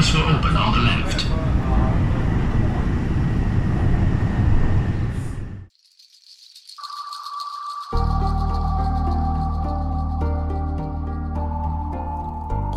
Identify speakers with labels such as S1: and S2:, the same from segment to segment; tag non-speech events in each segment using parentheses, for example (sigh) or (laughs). S1: on the left.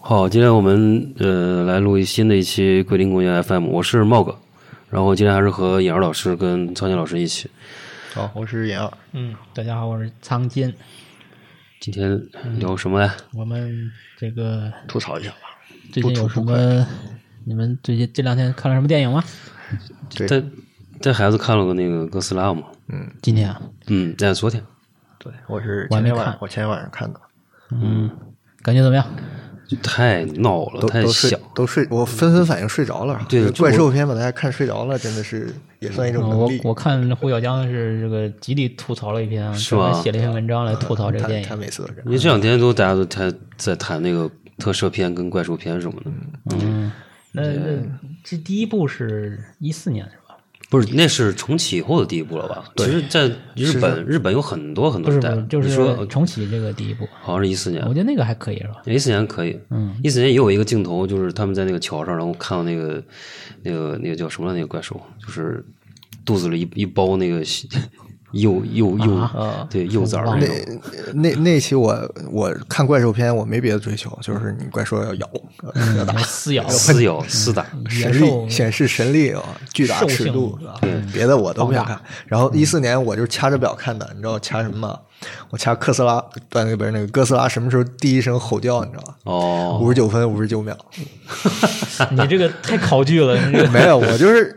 S2: 好，今天我们呃来录一新的一期桂林公园 FM，我是茂哥，然后今天还是和颖儿老师跟苍井老师一起。
S3: 好，我是尹二。
S4: 嗯，大家好，我是苍金。
S2: 今天聊什么来？
S4: 我们这个
S3: 吐槽一下吧。
S4: 最近有什么？你们最近这两天看了什么电影吗？
S3: 对，
S2: 带带孩子看了个那个哥斯拉嘛？
S4: 今天啊，
S2: 嗯，在昨天
S3: 对，我是
S4: 我还
S3: 前
S4: 没
S3: 天晚上
S4: 看，
S3: 我前天晚上看的，
S4: 嗯感觉怎么样？
S2: 太闹了，
S3: 都
S2: 太
S3: 都
S2: 小
S3: 睡，都睡，我纷纷反应睡着了。
S2: 对
S3: 这
S2: 就
S3: 怪
S2: 我
S3: 兽片把大家看睡着了，真的是也算一种
S4: 嗯我
S3: 能力。
S4: 我看胡小江是这个极力吐槽了一篇啊，
S2: 是吧
S4: 专门写了一篇文章来吐槽这个
S3: 他
S4: 电
S3: 他
S4: 影。
S3: 每次都这样
S2: 因为这两天都大家都在在谈那个特摄片跟怪兽片什么的，
S4: 嗯，那那这第一部是一四年是吧？
S2: 不是那是重启后的第一部了吧？其实，在日本日本有很多很
S4: 不
S2: 多
S4: 是，
S2: 代
S4: 不是，，就
S2: 你说
S4: 是重启这个第一部，
S2: 好像是一四年哎
S4: 我，觉得那个还可以是吧？
S2: 一四年可以，
S4: 嗯，
S2: 一四年也有一个镜头，就是他们在那个桥上，然后看到那个那个那个叫什么来那个怪兽，就是肚子里一一包那个 (laughs) 柚柚柚
S4: 啊，
S2: 对柚子儿那种。
S3: 呃那那那期我我看怪兽片，我没别的追求，就是你怪兽要咬，
S4: 嗯
S3: 要打，
S4: 撕 (laughs) 咬
S2: 撕咬厮打，
S4: 野
S3: 神
S4: 兽
S3: 力显示神力啊，巨大
S4: 兽
S3: 尺
S4: 性
S3: 度啊，别的我都不想
S4: 放
S3: 看。然后一四年我就是掐着表看的，你知道我掐什么吗？我掐克斯拉，对，那边那个哥斯拉什么时候第一声吼叫，你知道吗？
S2: 哦，
S3: 五十九分五十九秒，
S4: 你这个太考据了，你
S3: (laughs)
S4: 这个
S3: 没有，我就是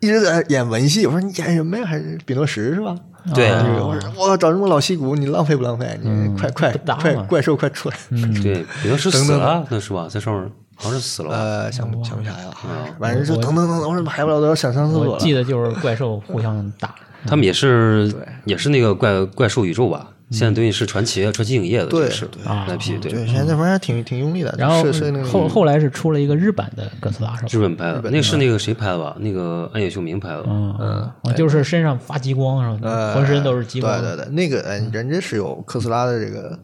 S3: 一直在演文戏。我说你演什么呀？还是比诺什是吧？
S2: 对嗯
S3: 就是我说我找这么老戏骨，你浪费不浪费？你快快
S4: 不搭嗯
S3: 快
S4: 嘛
S3: 怪兽快出来！
S2: 对，比如是
S3: 等
S2: 死
S3: 等
S2: 了，那是吧？在上面好像是死了，
S3: 呃，想不想不起来了，好像
S2: 嗯
S3: 是反正就等等等等，我怎么还不了多少想上厕所
S4: 我记
S3: 了？
S4: 得就是怪兽互相打。
S2: 他们也是也是那个怪怪兽宇宙吧？现在等于是传奇传奇影业的这
S3: 对
S2: 个是
S3: 对
S2: IP，对，
S3: 对，现在这玩意儿还挺挺用力的。
S4: 然后
S3: 是是那个
S4: 后后来是出了一个日版的哥斯拉是
S2: 日
S4: 吧？
S2: 本拍的，那个是那个谁拍的吧？那个暗夜秀明拍的，
S4: 嗯，就是身上发激光是吧？
S3: 呃，
S4: 浑身都是激光，
S3: 对对对，那个哎人家是有克斯拉的这个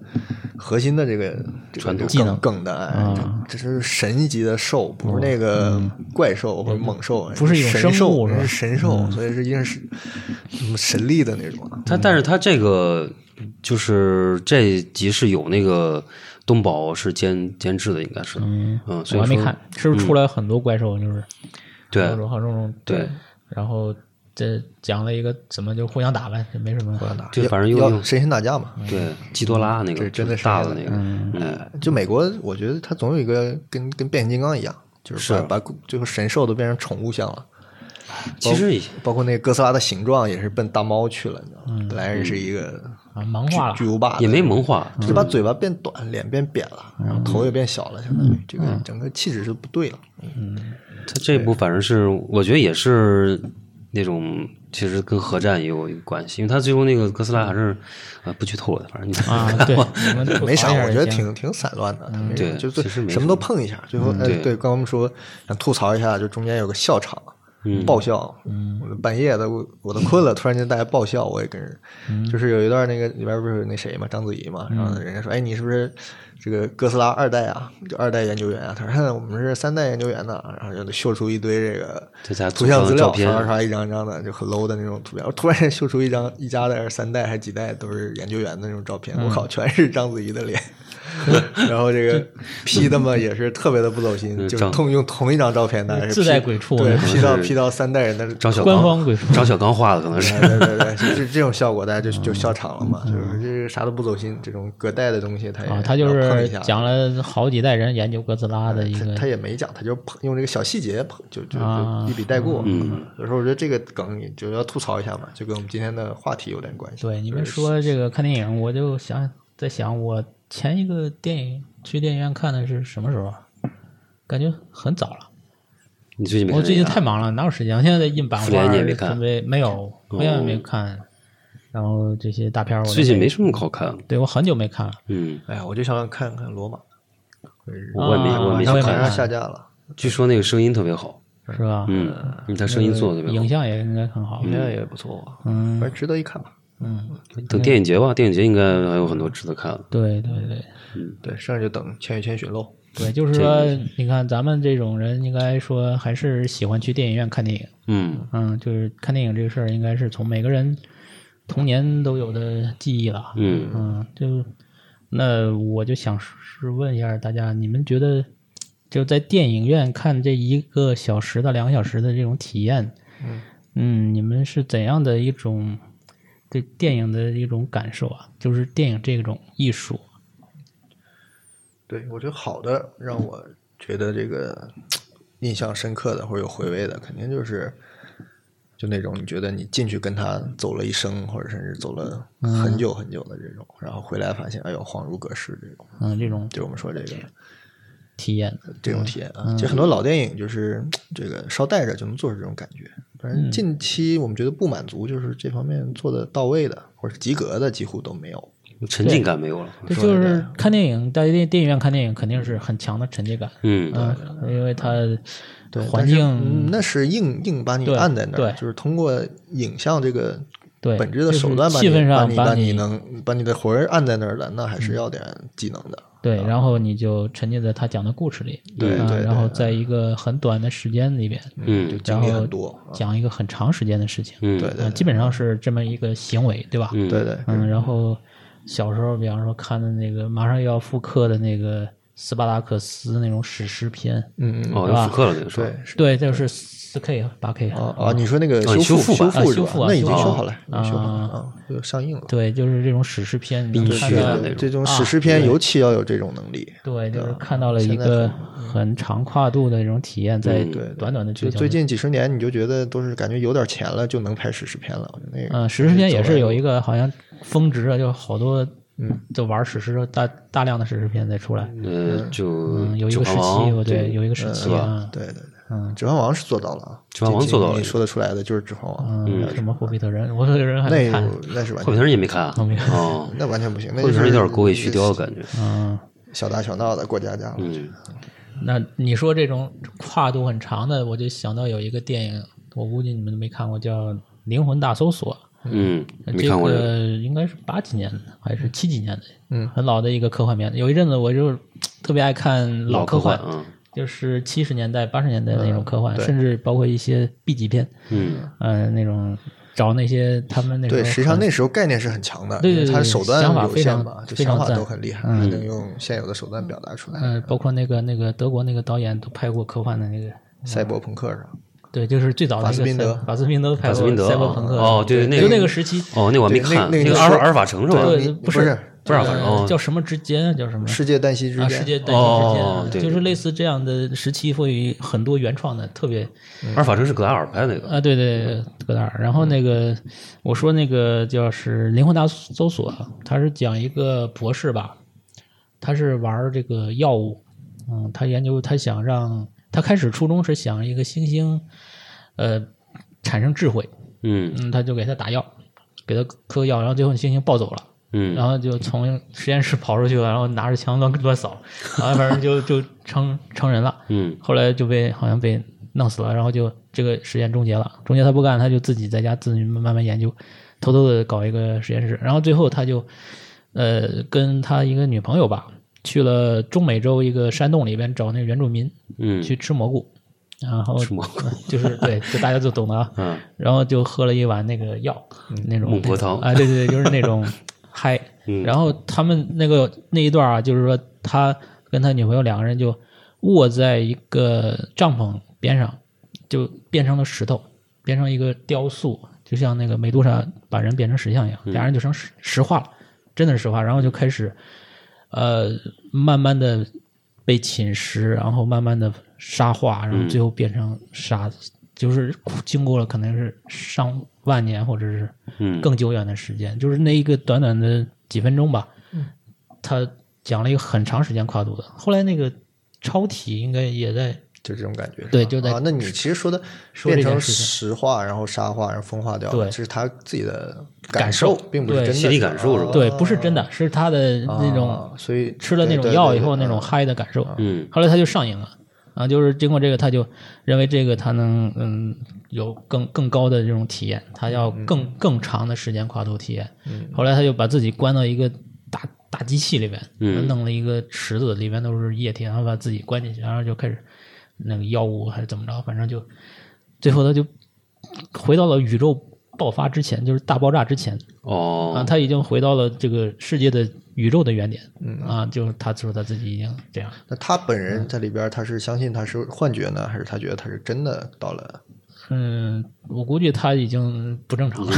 S3: 核心的这个这个
S2: 传统
S4: 技能啊
S3: 梗梗的，哎这这是神一级的兽，不是那个怪兽或者猛兽，
S4: 哦嗯
S3: 哎
S4: 不是一种
S3: 神
S4: 生
S3: 兽，
S4: 物是吧
S3: 是神兽，所以是一定是嗯神力的那种啊。
S2: 他但是他这个就是这一集是有那个东宝是监监制的，应该是嗯所以
S4: 我还没
S2: 说
S4: 看，是不
S3: 嗯
S4: 是出来很多怪兽？就是
S2: 对
S4: 各种各种
S2: 对，
S4: 然后这讲了一个怎么就互相打呗，也没什么。互相打
S2: 对，反正又
S3: 要
S2: 又
S3: 神仙打架嘛，
S2: 对基多拉那个
S3: 这真的
S2: 就是大
S3: 这
S2: 的
S3: 样
S2: 那个，嗯，
S3: 就美国，我觉得它总有一个跟跟变形金刚一样，就是把把最后神兽都变成宠物像了。
S2: 其实也
S3: 包括那个哥斯拉的形状也是奔大猫去了，你知道吗？本来是一个
S4: 嗯啊，盲化了
S3: 巨无霸的，
S2: 也没萌化，
S3: 就把嘴巴变短，脸变扁了，然后头也变小了，相当于
S4: 嗯
S3: 这个整个气质就不对了。嗯
S2: 他这部反正是我觉得也是那种，其实跟核战也有关系，因为他最终那个哥斯拉还是啊不剧透了，反正你
S4: 啊，
S3: (laughs)
S4: 对，我们吐槽
S3: 没
S4: 一下
S3: 啥，我觉得
S4: 也行
S3: 挺挺散乱的，没
S2: 对
S3: 就
S2: 其实
S3: 是
S2: 没嗯
S3: 什么都碰一下。最后，哎，
S2: 对
S3: 对，刚我们说想吐槽一下，就中间有个笑场，
S2: 嗯
S3: 爆笑，我半夜的我我都困了，突然间大家爆笑，我也跟人，就是有一段那个里边不是有那谁嘛，章子怡嘛，然后人家说，哎，你是不是这个哥斯拉二代啊，就二代研究员啊，他说哼我们是三代研究员呢，然后就秀出一堆这个
S2: 这家
S3: 图像资
S2: 照
S3: 料，啊
S2: 片
S3: 刷刷刷一张张的就很 low 的那种图片，我突然秀出一张一家的还是三代还是几代都是研究员的那种照片，我靠，全是章子怡的脸。 (laughs) 然后这个 P 的嘛也是特别的不走心，
S2: 嗯
S3: 就是
S2: 张
S3: 同用同一张照片，但是 P,
S4: 自带鬼畜
S3: 对
S4: 可能
S3: P 到
S2: 是
S3: P 到三代人的
S2: (laughs) 张小
S4: 官
S2: 刚
S4: 方鬼畜
S2: 张小刚画的可能是。
S3: 对对对，就是这种效果，大家就就笑场了嘛，就是这个啥都不走心，这种隔代的东西，他也
S4: 啊，他就
S3: 要碰
S4: 是
S3: 一下哎
S4: 讲了好几代人研究哥斯拉的一
S3: 他
S4: 个
S3: 他也没讲，他就碰用这个小细节碰，就就
S4: 啊
S3: 就一笔带过。
S2: 嗯，
S3: 所以说我觉得这个梗你就要吐槽一下嘛，就跟我们今天的话题有点关系。
S4: 对，你们
S3: 就是
S4: 说这个看电影，我就想在想，我前一个电影去电影院看的是什么时候啊？感觉很早了。
S2: 你最近没看啊
S4: 我最近
S2: 那个
S4: 太忙了，哪有时间？我现在在印版
S2: 复联
S4: 画，
S2: 你也没看哦
S4: 准备没有，我也没看。然后这些大片儿我都
S2: 最近没什么好看。
S4: 对我很久没看了。
S2: 嗯，
S3: 哎呀，我就想看看罗马，
S2: 我也没
S4: 啊
S2: 我也没
S3: 马
S2: 想
S3: 上
S4: 我也没
S3: 马
S2: 看
S3: 上
S4: 看，
S3: 下架了，
S2: 据说那个声音特别好。
S4: 是吧？
S2: 嗯，嗯他声音做的特别
S4: 呃影
S2: 好。
S4: 像也应该很好。
S3: 应该也不错，啊反
S4: 嗯
S3: 正值得一看吧。
S4: 嗯，
S2: 等电影节吧，电影节应该还有很多值得看的。
S4: 对对对
S3: 对，剩下就等《千与千寻》喽。
S4: 对，就是说，你看咱们这种人，应该说还是喜欢去电影院看电影。
S2: 嗯，
S4: 嗯，就是看电影这个事儿，应该是从每个人童年都有的记忆了。
S2: 嗯
S4: 嗯，就那我就想试问一下大家，你们觉得就在电影院看这一个小时到两个小时的这种体验，嗯，你们是怎样的一种对电影的一种感受啊？就是电影这种艺术，
S3: 对，我觉得好的让我觉得这个印象深刻的或者有回味的，肯定就是就那种你觉得你进去跟他走了一生，或者甚至走了
S4: 嗯
S3: 很久很久的这种，然后回来发现哎呦恍如隔世这种，
S4: 嗯，这种
S3: 就我们说这
S4: 嗯
S3: 个
S4: 体验，
S3: 这种体验
S4: 嗯
S3: 啊，其实很多老电影就是这个捎带着就能做出这种感觉。反
S4: 嗯
S3: 正近期我们觉得不满足，就是这方面做的到位的或者是及格的几乎都没有。
S2: 沉浸感没有了。
S4: 这
S3: 说得
S4: 就是看电影，在电电影院看电影肯定是很强的沉浸感，
S2: 嗯，
S4: 嗯，因为它
S3: 对，
S4: 环
S3: 但是
S4: 境
S3: 嗯那是硬硬把你
S4: 对
S3: 按在那儿，
S4: 对
S3: 就是通过影像这个
S4: 对
S3: 本质的
S4: 就是
S3: 手段把
S4: 气
S3: 你
S4: 氛
S3: 把
S4: 上
S3: 你
S4: 把
S3: 把
S4: 你嗯
S3: 你能把你的魂儿按在那儿了，那还是要点技能的。
S4: 对，然后你就沉浸在他讲的故事里，
S2: 对
S4: 啊
S3: 啊对对
S4: 然后在一个很短的时间里边，
S2: 嗯
S3: 就经
S4: 然
S3: 历
S4: 后
S3: 很多。啊
S4: 讲一个很长时间的事情，
S2: 嗯，
S3: 对对
S4: 啊，基本上是这么一个行为，对吧？
S2: 嗯
S3: 对对，
S4: 嗯，然后小时候，比方说看的那个马上要复刻的那个斯巴达克斯那种史诗片，
S3: 嗯嗯，
S2: 哦，要复刻了，这个是吧
S3: 对。是
S4: 对，就是四 K 八 K
S3: 哦哦，你说那个
S2: 哦修
S3: 修
S2: 复
S3: 修
S2: 版
S4: 啊
S3: 复是
S4: 修
S3: 吧
S4: 复？啊
S3: 那已经
S4: 修复
S3: 修
S4: 啊
S3: 好了，已经修好了
S4: 啊
S3: 啊，就上映了。
S4: 对，啊就是这种史诗片，你能
S2: 必须
S4: 看
S2: 的
S4: 到
S2: 那种
S3: 这种史诗片尤其要有这种能力。
S4: 对，就是
S3: 对啊
S4: 看到了一
S3: 现在
S4: 个
S3: 是
S4: 很长跨度的这种体验，在
S2: 嗯
S3: 对对
S4: 短短的
S3: 就
S4: 剧情
S3: 最近几十年，你就觉得都是感觉有点钱了就能拍史诗片了。我觉得那个
S4: 嗯，史诗片也
S3: 走
S4: 是
S3: 了
S4: 有一个好像峰值啊，就好多
S3: 嗯，
S4: 就玩史诗大大量的史诗片再出来，
S2: 呃，就
S4: 嗯，有一
S2: 指
S4: 个时
S2: 环
S4: 期，
S2: 王，
S4: 我对，有一个时
S3: 是
S4: 期
S3: 吧
S4: 啊？，
S3: 对对对，
S4: 嗯
S3: 指环王是做到了啊，
S2: 指环王
S3: 这
S2: 做到了
S3: 你说得出来的就是指环王，
S4: 嗯，什么霍比特人，我这个人还
S3: 那
S4: 没看，
S3: 有那是完
S2: 霍比
S3: 全
S2: 特人也没看啊
S4: 我没看
S2: 哦，
S3: 那完全不行，那
S2: 霍
S3: 就
S2: 比特
S3: 是
S2: 人有点狗尾续貂的感觉。
S4: 嗯，
S3: 小打小闹的过家家了。
S2: 嗯，
S4: 那你说这种跨度很长的，我就想到有一个电影，我估计你们都没看过，叫《灵魂大搜索》，呃
S2: 嗯，没
S4: 这
S2: 看过这个。
S4: 个应该是八几年的还是七几年的，
S3: 嗯
S4: 很老的一个科幻片。有一阵子我就特别爱看
S2: 老
S4: 科幻，
S2: 啊，
S4: 就是七十年代、八十年代的那种科幻，
S3: 嗯对
S4: 甚至包括一些 B 级片，
S2: 嗯，
S4: 嗯、那种找那些他们那种
S3: 对，实际上那时候概念是很强的，
S4: 对对对
S3: 因为它手段
S4: 想法
S3: 有
S4: 非常
S3: 限嘛，就
S4: 非常
S3: 想法
S4: 赞
S3: 都很厉害，
S2: 嗯
S3: 还能用现有的手段表达出来。
S4: 呃，包括那个那个德国那个导演都拍过科幻的那个，
S3: 赛博朋克上，
S4: 对，就是最早的那个
S3: 法斯宾德
S4: 赛
S2: 法
S4: 法斯宾德拍
S2: 斯
S4: 过
S2: 宾德
S4: 赛博朋克
S2: 啊哦对对那
S4: 就
S2: 个
S4: 那个时期，
S2: 哦，那我还没看，
S3: 对那
S2: 个
S3: 那个
S2: 阿尔
S3: 说
S2: 阿尔法城是吧？
S4: 对
S3: 你
S4: 不
S3: 不是
S2: 不是
S4: 这
S2: 反
S4: 个
S2: 正哦
S4: 叫什么之间，啊叫什么
S3: 世界旦夕之
S4: 啊，
S3: 间，
S4: 世界代
S2: 哦
S4: 之
S2: 对
S4: 间，啊就是类似这样的时期，会有很多原创的特别
S2: 阿尔法城是格拉尔拍那个。
S4: 啊，对对，对，搁那儿。然后那个我说那个叫是《灵魂大搜索》，他是讲一个博士吧，他是玩儿这个药物，嗯，他研究他想让他开始初衷是想一个猩猩，呃，产生智慧，
S2: 嗯
S4: 嗯，他就给他打药，给他嗑药，然后最后猩猩暴走了。
S2: 嗯
S4: 然后就从实验室跑出去了，然后拿着枪乱乱扫，然后反正就就成成人了。
S2: 嗯
S4: 后来就被好像被弄死了，然后就这个实验终结了。终结他不干，他就自己在家自己慢慢研究，偷偷的搞一个实验室。然后最后他就呃跟他一个女朋友吧，去了中美洲一个山洞里边找那原住民
S2: 嗯，
S4: 去吃蘑菇，然后
S2: 吃蘑菇，
S4: 就是对，就大家就懂的啊。
S2: 嗯，
S4: 然后就喝了一碗那个药，那种
S2: 孟婆汤
S4: 啊，对对对，就是
S2: (laughs)
S4: 那种嗨。
S2: 嗯
S4: 然后他们那个那一段啊，就是说他跟他女朋友两个人就卧在一个帐篷边上，就变成了石头，变成一个雕塑，就像那个美杜莎把人变成石像一样，
S2: 嗯
S4: 俩人就成石石化了，真的是石化。然后就开始呃，慢慢的被侵蚀，然后慢慢的沙
S3: 嗯
S4: 化，然后最后变成沙子，就是经过了可能是上万年或者是
S2: 嗯
S4: 更久远的时间，就是那一个短短的几分钟吧，他讲了一个很长时间跨度的。后来那个超体应该也在
S3: 就这种感觉是吧。
S4: 对就在
S3: 啊，那你其实说的
S4: 说
S3: 变
S4: 这件
S3: 成
S4: 事情
S3: 石化，然后沙化，然后风化掉，
S4: 对
S3: 这是他自己的
S4: 感
S3: 受，
S4: 受
S3: 并不是
S4: 对
S3: 真的
S2: 心理感受是吧
S3: 吧？
S4: 对，不是真的，是他的那种
S3: 啊所以
S4: 吃了那种
S3: 对对
S4: 药
S3: 对
S4: 以后
S3: 对
S4: 那种
S3: 嗯
S4: 嗨的感受。
S2: 嗯
S4: 后来他就上瘾了，啊，就是经过这个，他就认为这个他能嗯有更更高的这种体验，他要更更长的时间跨度体验。后来他就把自己关到一个大大机器里边，
S2: 嗯
S4: 弄了一个池子，里面都是液体，然后把自己关进去，然后就开始那个药物还是怎么着，反正就最后他就回到了宇宙爆发之前，就是大爆炸之前。啊，
S2: 哦，
S4: 他已经回到了这个世界的宇宙的原点，啊，就是他说他自己已经这样，
S3: 那他本
S4: 嗯
S3: 人在里边，他是相信他是幻觉呢，还是他觉得他是真的到了？
S4: 嗯，我估计他已经不正常了，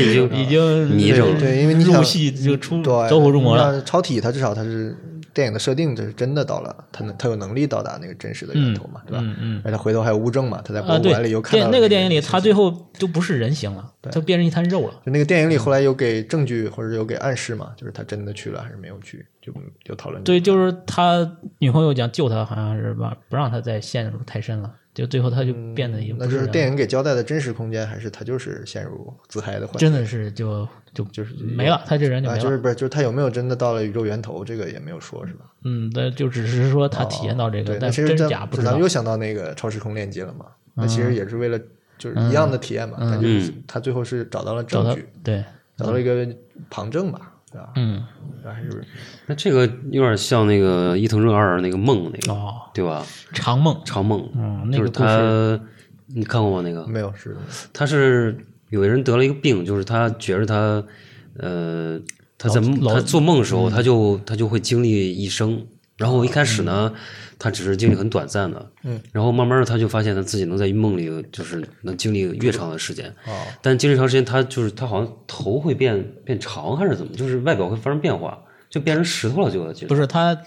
S2: 已
S4: (laughs)
S2: 经
S4: 已经
S2: 迷
S3: 对
S2: 上了
S3: 对，因为你想嗯
S4: 入戏就出
S3: 对
S4: 走火入魔了。
S3: 那超体他至少他是电影的设定，这是真的到了，他能他有能力到达那个真实的源头嘛，对吧？
S4: 嗯嗯
S3: 而他回头还有物证嘛，他在博
S4: 啊，
S3: 物
S4: 对
S3: 馆里又，看到
S4: 电
S3: 了
S4: 那个电影里，
S3: 信
S4: 他
S3: 息
S4: 最后就不是人形了，他变成一滩肉了。
S3: 就那个电影里后来有给证据或者有给暗示嘛，就是他真的去了还是没有去，就就讨论这个
S4: 对，就是他女朋友讲救他，好像是吧，不让他再陷入太深了，就最后他就变得也
S3: 嗯那
S4: 不
S3: 就是是
S4: 人
S3: 电影给交代的真实空间，还是他就是陷入自嗨的幻觉？
S4: 真的是就就
S3: 就是
S4: 没了，他这人就
S3: 啊，
S4: 没
S3: 就是
S4: 了。
S3: 不是就是他有没有真的到了宇宙源头，这个也没有说是吧？
S4: 嗯，但就只是说他体验到这
S3: 哦对
S4: 个，，
S3: 那
S4: 但
S3: 其实
S4: 真
S3: 咱
S4: 假不知
S3: 咱
S4: 道嗯
S3: 们。又想到那个超时空链接了嘛，那其实也是为了就是一样的体验嘛，但就是
S2: 嗯
S3: 他最后是找到了
S4: 找
S3: 证
S4: 他
S3: 据，
S4: 对，
S3: 找到了一个旁证吧，对吧？
S4: 嗯，
S3: 还是
S2: 那这个有点像那个伊藤润二那个梦那个，
S4: 哦，
S2: 对吧？
S4: 长梦，
S2: 长梦，
S4: 嗯，那
S2: 就
S4: 个
S2: 是
S4: 故事，
S2: 他，你看过吗？那个
S3: 没有是
S2: 他是有的人得了一个病，就是他觉着他，呃，他在梦
S4: 老嗯
S2: 他做梦的时候，他就他就会经历一生。然后一开始呢，
S4: 嗯
S2: 他只是经历很短暂的，
S3: 嗯，
S2: 然后慢慢的他就发现他自己能在梦里，就是能经历越长的时间，
S3: 哦，
S2: 但经历长时间，他就是他好像头会变变长还是怎么，就是外表会发生变化，就变成石头了，就要
S4: 不
S2: 是，
S4: 是他，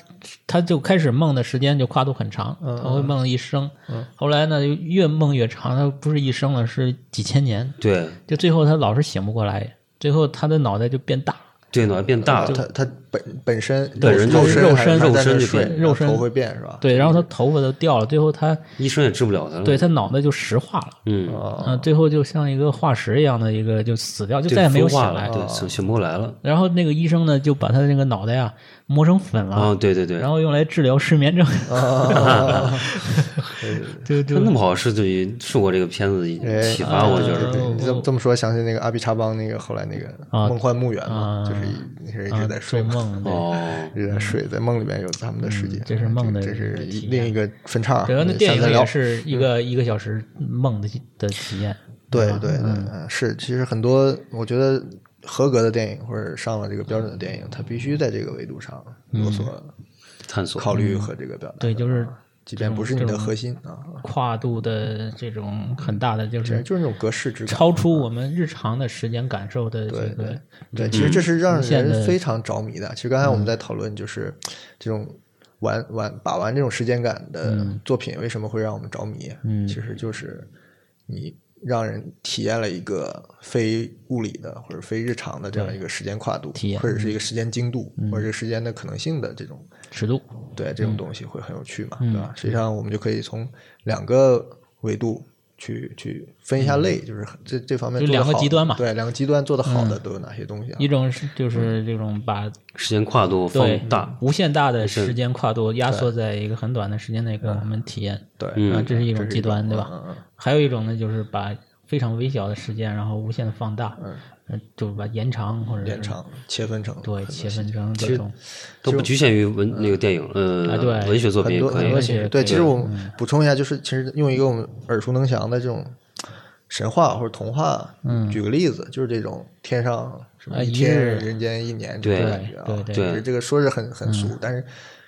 S4: 他就开始梦的时间就跨度很长，
S3: 嗯
S4: 他会梦一生。后来呢，越梦越长，他不是一生了，是几千年。
S2: 对
S4: 就最后他老是醒不过来，最后他的脑袋就变大，
S2: 对，脑袋变大
S3: 啊
S4: 呃
S2: 了，
S3: 他他本本身
S2: 本人
S3: 肉
S2: 就是
S3: 身还是
S2: 肉身
S3: 他在那
S2: 肉身就
S3: 睡
S2: 变
S4: 肉身
S3: 头会啊变是吧？
S4: 对，然后他头发都掉了，最后他
S2: 医生也治不了他了，
S4: 对他脑袋就石化了，
S2: 嗯，
S4: (laughs)
S3: 哦，
S4: 嗯，最后就像一个化石一样的一个就死掉，就
S2: 对
S4: 再也没有
S2: 风
S4: 醒
S2: 化
S4: 来
S2: 了，。对，啊醒醒不过来了，
S4: 然后那个医生呢，就把他的那个脑袋啊磨成粉了，
S2: 啊，对对对，
S4: 然后用来治疗失眠症，
S3: 哦
S4: (laughs) 就
S2: 他
S4: 就
S2: 那么好是对于受过这个片子的
S3: 嗯哎
S2: 启发，我觉
S3: 对
S2: 得，
S3: 对，你这么这么说，想起那个阿比查邦那个后来那个
S4: 嗯啊
S3: 梦幻墓园嘛，
S4: 啊
S3: 就是一那是一
S4: 啊
S3: 直在睡
S4: 做
S3: 嘛，
S4: 梦。对
S2: 哦，
S3: 一直在睡，在梦里面有他们的世界，
S4: 嗯这是梦的
S3: 这是
S4: 体验
S3: 另一个分叉。
S4: 对，那
S3: 嗯
S4: 电
S3: 下次再
S4: 影
S3: 聊
S4: 也是一个一个小时梦的的体验。
S3: 对对对，嗯，是，其实很多我觉得合格的电影或者上了这个标准的电影，它必须在这个维度上有所
S2: 探索，
S3: 考虑和这个表达。
S4: 嗯
S3: 啊
S4: 对，就是
S3: 即便不是你
S4: 这
S3: 的
S4: 种嗯
S3: 核心啊，
S4: 跨度的这种很大的，就
S3: 其实
S4: 是
S3: 就是那种格式之感。
S4: 超出我们日常的时间感受的这个
S3: 对，其实这是让
S4: 嗯无限
S3: 人
S4: 的嗯
S3: 非常着迷的。其实刚才我们在讨论，就是这种玩玩把玩这种时间感的
S4: 嗯
S3: 作品，为什么会让我们着迷？嗯，其实就是你让人体验了一个非物理的或者非日常的这样一个时间跨度
S4: 体，验嗯
S3: 或者是一个时间精度，或者是时间的可能性的这种
S4: 尺度。
S3: 对这
S4: 嗯
S3: 种东西会很有趣嘛，对吧？实际上我们就可以从两个维度去去分一下类，就是很这这方面
S4: 嗯就
S3: 做得
S4: 两个
S3: 好
S4: 极端嘛嗯
S3: 对，两个极端做的好的都有哪些东西啊？
S4: 一种是就是这种把
S2: 时间跨度
S4: 对
S2: 放大，
S4: 无限大的时间跨度压缩在一个很短的时间内给我
S3: 嗯
S4: 们体验，
S3: 对，
S4: 啊，
S2: 嗯，
S4: 这是一种极端，对
S3: 嗯
S4: 吧？
S3: 嗯
S4: 还有一种呢，就是把非常微小的时间，然后无限的放大，呃就把延长或者
S3: 嗯
S4: 是
S3: 延长、切分成
S4: 对
S3: 很多
S4: 切
S3: 细
S4: 分
S3: 节
S4: 成
S3: 其
S4: 这
S3: 实
S4: 种，
S2: 都不局限于文那个电影，呃，
S4: 啊对
S2: 文学作品
S3: 很
S2: 也
S3: 多
S2: 可
S3: 很
S2: 以
S3: 多
S4: 而。
S3: 形
S4: 且
S3: 式。对，
S4: 可
S3: 其
S4: 以嗯
S3: 实我补充一下，就是其实用一个我们耳熟能详的这种神话或者童话，
S4: 嗯
S3: 举个例子，就是这种天上什
S4: 啊
S3: 么一
S4: 一
S3: 天
S4: 日
S3: 人间一年这种
S2: 对
S3: 感觉啊，
S4: 对对嗯
S2: 对
S3: 就是这个说是很很俗，但是。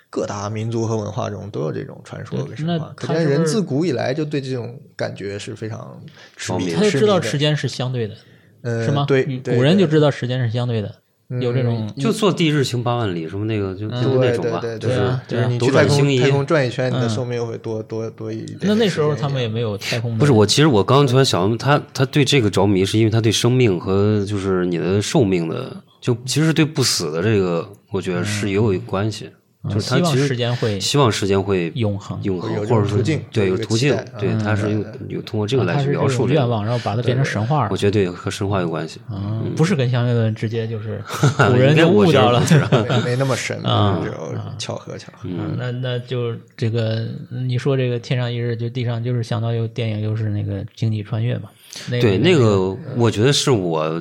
S3: 各大民族和文化中都有这种传说
S4: 对
S3: 跟神
S4: 那
S3: 话，可
S4: 它
S3: 见
S4: 是不
S3: 人
S4: 是
S3: 自古以来就对这种感觉是非常痴
S2: 着
S3: 迷，
S2: 迷
S4: 他就
S3: 痴
S4: 知
S3: 迷
S4: 道
S3: 的
S4: 时间是相对的，
S3: 呃
S4: 是吗？
S3: 对
S4: 嗯，
S3: 对
S4: 古人就
S3: 对嗯
S4: 知道时间是相对的，有这种
S2: 就做地日行八万里什么那个，就就那
S3: 对
S2: 种
S3: 对
S2: 吧，
S3: 嗯对
S2: 就
S3: 对
S2: 是
S3: 啊
S4: 啊，
S3: 就是你
S2: 斗
S3: 去
S2: 转
S3: 太
S2: 星
S3: 空
S2: 移
S3: 太空转一圈，你的
S4: 嗯
S3: 寿命会多多多一点。
S4: 那那时候他们
S3: 也
S4: 也没有太空的，
S2: 不是，我其实我刚刚突然想，他他对这个着迷，是因为他对生命和就是你的寿命的，就其实对不死的这个，我觉得是也有关系。
S4: 嗯
S2: 就是他
S4: 希望
S2: 其实
S4: 时间会
S2: 希望时间会
S4: 永恒
S2: 永恒
S3: 有，
S2: 或
S3: 这种
S2: 者说
S3: 途径
S2: 对
S3: 有
S2: 有
S3: 一个
S2: 途
S3: 期
S2: 径
S3: 待，
S2: 对
S3: 嗯，
S2: 他是
S3: 对
S2: 用
S3: 对
S2: 有通过这个
S4: 啊他
S2: 来
S4: 是
S2: 去
S4: 这
S2: 描述
S4: 种
S2: 这个
S4: 愿。望，然后把它变成神话
S2: 我。觉得对和神话有关系。
S4: 嗯，不是跟相对论直接
S2: (laughs)
S4: 就是古人
S2: 应该
S4: 就
S2: 我
S4: 悟
S2: 觉得
S4: 到了
S2: 不。是
S4: (laughs)
S3: (laughs) 没没那么神，只有巧合巧合。
S4: 嗯，那那就这个，你说这个天上一日，就地上就是想到有电影，又是那个星际穿越嘛？那
S2: 对，
S4: 那
S2: 那
S4: 呃
S2: 个我觉得是我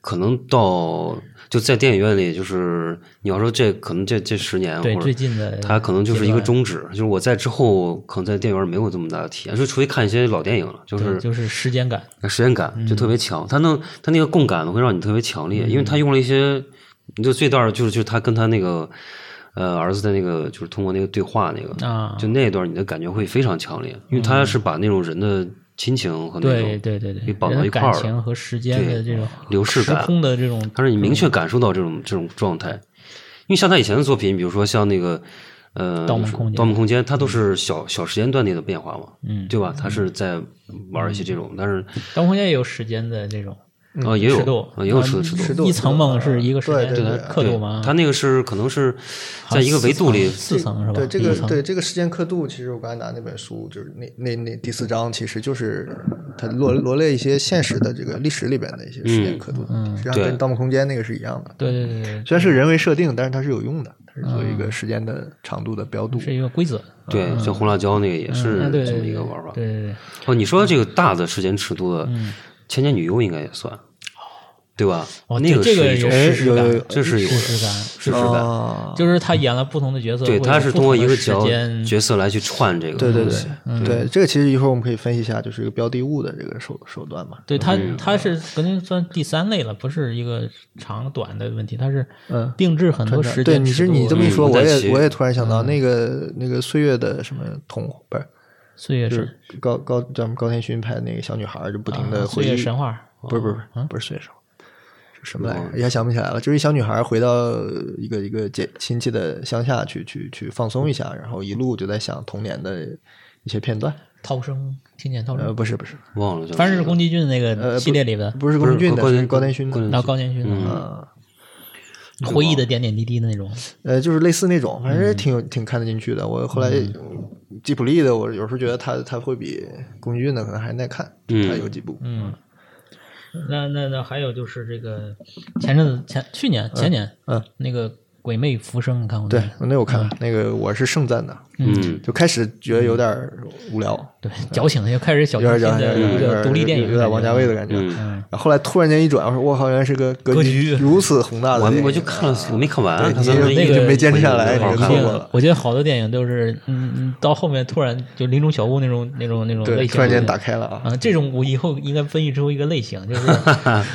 S2: 可能到就在电影院里，就是你要说这可能这这十年
S4: 对
S2: 或者
S4: 最近的，
S2: 它可能就是一个终止，就是我在之后可能在电影院没有这么大的体验，就除非看一些老电影了，就
S4: 对
S2: 是
S4: 就是嗯时间感，
S2: 时间感就特别强，它能它那个共感会让你特别强烈，因为它
S4: 嗯
S2: 用了一些，你就这段就是就是他跟他那个呃儿子的那个就是通过那个对话那个，
S4: 啊嗯
S2: 就那段你的感觉会非常强烈，因为他是把那种人的亲情和那
S4: 对
S2: 种
S4: 对对对，
S2: 给绑
S4: 人
S2: 到
S4: 的
S2: 一块
S4: 感
S2: 儿了
S4: 情和时间的这种
S2: 流逝
S4: 时
S2: 感，
S4: 空的这种，
S2: 它让你明确感受到这种这种状态。因为像他以前的作品，比如说像那个呃《
S4: 盗梦
S2: 就是
S4: 空间
S2: 盗梦空间》，它都是小小时间段内的变化嘛，
S4: 嗯，
S2: 对吧？他是在玩一些这种，但是
S4: 当空间也有时间的这种
S2: 啊也有
S4: 尺度
S2: 啊，也有
S4: 啊
S2: 尺度尺
S3: 尺
S2: 度，
S3: 度
S4: 一层梦是一个时
S3: 对
S4: 间
S3: 对
S4: 的
S3: 对
S4: 刻度
S2: 对
S4: 吗？
S2: 他那个是可能是
S4: 好
S2: 在
S4: 像
S2: 一个维度里，
S4: 四层嗯四层是吧？
S3: 对这
S4: 一
S3: 个
S4: 层
S3: 对这个时间刻度，其实我刚才拿那本书，就是那那那第四章，其实就是它罗罗列一些现实的这个历史里边的一些时间刻度，实际上
S2: 对
S3: 跟《盗梦空间》那个是一样的。
S4: 嗯对对对对
S3: 虽然是人为设定，但是它是有用的，它是作为一个时间的长度的标度
S4: 对，。嗯是一个规则，
S2: 对，像红辣椒那个也是
S4: 嗯对
S2: 这么一个玩法。
S4: 对对对，
S2: 哦，你说这个大的时间尺度的《
S4: 嗯，
S2: 千
S4: 千
S2: 年女优》应该也算，对吧？
S4: 哦，
S2: 那
S4: 这
S2: 是
S4: 个
S2: 一种
S4: 有
S3: 哎
S4: 实时
S3: 有有
S4: 感
S3: 有，
S2: 这是有
S4: 实时感，
S2: 事实感，
S3: 啊
S4: 就是他演了不同的角色，
S2: 对，
S4: 会
S2: 他
S4: 有
S2: 是
S4: 不
S2: 通过
S4: 同
S2: 一
S4: 的
S2: 个
S4: 时
S2: 角
S4: 间
S2: 角色来去串这个
S3: 对对
S2: 东
S3: 对
S2: 西。
S3: 对，这个其实一会儿我们可以分析一下，就是一个标的物的这个手手段嘛。
S4: 对它，
S2: 嗯
S4: 它是肯定算第三类了，不是一个长短的问题，它是
S3: 嗯
S4: 定制很多
S3: 真的
S4: 时
S3: 对，
S4: 间
S3: 你
S4: 尺
S3: 是
S4: 度。
S3: 你这么一说，
S2: 嗯
S3: 我
S2: 在
S3: 也
S2: 其
S3: 我也突然想到那个那个岁月的什么童不是
S4: 岁月
S3: 就
S4: 神
S3: 是高高咱们高天勋拍的那个小女孩儿就不停的
S4: 啊
S3: 回
S4: 岁
S3: 忆，
S4: 月神话，哦啊
S3: 不是不是不是不是岁月神话，是什么来着？一下想不起来了。就是一小女孩儿回到一个一个姐亲戚的乡下去去去放松一下，然后一路就在想童年的一些片段。
S4: 涛声，听见涛
S3: 呃，
S4: 声，
S3: 不是不是
S2: 忘了叫
S4: 凡是
S2: 什么
S4: 宫崎骏那
S3: 呃
S4: 个
S3: 不
S4: 系列里的，
S3: 不是
S2: 不
S3: 宫
S2: 是
S3: 崎骏的，
S2: 高
S3: 是
S2: 田
S3: 高天勋的。
S2: 高
S4: 然后高田勋的
S3: 嗯，
S4: 回忆的点点滴滴的那种，
S3: 呃，就是类似那种，反
S4: 嗯
S3: 正挺有挺看得进去的。我后来嗯吉普力的，我有时候觉得他他会比宫崎骏的可能还耐看，
S2: 嗯
S3: 他有几部。
S4: 嗯。那那那还有就是这个，前阵子前去年前年，
S3: 嗯，
S4: 那个《鬼魅浮生》，你看过没
S3: 对，那我
S4: 嗯
S3: 看那个我是盛赞的，
S2: 嗯，
S3: 就开始觉得有点儿无聊，
S4: 嗯对，矫情的又开始小
S3: 有点
S4: 清
S3: 儿
S4: 新
S3: 讲，
S4: 的
S3: 有点儿
S4: 一
S3: 有点
S4: 个
S3: 儿
S4: 独立电影的
S3: 有
S4: 感觉，
S3: 点王家卫的感觉。
S2: 嗯
S4: 嗯，
S3: 然后后来突然间一转，我说我靠，原来是个格
S4: 格
S3: 局
S4: 局
S3: 如此宏大的
S2: 我
S3: 电影。
S2: 我就看了，我没看完，
S3: 对
S2: 咱们
S3: 你
S2: 一
S3: 那
S2: 直
S3: 个
S2: 没
S3: 没坚持下来
S2: 好
S3: 你
S2: 看
S3: 错
S4: 这
S3: 过
S2: 过。
S3: 了
S4: 个我觉得好多电影都是，嗯，嗯，到后面突然就《林中小屋》那种那种那种类
S3: 对，
S4: 型，
S3: 突然间打开了啊！
S4: 啊，这种我以后应该分析出一个类型，就是
S3: (laughs)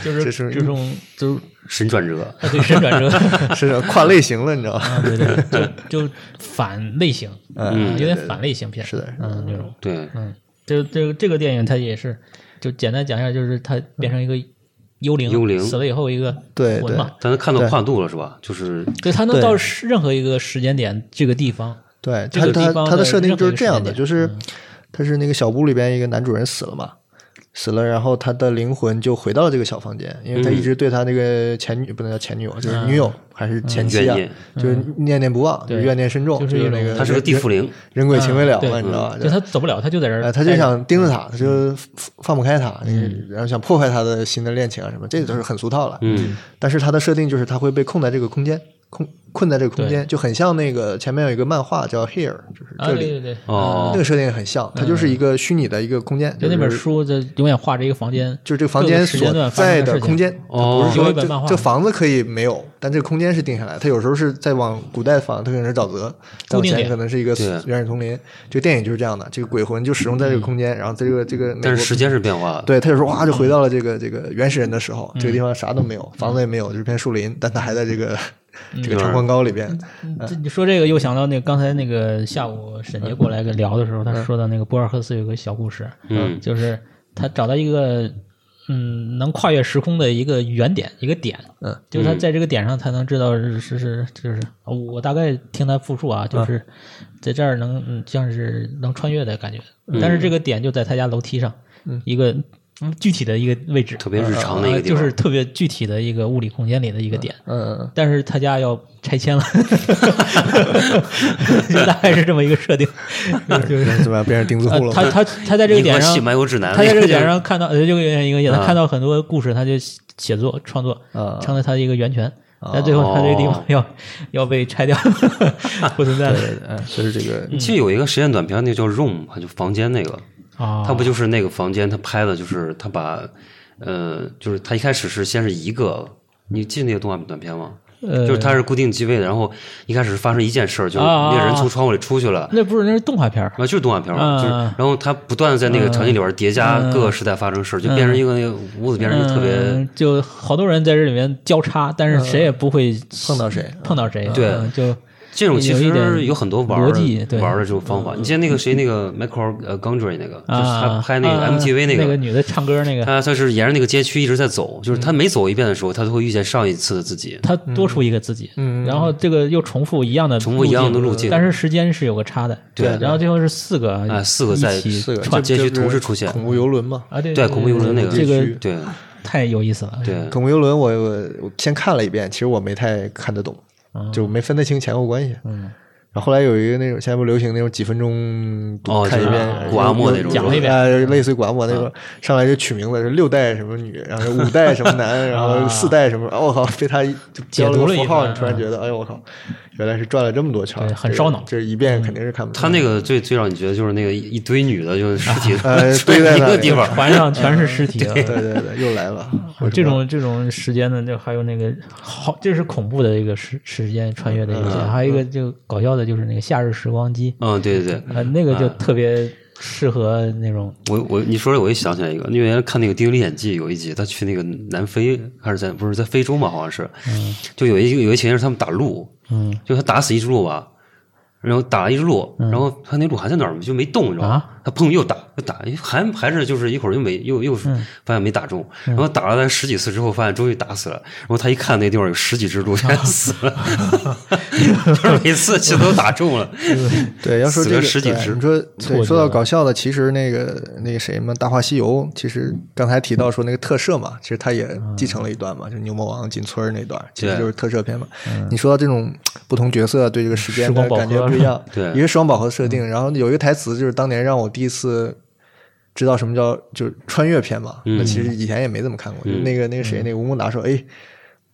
S4: 就
S3: 这
S4: 是
S3: 是嗯
S4: 这种就是
S2: 神转折，
S4: 啊对伸转折，
S3: 是跨类型了，你知道吗？
S4: (laughs) 啊对对，就就反类型，
S3: 嗯
S4: 啊有点反类型片，
S3: 是的是的
S4: 嗯，这种，
S2: 对，
S4: 嗯，这这这个电影它也是，就简单讲一下，就是它变成一个幽灵，
S2: 幽灵
S4: 死了以后一个
S3: 对
S4: 魂嘛，
S2: 但是看到
S3: 对
S2: 跨度了是吧？就是
S4: 对，它能
S3: 对
S4: 到时任何一个时间点，这个地方，
S3: 对，
S4: 这
S3: 它
S4: 个地
S3: 它
S4: 方
S3: 它
S4: 的
S3: 的设定
S4: 任何
S3: 就
S4: 一
S3: 是这
S4: 个时
S3: 样
S4: 间
S3: 的，
S4: 点嗯
S3: 就是它是那个小屋里边一个男主人死了嘛，死了，然后他的灵魂就回到了这个小房间，因为
S4: 嗯
S3: 他一直对他那个前女不能叫前女友，就是女友还是前妻啊
S2: 怨，
S3: 就是念念不忘，就是
S4: 嗯对
S3: 怨念深重，
S4: 就
S3: 就是
S4: 一
S3: 那
S4: 种嗯
S3: 个
S2: 它是个地缚灵，
S3: 人鬼情未了
S4: 对
S3: 嘛，你知道吧？
S4: 就他走不了，他就在这儿待着，
S3: 呃，他就想
S4: 嗯
S3: 盯着他，他就放放不开他，然后想破坏他的新的恋情啊什么，这都是很俗套了。
S2: 嗯，
S3: 但是他的设定就是他会被困在这个空间，空困在这个空间，就很像那个前面有一个漫画叫《Here》，就是
S4: 啊，
S3: 这
S4: 对
S3: 里，
S4: 对对，
S2: 哦
S3: 那个设定也很像，它就是一个虚拟的一个空间，
S4: 就那本，书就永远画着一个房间，
S3: 就是这个房
S4: 各
S3: 间
S4: 个时间
S3: 所
S4: 段发生
S3: 在
S4: 的
S3: 的
S4: 事情
S3: 空间，它
S2: 哦
S3: 不是
S4: 有
S3: 说
S4: 一本漫
S3: 这
S4: 画
S3: 这房子可以没有，但这个空间是定下来，它有时候是在往古代仿，它可能是沼泽，再
S4: 固
S3: 往
S4: 定
S3: 前
S4: 点
S3: 可能是一个
S2: 对
S3: 原始丛林，这个电影就是这样的，这个鬼魂就始终
S4: 嗯
S3: 在这个空间，然后在这个这个美
S2: 但是
S3: 国
S2: 时间是变化的。
S3: 对，他就说哇，就回到了这个这个原始人的时
S4: 嗯
S3: 候，这个地方啥都没有，房子也没有，就是片树林，但他还在这个 (laughs) 这个长宽高里边。
S4: 嗯这你说这个又想到那个刚才那个下午沈杰过来跟聊的时候，他说到那个博尔赫斯有个小故事，
S2: 嗯
S4: 就是他找到一个嗯能跨越时空的一个原点一个点，
S3: 嗯，
S4: 就是他在这个点上，他能知道是是是就是哦我大概听他复述啊，
S2: 嗯
S4: 就是在这儿能嗯像是能穿越的感觉，
S2: 嗯
S4: 但是这个点就在他家楼梯上，一个嗯具体的一个位置，
S2: 特别日常的一个
S4: 啊
S2: 地方
S4: 就是特别具体的一个物理空间里的一个点，
S3: 嗯，
S4: 但是他家要拆迁了，就大概是这么一个设定。
S3: 嗯 (laughs) 怎么样？变成钉子户
S4: 呃
S3: 了
S4: 他
S3: 吗？
S4: 他他在这个点
S2: 一
S4: 上
S2: 款洗，买油指南，
S4: 他在这个点上看到，呃，就有点一个点，
S2: 啊
S4: 他看到很多故事，他就写作创作，
S3: 啊
S4: 成了他的一个源泉。但最后他这个地方要要被拆掉，不存在了
S3: 对，嗯，就是这个
S2: 其实有一个实验短片，那个叫《Room》，就房间那个，
S4: 啊
S2: 他不就是那个房间？他拍的就是他把，呃，就是他一开始是先是一个，你记得那个动画短片吗？
S4: 呃
S2: 就是他是固定机位的，然后一开始是发生一件事儿，就是
S4: 啊啊
S2: 那个人
S4: 啊
S2: 从窗户里出去了，
S4: 那不是那是动画片儿
S2: 啊，就是动画片嘛，就是
S4: 嗯，
S2: 然后他不断的在那个场景里边叠加各个时代发生事儿，就变成一个那个屋子变成一个特别
S4: 嗯，就好多人在这里面交叉，但是谁也不会
S3: 碰到谁？
S4: 碰到谁，
S2: 对
S4: 嗯就
S2: 这种其
S4: 有一
S2: 实
S4: 点
S2: 有很多玩儿
S4: 逻辑对
S2: 的玩儿的这种方法。你记得那个谁那个 Michael 呃 Gondry 那个，就是他
S4: 啊，
S2: 拍那个
S4: 啊
S2: MTV
S4: 那
S2: 那个，
S4: 女的唱歌那个，
S2: 他他是沿着那个街区一直在走，就是
S3: 嗯
S2: 他每走一遍的时候，他都会遇见上一次的自己。
S4: 他多出一个自己，然后这个又重复一样的
S2: 嗯重复一样的路径
S4: 但是时间是有个差的，
S2: 对
S4: 然后最后是四个
S2: 啊四个在
S4: 一起
S3: 四个
S2: 串
S3: 这
S2: 街区
S3: 就是
S2: 同时出现
S3: 恐怖游轮嘛。
S4: 啊，对
S2: 对恐怖游轮那个
S3: 街
S4: 这个
S3: 区
S2: 对
S4: 太有意思了，
S2: 对，
S3: 恐怖游轮我，我我先看了一遍，其实我没太看得懂，
S4: 嗯
S3: 就没分得清前后关系。嗯。然后后来有一个那种现在不流行那种几分钟读
S2: 哦
S3: 看一
S2: 就是
S3: 遍
S2: 古阿莫那种嗯
S4: 讲了一遍
S3: 啊，类似于古阿莫那种，上来就取名字是六代什么女，然后五代什么男，然
S2: 啊
S3: 后四代什么，哦我靠，被他就教了
S4: 解读
S3: 个
S4: 了一
S3: 符号，
S4: 番
S3: 你突然觉得，哎呦我靠，原来是转了这么多圈儿
S4: 对，很烧脑
S3: 这一遍肯定是看不
S2: 嗯
S3: 懂。
S2: 他那个最最让你觉得就是那个一一堆女的，就是尸体
S3: 呃
S2: 堆
S3: 堆在
S2: 一
S3: 那
S2: 个
S3: 里
S2: 地方，
S4: 船上全是尸体啊。
S3: 对对对，又来
S2: (laughs)
S3: 了，
S4: 我这种这种时间的，就还有那个好，这是恐怖的一个时时间穿越的一个，还有一个就搞笑的，就是那个夏日时光机，
S2: 嗯，对对对。
S4: 呃，那个就特别适合那种
S2: 我我你说这我一想起来一个，因为原来看那个《丁力演技》有一集，他去那个南非还是在不是在非洲嘛，好像是，
S3: 嗯
S2: 就有一有一情节是他们打鹿，
S4: 嗯
S2: 就他打死一只鹿吧，然后打了一只鹿，然后他那鹿还在那儿就没动，你知道吗？
S4: 啊
S2: 他砰又打又打，还还是就是一会儿又没又又是
S4: 嗯
S2: 发现没打中，然后打了他十几次之后，发现终于打死了，然后他一看那地方有十几只鹿
S4: 啊
S2: 全死了，就是每次去都打中
S4: (laughs)
S2: 了，
S3: 对，要说
S2: 死
S3: 这
S2: 了
S3: 个，
S2: 十几
S3: 对
S2: 只
S3: 你说
S4: 觉
S3: 对，说到搞笑的，其实那个那个谁嘛，《大话西游》，其实刚才提到说那个特摄嘛，其实他也继承了一段嘛，就牛魔王进村儿那段，其实
S2: 对
S3: 就是特摄片嘛。你说到这种不同角色对这个时间
S4: 时光
S3: 的
S4: 宝盒
S3: 感觉不一样，
S2: 对
S3: 一个双饱和设定，然后有一个台词就是当年让我第一次。知道什么叫就是穿越片嘛？那其实以前也没怎么看过。就那个那个谁，那个吴孟达说：“哎，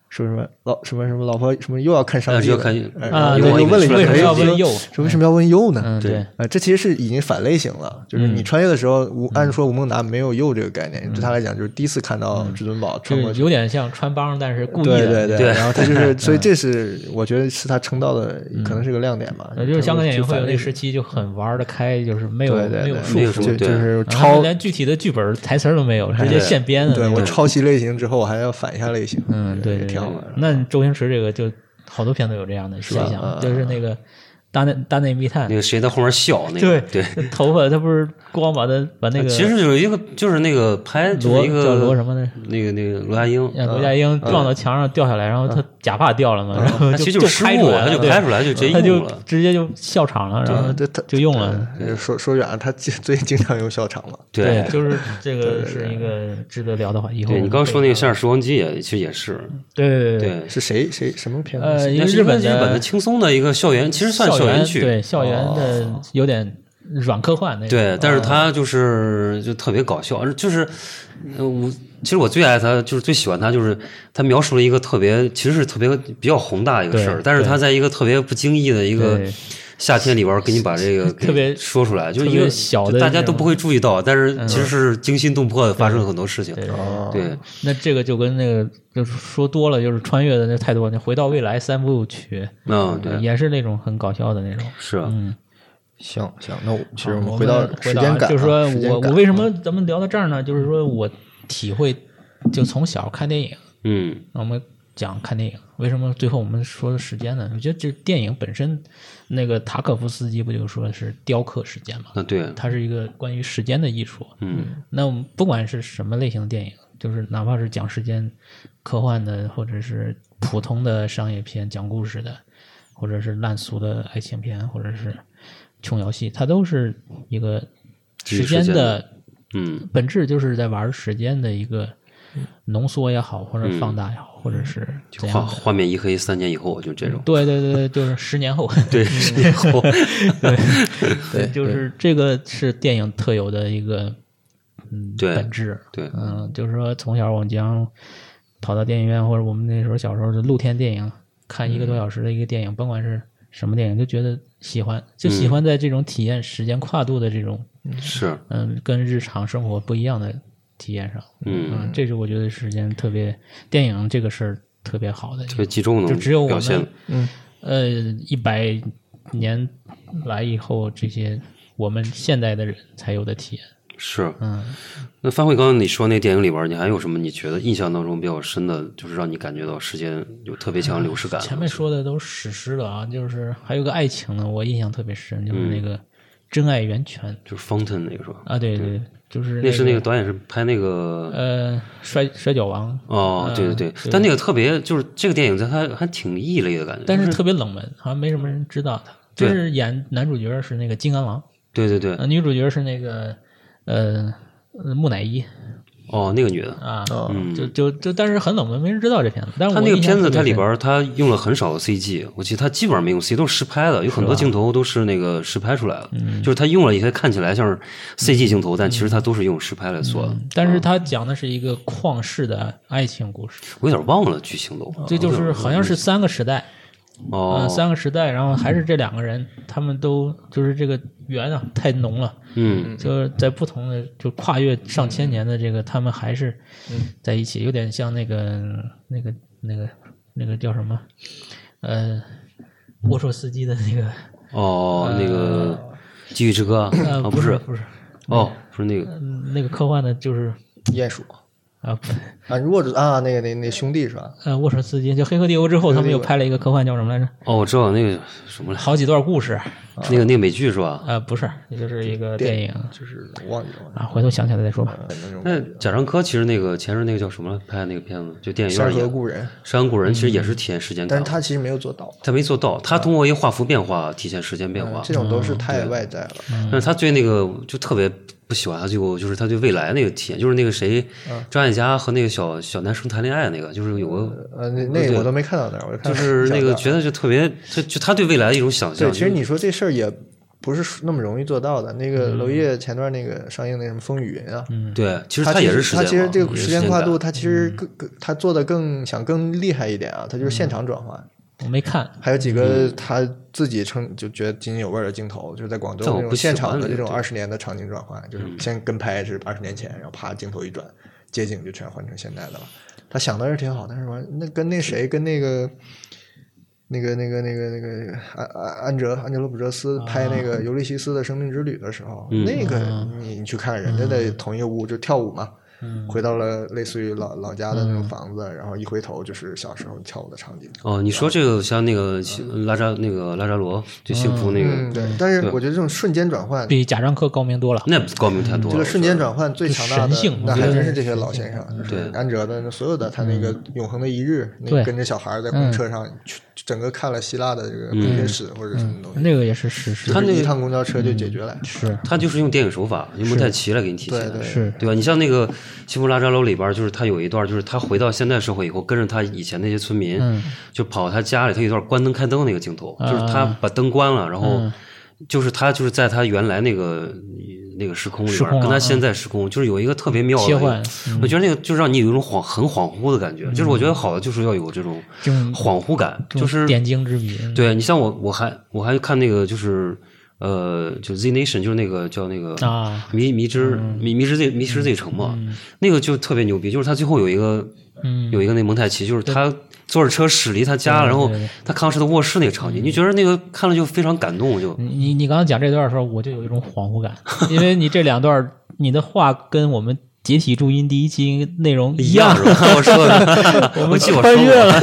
S3: 说什么老什么什么老婆什么又要看上
S2: 啊
S3: 帝
S2: 又
S3: 了
S2: 要看
S3: 哎
S4: 啊，
S3: 然后又
S4: 对
S3: 又问了一
S2: 个
S4: 为
S3: 句
S4: 什么
S2: 哎
S4: 要
S2: 这
S4: 问又？
S3: 说为什么要问又呢？
S4: 嗯，对，
S3: 呃，这其实是已经反类型了，就是你穿越的时候，吴、
S4: 嗯
S3: 按说吴孟达没有幼这个概念，对他来讲就是第一次看到至尊宝
S4: 就
S3: 穿过
S4: 是
S3: 去，
S4: 嗯有嗯点像穿帮，但是故意
S3: 对
S4: 的，
S3: 对对，
S2: 对
S3: 然后他
S4: (laughs)
S3: 就是，所以这是我觉得是他撑到的，可能是个亮点吧。
S4: 呃，嗯就是香港演员
S3: 就
S4: 会有
S3: 反
S4: 那
S3: 类
S4: 时期就很玩得开，就是没有
S3: 对对
S4: 没
S3: 对
S4: 有
S3: 对，
S4: 束
S2: 没有
S4: 缚，
S2: 束
S3: 就
S2: 缚对
S3: 就是
S4: 然后他们
S3: 抄，
S4: 连具体的剧本台词儿都没有，直接现编的
S3: 对
S4: 那
S3: 我
S4: 种。
S3: 抄袭类型之后，我还要反一下类型，
S4: 嗯，对，
S3: 也
S4: 对
S3: 挺好
S4: 对
S3: 玩的。
S4: 那周星驰这个就好多片都有这样的现象，就是那个大内大内密探
S2: 那，个谁在后面笑那
S4: 对
S2: 个对。
S4: (laughs) 头发他不是光把他把那个
S2: 啊其实就是一个，就是那个拍就是
S4: 罗
S2: 一个啊
S4: 叫罗什么呃呢？
S2: 那个那个罗家英，
S4: 让罗家英撞到墙上掉下来，然后他假发掉了嘛，然后
S2: 他其实
S4: 就
S2: 就是失
S4: 拍
S2: 误
S4: 出
S2: 了，
S4: 来
S2: 他
S4: 了，
S2: 就
S4: 对
S2: 拍出来就直接
S4: 他就
S2: 用了。
S4: 直接就笑场了，然后
S3: 这他
S4: 嗯就用了。
S3: 呃说说远了，他最最近经常有笑场了。 (laughs)
S2: 对，
S4: 就是这个是一个值得聊的话题。以后
S2: 对你刚刚说那
S4: 个，
S2: 个《夏日时光机》也其实也是，
S4: 对对对，
S2: 对，
S3: 是谁谁什么片子？
S4: 呃，一
S2: 那
S4: 个
S2: 是一个
S4: 本
S2: 日本的轻松的一个校园，其实算
S4: 校
S2: 园剧，
S4: 对校园的有点软科幻那种。
S2: 对，但是
S4: 嗯
S2: 他就是就特别搞笑，而就是呃我其实我最爱他就是最喜欢他就是他描述了一个特别其实是特别比较宏大一个
S4: 对
S2: 事儿，但是他
S4: 对
S2: 在一个特别不经意的一个
S4: 对
S2: 夏天里边儿给你把这个给
S4: 特别
S2: 说出来，就
S4: 特
S2: 一
S4: 别
S2: 个
S4: 小
S2: 就
S4: 的
S2: 大
S4: 那
S2: 家都
S4: 种嗯
S2: 不会注意到，但是其实是惊心动魄的发生了很多事情。
S4: 对
S3: 哦，
S2: 对，
S4: 那这个就跟那个就是说多了，就是穿越的那太多。那回到未来三部曲，
S2: 嗯，对，
S4: 也是那种很搞笑的那种。
S2: 是啊，
S4: 嗯，
S3: 行行，那我其实我
S4: 我
S3: 们
S4: 们
S3: 回到时间感啊，
S4: 就是说
S3: 时间
S4: 我
S3: 感
S4: 我为什么咱们聊到这儿呢？就是说我体会，就从小看电影，
S2: 嗯，
S4: 我们讲看电影，为什么最后我们说时间呢？我觉得这电影本身，那个塔可夫斯基不就说是雕刻时间嘛？
S2: 那对，
S4: 它是一个关于时间的艺术。
S2: 嗯，
S4: 那我们不管是什么类型的电影，就是哪怕是讲时间、科幻的，或者是普通的商业片、讲故事的，或者是烂俗的爱情片，或者是琼瑶戏，它都是一个
S2: 基于
S4: 时
S2: 时间
S4: 间
S2: 的
S4: 的
S2: 嗯，
S4: 本质，就是在玩时间的一个浓缩也好，或者放大也好，或者是
S2: 嗯就
S4: 怎
S2: 画
S4: 样的。嗯
S2: 画面一黑，三年以后就这种，
S4: 对对对，对就是十年后，
S2: (laughs) 对，十年后，
S3: 对
S4: (laughs) 就是这个是电影特有的一个嗯
S2: 对
S4: 本质。
S2: 对，
S4: 嗯，就是说从小我们将跑到电影院，或者我们那时候小时候是露天电影，看一个多小时的一个电影，甭管是什么电影，就觉得喜欢，就喜
S2: 嗯
S4: 欢在这种体验时间跨度的这种，
S2: 是，
S4: 嗯，跟日常生活不一样的体验上，
S2: 嗯，
S4: 啊这是我觉得时间特别电影这个事儿特别好的一个，
S2: 特别集中
S4: 就
S2: 能
S4: 只有我
S2: 表现
S4: 们
S2: 了，，
S3: 嗯，
S4: 呃，一百年来以后这些我们现代的人才有的体验，
S2: 是。
S4: 嗯。
S2: 那发挥刚刚你说那电影里边儿，你还有什么你觉得印象当中比较深的，就是让你感觉到时间有特别强的流逝感的？
S4: 啊前面说的都是史诗了啊，就是还有个爱情呢，我印象特别深，就是
S2: 嗯
S4: 那个《真爱源泉》
S2: 就是 Fountain 那个是吧？
S4: 啊，对对，就是
S2: 那是那
S4: 那
S2: 个导演是拍那个
S4: 呃嗯摔摔跤王，
S2: 哦，对对对，但那个特别就是这个电影，它还还挺异类的感觉。
S4: 但
S2: 就是
S4: 特别冷门，好像没什么人知道他。
S2: 对
S4: 就是演男主角是那个金刚狼，
S2: 对对对
S4: 呃，女主角是那个呃呃木乃伊
S2: 哦，那个女的，嗯
S4: 啊，
S3: 哦
S4: 就就就，但是很冷门，没人知道这片子。但是
S2: 他
S4: 我
S2: 那个
S4: 印象
S2: 片子
S4: 特
S2: 它
S4: 别
S2: 里
S4: 深
S2: 边儿它用了很少的 CG，我记得它基本上没用 CG，都是实拍的，有很多镜头都是那个实拍出来的，
S4: 嗯
S2: 就是它用了一些看起来像是 CG 镜头，但其实它都是用实拍来做的。
S4: 嗯
S2: 啊
S4: 但是他讲的是一个旷世的爱情故事，
S2: 我有点忘了剧情都，
S4: 这就是好像是三个时代，
S2: 哦
S4: 嗯，，三个时代，然后还是这两个人，他们都就是这个缘啊太浓了，
S2: 嗯，
S4: 就是在不同的就跨越上千年的这个，他们还是
S2: 嗯
S4: 在一起，有点像那个那个那个那个叫什么，呃，沃硕斯基的那个，
S2: 哦，那个《地狱之歌》
S4: 呃，
S2: 啊，不
S4: 是
S2: 是，
S4: 不是，
S2: 哦，不是那个，
S4: 嗯那个科幻的就是
S3: 鼹鼠
S4: 啊，不
S3: 啊，如果啊，那个那那兄弟是吧？
S4: 呃，沃硕斯基就《黑客帝国》之后，他们又拍了一个科幻叫什么来着？
S2: 哦，我知道那个什么来，
S4: 好几段故事，
S2: 那个那个美剧是吧？
S4: 呃，不是，就是一个电影
S3: 就是忘记了，
S4: 啊，回头想起来再说吧。
S3: 那种
S2: 那贾樟柯其实那个前任那个叫什么来拍的那个片子，就电影院
S3: 山
S2: 演的
S3: 河故人，
S2: 《山河故人》，其实
S4: 嗯
S2: 也是体现时间
S3: 但
S2: 感
S3: 是。他其实没有做到，嗯
S2: 他没做到，他通过一个画幅变化体现时间变化
S3: 这，种
S2: 嗯
S3: 都是太外在了。
S2: 但是他对那个就特别不喜欢，他就就是他对未来那个体验，就是那个谁，
S3: 嗯
S2: 张艾嘉和那个小小男生谈恋爱那个，就是有个
S3: 呃，那那我都没看到那儿，我看
S2: 就
S3: 到
S2: 是那个
S3: 想到
S2: 觉得就特别，就就他对未来的一种想象
S3: 对，。其实你说这事儿也不是那么容易做到的。那个娄
S2: 嗯
S3: 烨前段那个上映那什么《风雨云》啊，
S2: 就对，嗯其实
S3: 他
S2: 也
S3: 实
S2: 是时
S3: 他
S2: 间嘛，
S3: 其实这个
S2: 也是
S3: 时
S2: 时
S3: 间
S2: 间
S3: 跨度，
S2: 感，嗯
S3: 他其实更更他做的更想更厉害一点啊，他就是现场转换。
S4: 我没看，
S3: 还有几个
S2: 嗯
S3: 他自己称就觉得津津有味儿的镜头，就是在广州
S2: 但我
S3: 那种
S2: 不喜欢
S3: 现场的
S2: 那个
S3: 这种
S2: 对嗯
S3: 二十年的场景转换，就是先跟拍是二十年前，然后啪镜头一转，街景就全换成现代的了。他想的是挺好，但是完那跟那谁跟那个那个那个那个那个安安安哲安哲罗普哲斯
S2: 啊
S3: 拍那个《尤利西斯的生命之旅》的时候，
S2: 嗯
S3: 那
S2: 啊
S3: 个你你去看人家在同一个屋就跳舞嘛。
S2: 嗯
S3: 回到了类似于老老家的那种房子，然后一回头就是小时候跳舞的场景。
S2: 哦，你说这个像那个拉扎那个拉扎罗就幸福那
S3: 嗯，
S2: 个，
S3: 对。但是我觉得这种瞬间转换，
S4: 比贾樟柯高明多了。
S2: 那高明太多
S3: 嗯这
S2: 了
S3: 个。瞬间转换最强大的
S4: 啊就神性，
S3: 那
S4: 我觉
S3: 还
S4: 得
S3: 真是这些老先生，就是
S2: 对
S3: 安哲的所有的他那个《永恒的一日》，那
S4: 对嗯
S3: 个跟着小孩在公车上去，整个看了希腊的这个文学史或者什么东西，
S4: 嗯那个也是史诗，
S3: 他那一趟公交车就解决了。
S4: 是
S2: 他就是用电影手法，用蒙太奇来给你体现，
S3: 对对
S4: 是
S2: 对吧？你像那个《幸福拉扎罗》里边儿，就是他有一段，就是他回到现代社会以后，跟着他以前那些村
S4: 嗯啊嗯
S2: 民，就跑他家里，他有一段关灯开灯那个镜头，就是他把灯关了，然后就是他就是在他原来那个那个时空里
S4: 时
S2: 边
S4: 空，啊
S2: 跟他现在时空就是有一个特别妙的
S4: 切换嗯
S2: 我觉得那个就让你有一种恍很恍惚的感觉，就是我觉得好的就是要有这种
S4: 这种
S2: 恍惚感，
S4: 这
S2: 就
S4: 种
S2: 是
S4: 点睛之笔，嗯
S2: 对你像我，我还我还看那个就是呃，就 Z Nation，就是那个叫那个
S4: 啊
S2: 迷迷之迷迷之 Z 迷之 Z 城嘛，那个就特别牛逼，就是他最后有一个
S4: 嗯，
S2: 有一个那蒙太奇，就是他坐着车驶离他家，然后
S4: 对对
S2: 他康师的卧室那个场景，你觉得那个看了就非常感动，就
S4: 你你你刚刚讲这段的时候，我就有一种恍惚感，因为你这两段儿你的话跟我们集体注音第一期内容一样，
S2: 是吧？
S4: (laughs)
S2: 我说的， (laughs) 我记我说
S4: 穿越
S2: 过，
S4: 了。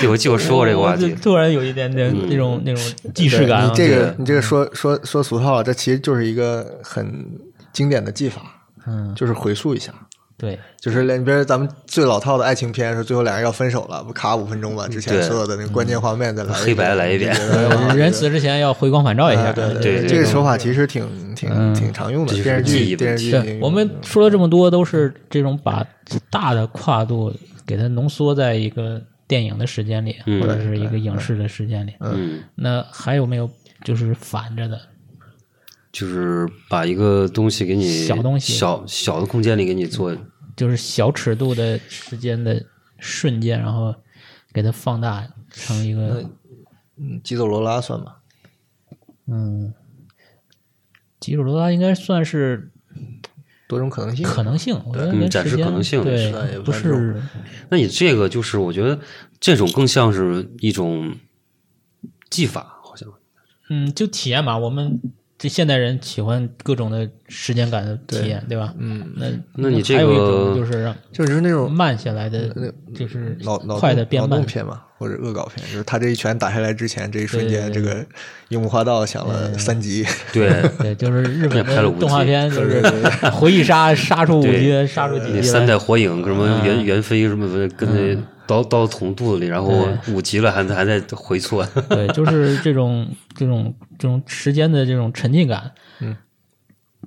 S2: 对，我记我说过这个话
S4: (laughs) 我就
S2: 题，
S4: 突然有一点点那种那种既视
S3: 对
S4: 感啊。
S3: 你这
S4: 对
S3: 个你这个说说说俗套了，这其实就是一个很经典的技法，
S4: 嗯，
S3: 就是回溯一下。
S4: 对，
S3: 就是连比如咱们最老套的爱情片，说最后两个人要分手了，不卡五分钟
S4: 嗯
S3: 吗？之前
S2: 对
S3: 所有的那个关键画面再来一遍
S2: 黑白来一遍
S3: 就觉得
S4: (laughs)
S3: 啊
S4: 人死之前要回光返照一下。
S3: 啊对
S2: 对对
S3: 这个嗯手法其实挺
S4: 嗯
S3: 挺挺常用的
S2: 这，就是
S3: 电视
S2: 记忆
S3: 剧
S2: 问
S3: 电视
S2: 题
S3: 剧已经
S4: 对，
S3: 用
S4: 我们说了这么多，都是这种把大的跨度给它浓缩在一个电影的时间里，
S2: 嗯
S4: 或者是一个影视的时间里。
S2: 嗯。
S4: 那还有没有就是反着的？
S2: 就是把一个东西给你
S4: 小东西
S2: 小小的空间里给你做，
S4: 就是小尺度的时间的瞬间，然后给它放大成一个
S3: 嗯基佐罗拉算吧，
S4: 嗯，吉鲁罗拉应该算是
S3: 多种可能性。
S4: 可能性，我觉得
S2: 嗯
S4: 跟
S2: 展示
S4: 时间
S2: 可能性
S4: 对
S3: 是吧也，
S4: 不
S3: 不算这种
S4: 是
S2: 那你这个就是我觉得这种更像是一种技法，好像
S4: 嗯，就体验吧。我们这现代人喜欢各种的时间感的体验，对吧？
S3: 嗯，
S4: 那
S2: 那你这
S4: 还有一
S2: 个
S4: 种就是让
S3: 就是那种
S4: 慢下来的，就是
S3: 嗯脑脑
S4: 嗯快的
S3: 洞
S4: 变
S3: 脑
S4: 慢
S3: 洞，片嘛，或者恶搞片，就是他这一拳打下来之前，这一瞬间，
S4: 对
S3: 这个樱木花道想了三集，
S2: 对
S4: 对，就是日本
S2: 也拍了
S4: 的
S2: 五集
S4: 动画片，就
S3: 对
S4: 是
S3: 对对
S4: 回忆杀杀出五集，
S2: 对
S4: 杀
S3: 呃
S4: 出几
S2: 那
S4: 集
S2: 三
S4: 来。
S2: 代火影什么
S3: 啊
S2: 猿猿飞什么的，跟那
S3: 嗯
S2: 刀刀捅肚子里，然后五级了还还在回错， (laughs)
S4: 对，就是这种这种这种时间的这种沉浸感，
S3: 嗯，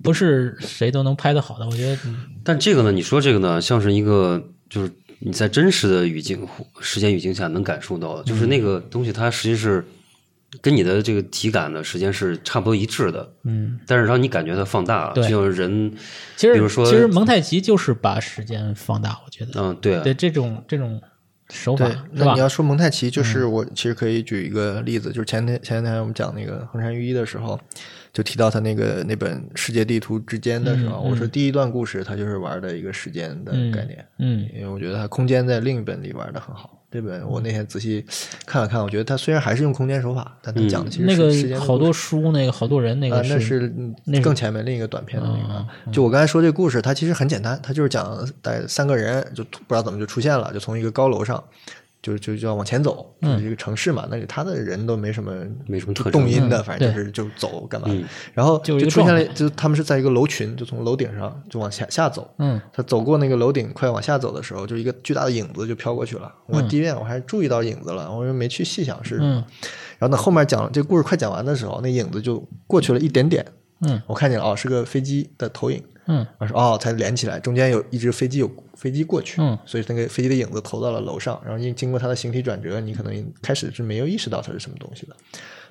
S4: 不是谁都能拍得好的。我觉得
S2: 但这个呢，你说这个呢，像是一个就是你在真实的语境、时间语境下能感受到的，就是那
S3: 嗯
S2: 个东西它实际是跟你的这个体感的时间是差不多一致的，
S4: 嗯，
S2: 但是让你感觉它放大了，
S4: 对
S2: 就像人，
S4: 其实
S2: 比如说
S4: 其实蒙太奇就是把时间放大，我觉得
S2: 嗯，
S3: (laughs)
S2: 对啊，
S4: 对这种这种手法
S3: 对，
S4: 是
S3: 那
S4: 吧嗯
S3: 你？要说蒙太奇，就是我其实可以举一个例子，就是前天前天我们讲那个横山裕一的时候，就提到他那个那本世界地图之间的时候，
S4: 嗯嗯
S3: 我说第一段故事它就是玩的一个时间的概念，
S4: 嗯，
S3: 因为我觉得它空间在另一本里玩的很好。这本我那天仔细看了看，我觉得它虽然还是用空间手法，
S2: 嗯
S3: 但它讲的其实
S4: 那
S3: 是时间
S4: 个
S3: 的
S4: 好
S3: 故事
S4: 多书，那个好多人，那
S3: 啊
S4: 个，
S3: 那是嗯
S4: 那是
S3: 更前面另一个短片的那个
S4: 啊
S3: 啊。就我刚才说这个故事，它其实很简单，它就是讲带三个人就突不知道怎么就出现了，就从一个高楼上。就就就要往前走，就是一
S4: 嗯
S3: 个城市嘛，那里他的人都没什么
S2: 没什么特征
S3: 动因的，
S4: 嗯
S3: 反正就是就走干嘛
S2: 嗯，
S3: 然后
S4: 就
S3: 就
S4: 一个
S3: 出现
S4: 状
S3: 了，就他们是在一个楼群，就从楼顶上就往下下走，
S4: 嗯
S3: 他走过那个楼顶，快往下走的时候，就一个巨大的影子就飘过去了。我第一眼我还注意到影子了，我就没去细想是什么。然后呢，后面讲这故事快讲完的时候，那影子就过去了一点点。
S4: 嗯，
S3: 我看见了，哦，是个飞机的投影。
S4: 嗯，
S3: 我说哦，才连起来，中间有一只飞机有飞机过去，
S4: 嗯，
S3: 所以那个飞机的影子投到了楼上，然后因经过它的形体转折，你可能开始是没有意识到它是什么东西的，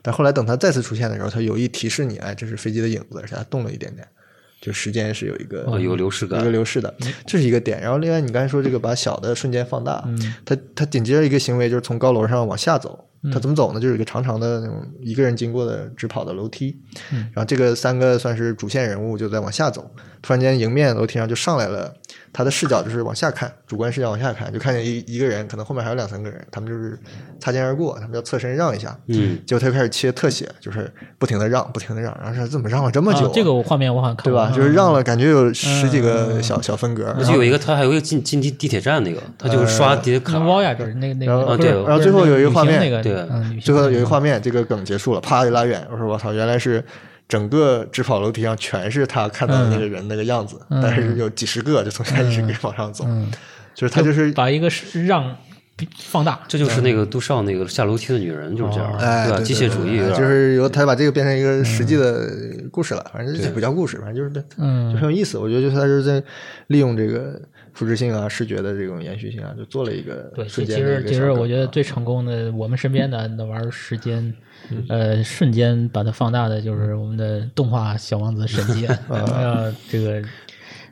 S3: 但后来等它再次出现的时候，它有意提示你，哎，这是飞机的影子，而且它动了一点点，就时间是有一个、
S2: 哦有流逝感
S3: 一个流逝的，这是一个点。然后另外你刚才说这个把小的瞬间放大，它它紧接着一个行为就是从高楼上往下走。它怎么走呢？就是一个长长的那种一个人经过的直跑的楼梯，然后这个三个算是主线人物就在往下走，突然间迎面楼梯上就上来了，他的视角就是往下看，主观视角往下看，就看见一一个人，可能后面还有两三个人，他们就是擦肩而过，他们要侧身让一下，
S2: 嗯，
S3: 结果他就开始切特写，就是不停的让，不停的让，然后说怎么让了这么久啊、
S4: 啊这个我画啊嗯面我好像看
S3: 对
S4: 过嗯
S3: 吧？就是让了，感觉有十几个小、小分格，
S2: 我就有一个，它还有一个进进地地铁站那个，它就是
S3: 呃
S2: 刷地铁卡，
S4: 那汪雅芝那个那
S3: 然
S4: 个
S3: 后
S4: 不
S2: 啊
S4: 是，
S2: 对
S4: 不是
S3: 然后最后有一个画面
S4: 那个
S2: 对
S4: 嗯
S3: 最后有一个画面，这个梗结束了，啪就拉远。我说我操，原来是整个直跑楼梯上全是他看到的那个人那个样子，但是有几十个就从下一直给往上走，
S4: 嗯嗯
S3: 就是他就是
S4: 把一个是让放大，
S2: 这就是那个杜少那个下楼梯的女人就是这样，
S3: 哎，
S2: 吧？
S3: 对
S2: 机械主义
S3: 对
S2: 有点
S3: 对就是由他把这个变成一个实际的故事了，反正这不叫故事，反正就是
S4: 嗯
S3: 就很有意思。我觉得就是他就是在利用这个复制性啊、视觉的这种延续性啊，就做了一个
S4: 对，
S3: 瞬
S4: 其其
S3: 间的
S4: 实
S3: 一个
S4: 其
S3: 小
S4: 实
S3: 梗
S4: 我觉得
S3: 啊
S4: 最成功的，我们身边的那玩意儿时间，
S2: 嗯
S4: 呃，瞬间把它放大的，就是我们的动画《小王子》神
S2: (laughs)
S4: 剑。呃，这个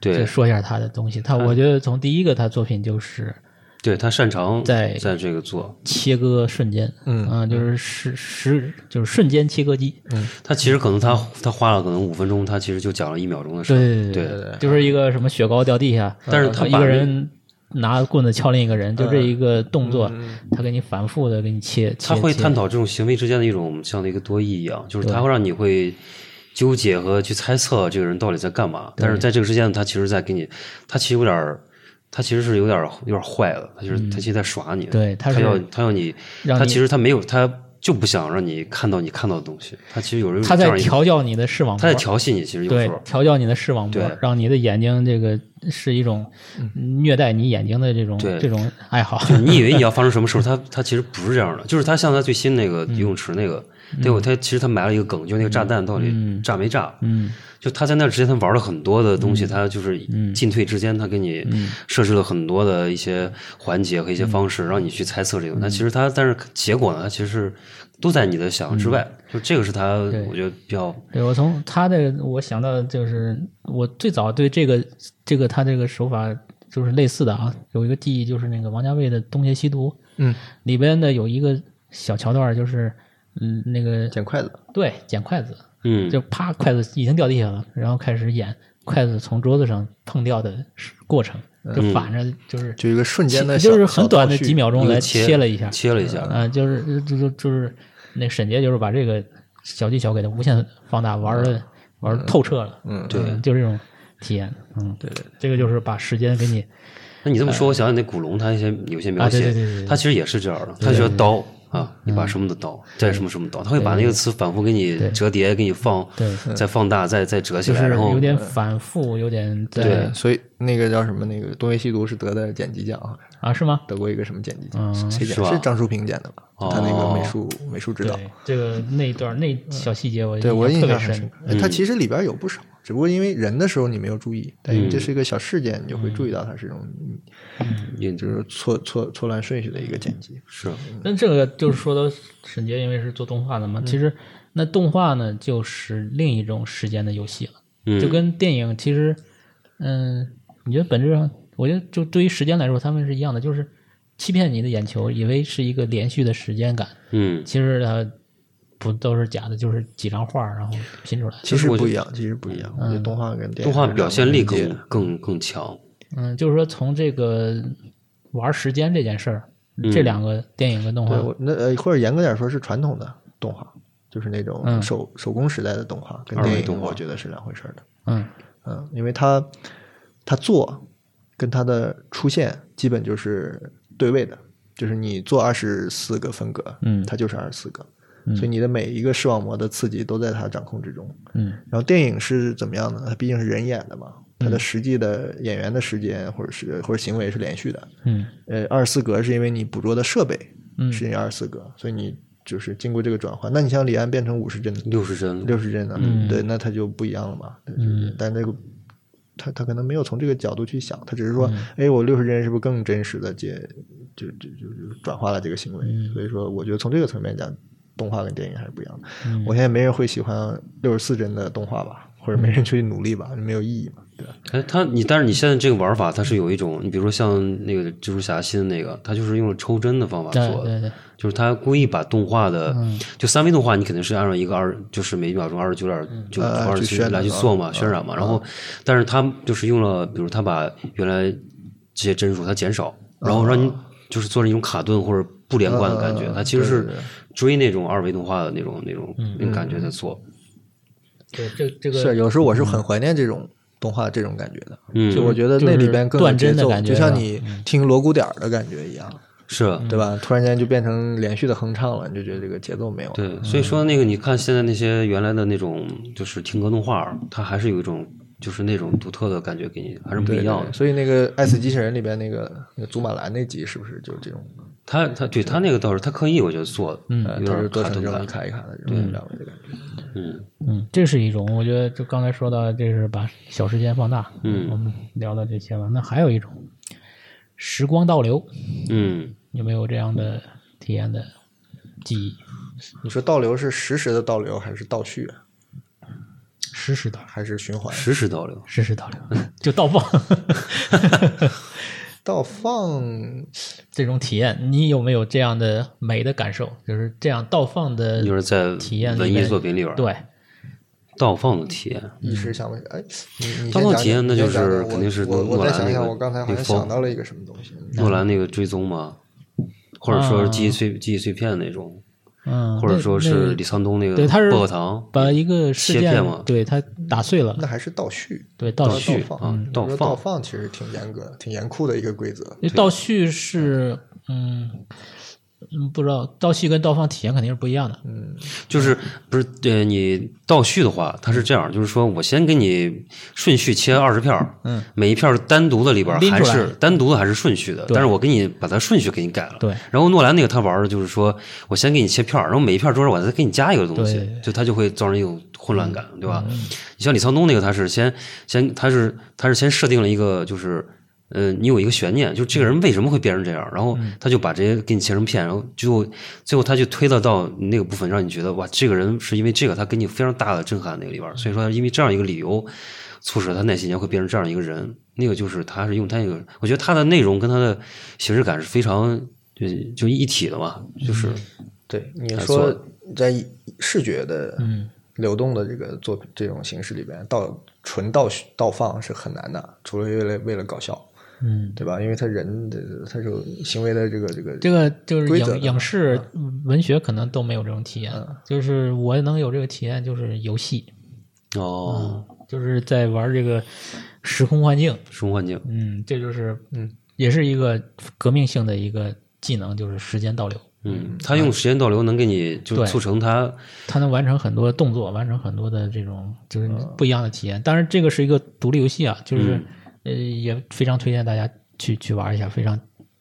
S2: 对
S4: 这个说一下他的东西。他我觉得从第一个他作品就是
S2: 对他擅长
S4: 在
S2: 在这个做，
S4: 切割瞬间，
S3: 嗯
S4: 啊、就是时时就是瞬间切割机，
S2: 他其实可能他他花了可能五分钟，他其实就讲了一秒钟的事儿。
S4: 对对
S2: 对嗯
S4: 对，就是一个什么雪糕掉地下，呃
S2: 但是他
S4: 一
S2: 把嗯
S4: 个
S2: 那
S4: 人拿棍子敲另一个人，就这一个动作，他给你反复的给你切，
S2: 嗯他
S4: 切
S2: 会
S4: 切
S2: 探讨这种行为之间的一种像那个多义一样，就是他会让你会纠结和去猜测这个人到底在干嘛。但是在这个之间，他其实在给你，他其实有点儿，他其实是有点儿有点儿坏的，他就是他其实在耍你。
S4: 嗯对他
S2: 他
S4: 是
S2: 要他要你，
S4: 让
S2: 他
S4: 你
S2: 其实他没有他。就不想让你看到你看到的东西，他其实有人
S4: 他在调教你的视网膜，
S2: 他在调戏你，其实有时
S4: 对
S2: 候
S4: 调教你的视网膜
S2: 对，嗯
S4: 让你的眼睛这个是一种虐待你眼睛的这种
S2: 对
S4: 这种爱好。
S2: 就你以为你要发生什么事儿，他他其实不是这样的，就是他像他最新那个
S4: 嗯
S2: 游泳池那个，对我他其实他埋了一个梗，就是那个炸弹到底炸没炸？
S4: (laughs) 嗯，
S2: 就他在那之前他玩了很多的东西，他就是进退之间他给你
S4: 嗯
S2: 设置了很多的一些环节和一些方式，让你去猜测这个。
S4: 嗯
S2: 那其实他但是结果呢，他其实是都在你的想象之外，就这个是他
S4: 嗯对
S2: 我觉得比较
S4: 对我从他的我想到的就是我最早对这个这个他这个手法就是类似的啊，有一个记忆就是那个王家卫的《东邪西毒》
S3: 嗯，
S4: 里边的有一个小桥段，就是嗯那个
S3: 捡筷子，
S4: 对捡筷子，
S2: 嗯
S4: 就啪筷子已经掉地下了，然后开始演筷子从桌子上碰掉的过程，就反着就是
S3: 就一个瞬间的小，
S4: 就是很短的几秒钟
S2: 一
S4: 来
S2: 个
S4: 切了一下，
S2: 嗯切了一下，
S4: 啊，就是就就就是那沈杰就是把这个小技巧给它无限放大，玩的玩得透彻了，
S3: 嗯
S2: 对
S4: 嗯，就这种体验，嗯，对对，这个就是把时间给你，
S2: 那你这么说，我想起那古龙他一些有些描
S4: 哎啊对
S2: 写，
S4: 对对对对
S2: 他其实也是这样的，他觉得刀啊，一
S4: 嗯
S2: 把什么的刀，再什么什么刀，他会把那个词反复给你折叠，给你放，
S4: 对
S2: 再放大，再再折起
S4: 就是
S2: 来，然后
S4: 有点反复，有点在
S3: 对，所以那个叫什么？那个《东邪西毒》是得的剪辑奖，好像
S4: 啊，是吗？
S3: 得过一个什么剪辑奖？
S4: 嗯
S3: 谁剪？
S2: 是吧
S3: 是张淑平剪的吧？
S2: 哦
S3: 他那个美术美术指导，
S4: 对，这个那一段那小细节我
S3: 对我
S4: 印
S3: 印
S4: 象特别
S3: 象很
S4: 深
S3: 深，刻。哎
S2: 嗯
S3: 它其实里边有不少，只不过因为人的时候你没有注意，
S2: 嗯
S3: 但因为这是一个小事件，你就会注意到它是一种，
S2: 也就
S3: 就是是错错错乱顺序的一个剪辑。
S2: 嗯是
S4: 那这个就是说到沈杰，因为是做动画的
S3: 嗯
S4: 嘛，其实那动画呢就是另一种时间的游戏了，
S2: 嗯
S4: 就跟电影其实，嗯、你觉得本质上，我觉得就对于时间来说，他们是一样的，就是欺骗你的眼球，以为是一个连续的时间感，
S2: 嗯，
S4: 其实它不都是假的，就是几张画然后拼出来。
S3: 其实
S2: 我觉嗯
S3: 不一样，其实不一样。我觉得动画跟电
S2: 动
S3: 影
S2: 画表现力
S3: 是两
S2: 更
S3: 个境界
S2: 更更强，
S4: 嗯，就是说从这个玩时间这件事儿，这两个电影跟动画
S2: 嗯
S3: 对，我那呃，或者严格点说，是传统的动画，就是那
S4: 嗯
S3: 种手手工时代的动画，跟
S2: 二维
S3: 电
S2: 动
S3: 影
S2: 画
S3: 我觉得是两回事儿的。
S4: 嗯
S3: 嗯，因为它它做跟它的出现基本就是对位的，就是你做二十四个分隔，
S4: 嗯
S3: 它就是二十四个，
S4: 嗯
S3: 所以你的每一个视网膜的刺激都在它掌控之中。
S4: 嗯
S3: 然后电影是怎么样呢？它毕竟是人演的嘛，它的实际的演员的时间或者是或者行为是连续的，
S4: 嗯
S3: 呃，二十四格是因为你捕捉的设备
S4: 嗯
S3: 是二十四格，所以你就是经过这个转换。那你像李安变成五十帧、
S2: 六十帧，
S3: 六十帧的，
S4: 嗯
S3: 对，那他就不一样了嘛。对就是但那个他他可能没有从这个角度去想，他只是说，
S4: 嗯
S3: 哎，我六十帧是不是更真实的接就就就就转化了这个行为？
S4: 嗯
S3: 所以说，我觉得从这个层面讲，动画跟电影还是不一样的。
S4: 嗯
S3: 我现在没人会喜欢六十四帧的动画吧，或者没人去努力吧，没有意义嘛，对吧？
S2: 哎，他你但是你现在这个玩法，它是有一种，你比如说像那个蜘蛛侠新的那个，他就是用抽帧的方法
S4: 对
S2: 做的
S4: 对，对
S2: 就是他故意把动画的，
S3: 嗯
S2: 就三维动画，你肯定是按照一个二，就是每秒钟二十九点九
S3: 呃
S2: 二十
S3: 去
S2: 七
S3: 渲染啊
S2: 来去
S3: 嘛
S2: 做嘛，渲染嘛。然后，但是他就是用了，比如他把原来这些帧数它减少，然后让你
S3: 啊
S2: 就是做成一种卡顿或者不连贯的感觉。
S3: 嗯嗯嗯
S2: 它其实
S3: 对
S2: 是
S3: 对嗯对
S2: 追那种二维动画的那种那种那种感觉在做。
S4: 对，这这个
S3: 是，有时候我是很怀念这种动画这种感觉的。
S2: 嗯
S3: 就我觉得
S4: 就
S3: 那里
S4: 是
S3: 边更有
S4: 断
S3: 节
S4: 帧的
S3: 奏
S4: 感觉
S3: 就是像
S4: 吧嗯
S3: 你听锣鼓点儿的感觉一样，
S2: 是，
S3: 对吧？突然间就变成连续的哼唱了，你就觉得这个节奏没有了。
S2: 对，所以说那个你看现在那些原来的那种就是听歌动画，它还是有一种就是那种独特的感觉给你，还是不
S3: 对，
S2: 一样
S3: 对
S2: 的。
S3: 所以那个《爱死机器人》里边那个那个祖马兰那集是不是就是这种
S2: 他他对他那个倒是他刻意，我觉得做的，嗯
S3: 呃
S2: 有
S3: 都
S2: 点
S3: 是多
S2: 卡
S3: 层
S2: 顿
S3: 这么
S2: 感
S3: 一，卡一卡的这种两维的感觉。
S2: 嗯
S4: 嗯，这是一种，我觉得就刚才说到，这是把小时间放大。
S2: 嗯
S4: 我们聊到这些了。那还有一种，时光倒流，
S2: 嗯，
S4: 有没有这样的体验的记忆？
S3: 你说倒流是实时的倒流，还是倒叙，啊
S4: 实时倒流，
S3: 还是循环？
S2: 实时倒流，
S4: 实时倒流， (laughs) 就倒放
S3: 倒放
S4: 这种体验，你有没有这样的美的感受？就是这样倒放的
S2: 就是在
S4: 呃体验里
S2: 文艺
S4: 面
S2: 作品里边儿
S4: 对，嗯
S2: 倒放的体验，
S3: 一时想不起来。哎，你你
S2: 盗
S3: 先
S2: 梦
S3: 讲讲
S2: 体验那
S3: 你先
S2: 就是
S3: 讲讲我
S2: 肯定是
S3: 我
S2: 诺
S3: 我再
S2: 兰
S3: 想
S2: 那
S3: 想，
S2: 个
S3: 我刚才好像
S2: Big Four
S3: 想到了一个什么东西。
S2: 诺兰那个追踪嘛，或者说是记忆碎、记忆碎片那种，
S4: 嗯，
S2: 或者
S4: 啊那
S2: 说
S4: 那
S2: 是李沧东那个
S4: 对他是
S2: 薄荷糖
S4: 把一个事
S2: 切
S4: 件
S2: 片嘛，
S4: 对它打碎了，
S3: 那还是倒叙，
S4: 对倒
S3: 倒
S4: 叙，
S3: 放
S2: 啊
S3: 你
S2: 倒
S3: 说
S2: 放
S3: 倒放其实挺严格、挺严酷的一个规则。
S4: 因为倒叙是嗯嗯不知道倒叙跟倒放体验肯定是不一样的，
S3: 嗯
S2: 就是不是呃，你倒叙的话，它是这样，就是说我先给你顺序切二十片儿，
S4: 嗯，
S2: 每一片儿单独的里边儿
S4: 拎出
S2: 还
S4: 来
S2: 是单独的还是顺序的，
S4: 对
S2: 但是我给你把它顺序给你改了。
S4: 对
S2: 然后诺兰那个他玩的就是说，我先给你切片儿，然后每一片儿桌上我再给你加一个东西
S4: 对，
S2: 就它就会造成一种混乱感，对吧？你像李沧东那个，他是先先他是他是先设定了一个就是。嗯，你有一个悬念，就这个人为什么会变成这样？然后他就把这些给你切成片，然后最后最后他就推到到那个部分，让你觉得哇，这个人是因为这个，他给你非常大的震撼那个里边儿。所以说，因为这样一个理由，促使他那些年会变成这样一个人。那个就是他是用他那个，我觉得他的内容跟他的形式感是非常就就一体的嘛，就是
S3: 对，你
S2: 还
S3: 说
S2: 做
S3: 在视觉的
S4: 嗯
S3: 流动的这个作品这种形式里边，倒纯倒叙倒放是很难的，除了为了为了搞笑，
S4: 嗯，
S3: 对吧？因为他人的他是有行为的这个这个
S4: 这个就是
S3: 规则
S4: 影
S3: 的嗯
S4: 影视、文学可能都没有这种体验，就是我能有这个体验就是游戏，
S3: 嗯
S4: 嗯
S2: 哦，
S4: 就是在玩这个时空幻境，
S2: 时空幻境，
S4: 嗯，这就是
S3: 嗯
S4: 也是一个革命性的一个技能，就是时间倒流。
S2: 嗯，他用时间倒流能给你就
S4: 啊对
S2: 促成他
S4: 它能完成很多动作，完成很多的这种就是
S2: 嗯
S4: 不一样的体验。当然，这个是一个独立游戏啊，就是、呃，也非常推荐大家去去玩一下，非常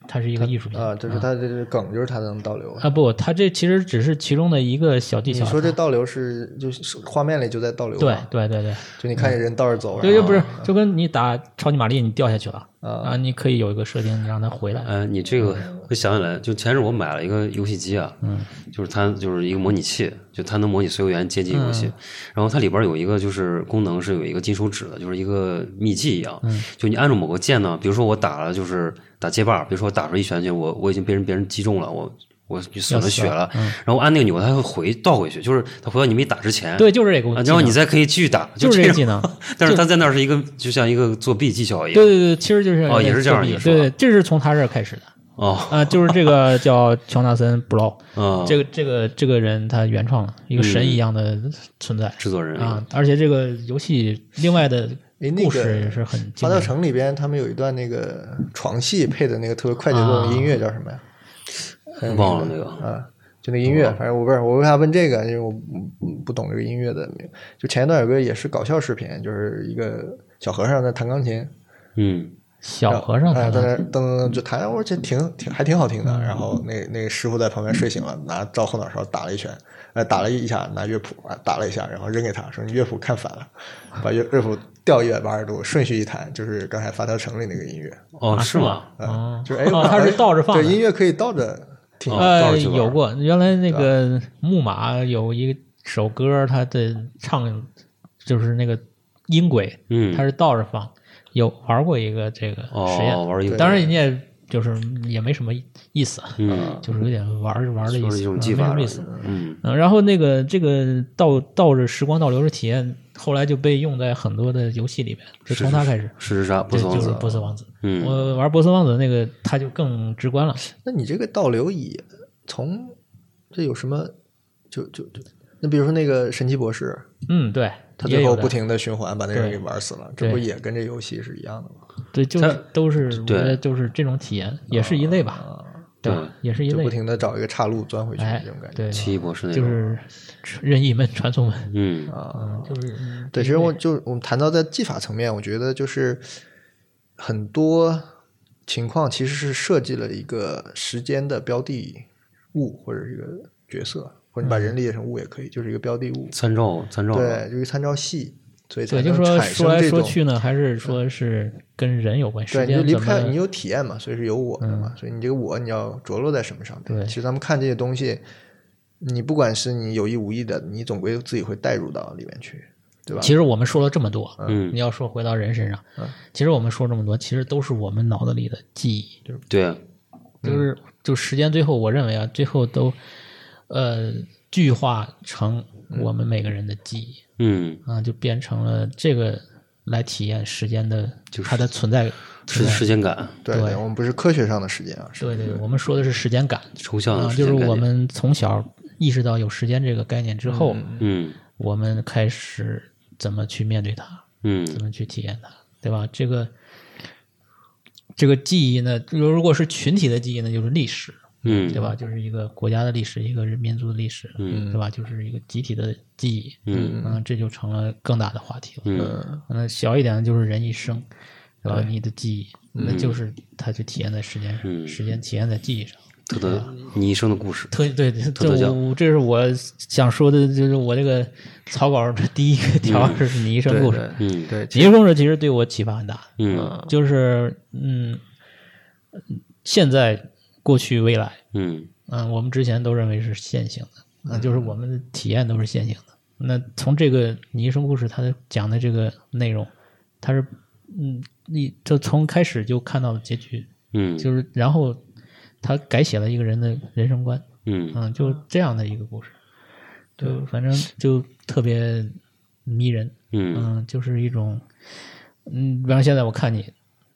S4: 它是一个艺术品
S2: 呃
S3: 啊，就是他这个梗就是他能倒流。
S4: 啊不，它这其实只是其中的一个小技
S3: 你
S4: 巧。
S3: 说这倒流是就是画面里就在倒流
S4: 对
S3: 嘛，
S4: 对对对，
S2: 啊
S3: 就你看见人倒着走，
S4: 对就
S3: 然后
S4: 不是就跟你打超级玛丽，你掉下去了
S3: 啊
S4: 啊，你可以有一个设定，你让它回来。
S2: 哎，你这个会想起来，就前日我买了一个游戏机啊，嗯，就是它就是一个模拟器，就它能模拟所有元街机游戏，
S4: 嗯
S2: 然后它里边有一个就是功能是有一个金手指的，就是一个秘技一样，
S4: 嗯
S2: 就你按住某个键呢，比如说我打了就是打街霸，比如说我打出一拳去，我我已经被人别人击中了，我我就损了
S4: 要死嗯
S2: 血
S4: 了
S2: 了，然后按那个钮，它会回倒回去，就是它回到你没打之前，
S4: 对，就是这个
S2: 啊，
S4: 技能，
S2: 然后你再可以继续打，
S4: 就
S2: 这
S4: 是这个
S2: 样
S4: 技
S2: (laughs)
S4: 能。
S2: 但是它在那儿是一个就像一个作弊技巧一
S4: 对
S2: 样，
S4: 对对，其实就是
S2: 哦也是这样一个说
S4: 对对，这是从他这儿开始的
S2: 哦，
S4: 啊，就是这个叫乔纳森布劳。
S2: 嗯，
S4: 这个这个这个人他原创了一个神一样的存在、
S2: 制作人
S4: 啊，而且这个游戏另外的
S3: 哎那
S4: 故
S3: 个
S4: 事也是很
S3: 《
S4: 精
S3: 发
S4: 彩
S3: 条
S4: 的。
S3: 城》里边他们有一段那个床戏配的那个特别快节
S4: 啊
S3: 奏的音乐叫什么呀？还有
S2: 忘了那个。
S3: 啊，就那音
S4: 哦
S3: 乐，反正我不是我为啥问这个，因为我不不懂这个音乐的。就前一段有个也是搞笑视频，就是一个小和尚在弹钢琴，
S2: 嗯，
S4: 小和尚
S3: 哎
S4: 他
S3: 在
S4: 的
S3: 那噔噔噔就弹，我觉得挺挺还挺好听
S4: 嗯
S3: 的。然后那那个师傅在旁边睡醒了，拿照后脑勺打了一拳，呃，打了一下，拿乐谱啊打了一下，然后扔给他说：“你乐谱看反了，把乐乐谱调一百八十度，顺序一弹，就是刚才发条城里那个音乐，
S2: 哦，是吗？
S4: 哦，
S3: 就是哎，
S4: 哦
S3: 我
S4: 他是倒着放的
S3: 对，音乐可以倒着听。
S2: 哦倒
S4: 呃
S2: 着去玩
S4: 有过原来那个木马有一首歌，他的唱就是那个音轨，
S2: 嗯，
S4: 他是倒着放，有玩过一个这个实验，
S2: 哦，玩一个，
S4: 当然人家就是也没什么意思，
S2: 嗯，
S4: 就是有点玩儿玩儿的意
S2: 就
S4: 思，
S2: 是一
S4: 啊
S2: 种技法
S4: 没什么
S2: 了
S4: 意思。，
S2: 嗯，
S4: 嗯，然后那个这个倒倒着时光倒流的体验，后来就被用在很多的游戏里面，就是从它开始，
S2: 是是啥？不
S4: 对，
S2: 死王
S4: 就是
S2: 子，
S4: 波斯王子。
S2: 嗯，
S4: 我玩波斯王子那个，它就更直观了。
S3: 那你这个倒流也从这有什么？就就就那比如说那个神奇博士，
S4: 嗯，对，
S3: 他
S4: 也
S3: 最
S4: 有
S3: 后
S4: 的
S3: 不停的循环把那人
S4: 对
S3: 给玩死了，这不
S4: 对
S3: 也跟这游戏是一样的吗？
S4: 对，就
S2: 它
S4: 是都是我觉
S2: 对
S4: 得就是这种体验，也是一类吧，
S3: 啊，
S4: 对
S2: 对
S4: 吧？也是一
S3: 就
S4: 类
S3: 不，停的找一个岔路钻回去
S4: 哎
S3: 这种感，觉。
S4: 对，
S2: 奇异博士那
S4: 就
S2: 种，
S4: 是任意门、传送门，
S2: 嗯，
S3: 啊，
S4: 就是嗯
S3: 对，其实我就我们谈到在技法层面，我觉得就是很多情况其实是设计了一个时间的标的物或者是一个角色，或者
S4: 嗯
S3: 你把人理解成物也可以，就是一个标的物。
S2: 参照参照，
S3: 对，就是参照系，所以才
S4: 对，就
S3: 能
S4: 是说
S3: 产
S4: 说
S3: 生
S4: 来
S3: 这
S4: 说
S3: 种。嗯
S4: 去呢，还是说是跟人有关，时
S3: 对，你就
S4: 间
S3: 离
S4: 怎
S3: 不开，你
S4: 么嗯
S3: 有体验嘛，所以是有我的嘛，所以你这个我你要着落在什么上面？
S4: 对
S3: 其实咱们看这些东西，你不管是你有意无意的，你总归自己会带入到里面去，对吧？
S4: 其实我们说了这么多，
S2: 嗯
S4: 你要说回到人身上，
S3: 嗯
S4: 其实我们说这么多，其实都是我们脑子里的记忆，
S2: 对啊，
S4: 就是就时间最后我认为啊，最后都呃具化成我们每个人的记忆
S2: 嗯，
S4: 啊，就变成了这个来体验时间的，它的存在。
S2: 是
S4: 存在
S2: 时间感，
S3: 对
S4: 对
S3: 我们不是科学上的时间啊，是
S4: 对对，我们说的是时间感，
S2: 抽象
S4: 啊
S2: 的，时
S4: 就
S2: 间
S4: 是
S2: 概念
S4: 我们从小意识到有时间这个概念之后，
S2: 嗯
S4: 我们开始怎么去面对它，
S2: 嗯
S4: 怎么去体验它，对吧？这个这个记忆呢，如如果是群体的记忆呢，就是历史，
S2: 嗯，
S4: 对吧？就是一个国家的历史，一个人民族的历史，
S2: 嗯
S4: 对吧？就是一个集体的记忆，
S2: 嗯
S4: 这就成了更大的话题了。
S2: 嗯
S4: 嗯，小一点的就是人一生，对吧？你的记忆，那就是他去体验在时间上，
S2: 嗯
S4: 时间体验在记忆上。
S2: 特德，你一生的故事，
S4: 特对，
S2: 特
S4: 这
S2: 效
S4: 我这是我想说的，就是我这个草稿的第一个条是你一生故事。
S2: 嗯
S3: 对，
S4: 你一生故事其实对我启发很大，
S2: 嗯
S4: 就是嗯，现在、过去、未来，
S2: 嗯
S4: 嗯，我们之前都认为是线性的，啊，就是我们的体验都是线性的。那从这个《你一生故事》它讲的这个内容，它是嗯，你就从开始就看到了结局，
S2: 嗯
S4: 就是然后他改写了一个人的人生观，
S2: 嗯
S4: 嗯，就这样的一个故事，就反正就特别迷人，
S2: 嗯
S4: 嗯，就是一种，嗯，比方现在我看你，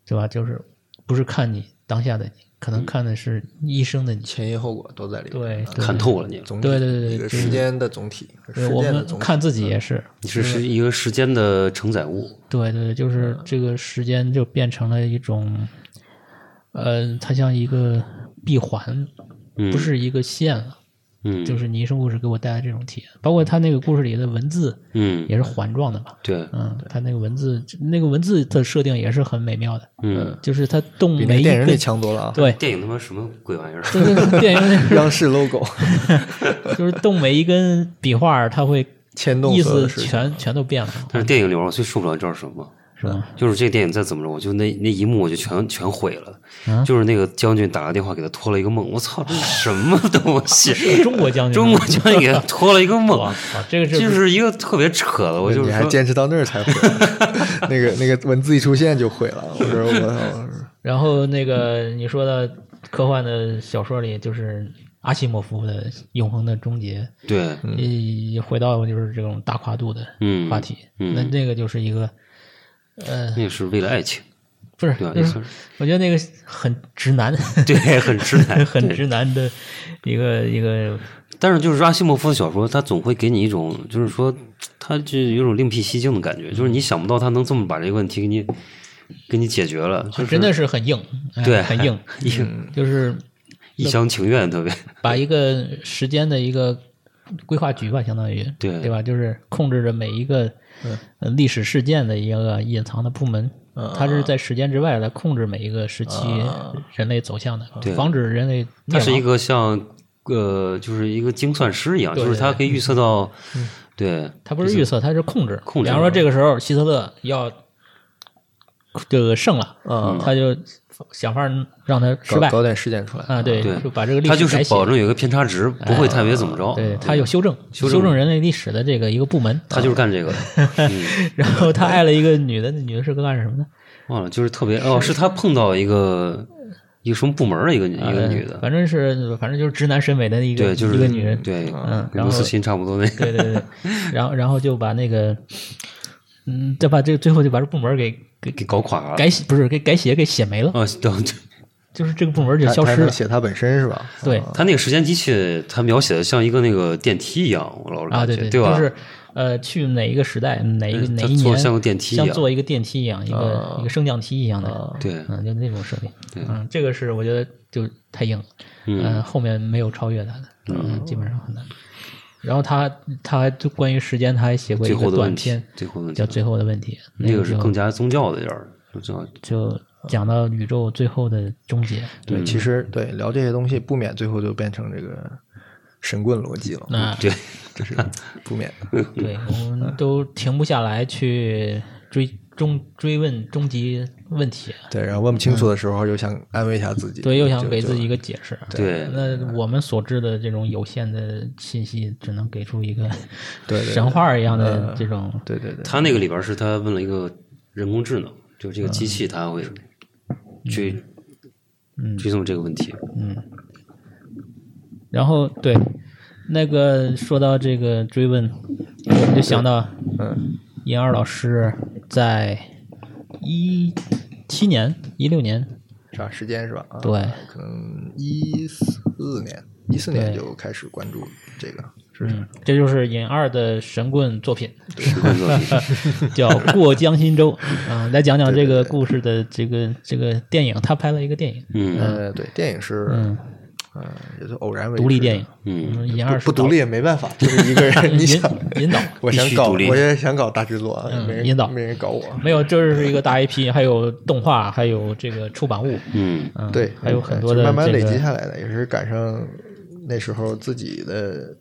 S4: 对吧？就是不是看你当下的你，可
S3: 嗯
S4: 能看的是一生的你，
S3: 前因后果都在里面。啊
S4: 对，对
S2: 看透了你了，
S3: 总体
S4: 对对对对
S3: 一个时间的总体，
S4: 对，
S3: 时
S4: 我
S3: 间的
S4: 们
S3: 总体。嗯
S4: 看自己也是，
S2: 你是是一个时间的承载物，
S4: 对对对，就是
S3: 嗯
S4: 这个时间就变成了一种，呃，它像一个闭环，
S2: 嗯
S4: 不是一个线了。
S2: 嗯
S4: 就是你一生故事给我带来这种体验，包括他那个故事里的文字
S2: 嗯
S4: 也是环状的嘛，
S2: 对
S4: 嗯，他那个文字那个文字的设定也是很美妙的，
S2: 嗯，
S4: 就是他动
S3: 比那
S4: 每一
S3: 电影里
S4: 个
S3: 强多了啊！
S4: 对，
S2: 电影他妈什么鬼玩意儿？
S4: 就是 (laughs) 电影
S3: 央视 logo
S4: 就是动每一根笔画儿，他会
S3: 牵动
S4: 意
S3: 所有
S4: 思
S3: 的事情，啊
S4: 全全都变了，
S2: (laughs) 但是电影里边我最受不了，你知道是什么吗？
S4: 是吧？
S2: 就是这个电影再怎么着，我就那那一幕我就全全毁了。
S4: 啊
S2: 就是那个将军打个电话给他托了一个梦，我操，这是什么东
S4: (laughs)
S2: 西？
S4: 中国将军，
S2: 中国将军给他托了一个梦，
S4: 啊， (laughs) 这个是
S2: 就是一个特别扯的，我就
S3: 你
S2: 是
S3: 还
S2: 说，
S3: 坚持到那儿才毁了，
S2: (laughs)
S3: 那个那个文字一出现就毁了。我说我操，
S4: 然后那个你说的科幻的小说里，就是阿西莫夫的《永恒的终结》，
S2: 对，
S4: 一回到就是这种大跨度的
S2: 嗯
S4: 话题，
S2: 嗯
S4: 那这个就是一个呃
S2: 那也是为了爱情，
S4: 不是，
S2: 对吧？
S4: 就
S2: 也
S4: 是
S2: 算是 (laughs)
S4: 我觉得那个很直男，
S2: 对，很直男，
S4: (laughs) 很
S2: 对
S4: 直男的一个一个，
S2: 但是就是阿西莫夫的小说，他总会给你一种，就是说，他就有种另辟蹊径的感觉，就是你想不到他能这么把这个问题给你给你解决了，就是
S4: 真的是很硬，哎
S2: 对
S4: 很
S2: (laughs)
S4: 硬，硬，就是
S2: 一厢情愿，特别
S4: 把一个时间的一个规划局吧，相当于
S2: 对嗯
S4: 对吧？就是控制着每一个呃历史事件的一个隐藏的部门，它
S2: 嗯
S4: 是在时间之外来控制每一个时期人类走向的，
S2: 对
S4: 防止人类灭
S2: 他是
S4: 亡
S2: 一个像呃，就是一个精算师一样，
S4: 对嗯
S2: 就是他可以预测到，对，
S4: 它不是预测，它是控制。
S2: 控制
S4: 比方说，这个时候希特勒要这个胜了，
S3: 嗯
S4: 他就想法让他失
S3: 搞
S4: 败
S3: 搞点事件出来
S4: 啊，对
S2: 对
S4: 就把这个历
S2: 他就
S4: 史
S2: 是
S4: 改写。哎
S2: 保证有一个偏差值，不会特别怎么着，
S4: 对，他有修正
S2: 哦修正
S4: 正人类历史的这个一个
S2: (laughs)
S4: 部门，
S2: 他就是干这
S4: (laughs)
S2: 个的，嗯，
S4: 然后他爱了一个女的，那女的是个干什么的？
S2: 忘了，就是特别哦，是他碰到一个一个什么部门的一个一个女的，
S4: 呃反正是反正就是直男审美的一个
S2: 对，就是
S4: 哎一个女人，
S2: 对，跟
S4: 嗯然
S2: 刘
S4: 后
S2: 慈欣差不多那个，(laughs)
S4: 对对对，然后然后就把那个嗯，再把这最后就把这部门给给
S2: 给搞垮了，
S4: 改写，不是给改写给写没了，
S2: 啊，对对。
S4: 就是这个部门就
S3: 他
S4: 消
S3: 他
S4: 失
S3: 能
S4: 了。
S3: 写他本身是吧？啊
S4: 对，
S2: 他那个时间机器，他描写的像一个那个电梯一样，我老是
S4: 啊，
S2: 感觉，
S4: 对对，
S2: 吧？
S4: 就是呃，去哪一个时代，哪一个
S2: 嗯
S4: 哪
S2: 它
S4: 一
S2: 做
S4: 年，
S2: 像个电梯一
S4: 像
S2: 样哦
S4: 做一个电梯一样，一个一个升降梯一样的，
S2: 对，
S4: 嗯，就那种设定。嗯，这个是我觉得就太硬了，嗯，
S2: 嗯
S4: 后面没有超越它的，嗯，基本上很难。然后他他就关于时间，他还写过一
S2: 最后的
S4: 个
S2: 问
S4: 短
S2: 题
S4: 篇，
S2: 最后的问
S4: 叫
S2: 题
S4: 《最后的问题》，
S2: 那个
S4: 个
S2: 是
S4: 就
S2: 更加宗教的一点儿，就叫
S4: 就讲到宇宙最后的终
S2: 嗯
S4: 结。
S3: 对，其实对聊这些东西，不免最后就变成这个神棍逻辑了。
S4: 那
S2: (laughs) 对，
S3: 这是不免的。
S4: 对，我们都停不下来去追终追问终极问题，
S3: 对，然后问不清楚的时候，又想安慰一下自己，
S4: 嗯对，又想给
S3: 就
S4: 自己一个解释。啊
S2: 对
S4: 呃那我们所知的这种有限的信息，只能给出一个
S3: 对对对
S4: 神话一样的这种
S3: 对对对，
S2: 他那个里边是他问了一个人工智能，就这个机器它会去
S4: 嗯
S2: 追踪这个问题。
S4: 然后对，那个说到这个追问，我们就想到，
S3: 嗯，
S4: 尹二老师在一七年、一六年，
S3: 啥时间是吧？啊
S4: 对，
S3: 可能一四年，一四年
S4: 对
S3: 就开始关注这个，是
S4: 嗯，这就是尹二的神棍作品，
S2: 神棍作品 (laughs)
S4: 叫《过江心州》啊、来讲讲这个故事的这个这个电影，他拍了一个电影，
S2: 嗯
S3: 呃，对，电影是，
S4: 嗯
S3: 呃，也是偶然为
S4: 独立
S3: 之的
S4: 电影，
S2: 嗯，
S4: 嗯，尹
S3: 不
S4: 二是
S3: 不独立也没办法，就是一个
S4: 导， (laughs)
S3: 人，你
S4: 引
S3: 想，
S4: 引导。
S3: (laughs) 我想
S2: 必须
S3: 搞，
S2: 独立
S3: 我也想搞大制作啊，
S4: 嗯
S3: 没人
S4: 引导
S3: 没人搞我，
S4: 没有，这是一个大 IP，还有动画，还有这个出版物，
S2: 嗯
S4: 嗯，
S3: 对，
S4: 还有很多
S3: 嗯
S4: 的
S3: 就慢慢
S4: 这
S3: 累
S4: 个
S3: 积下来的，也是赶上那时候自己的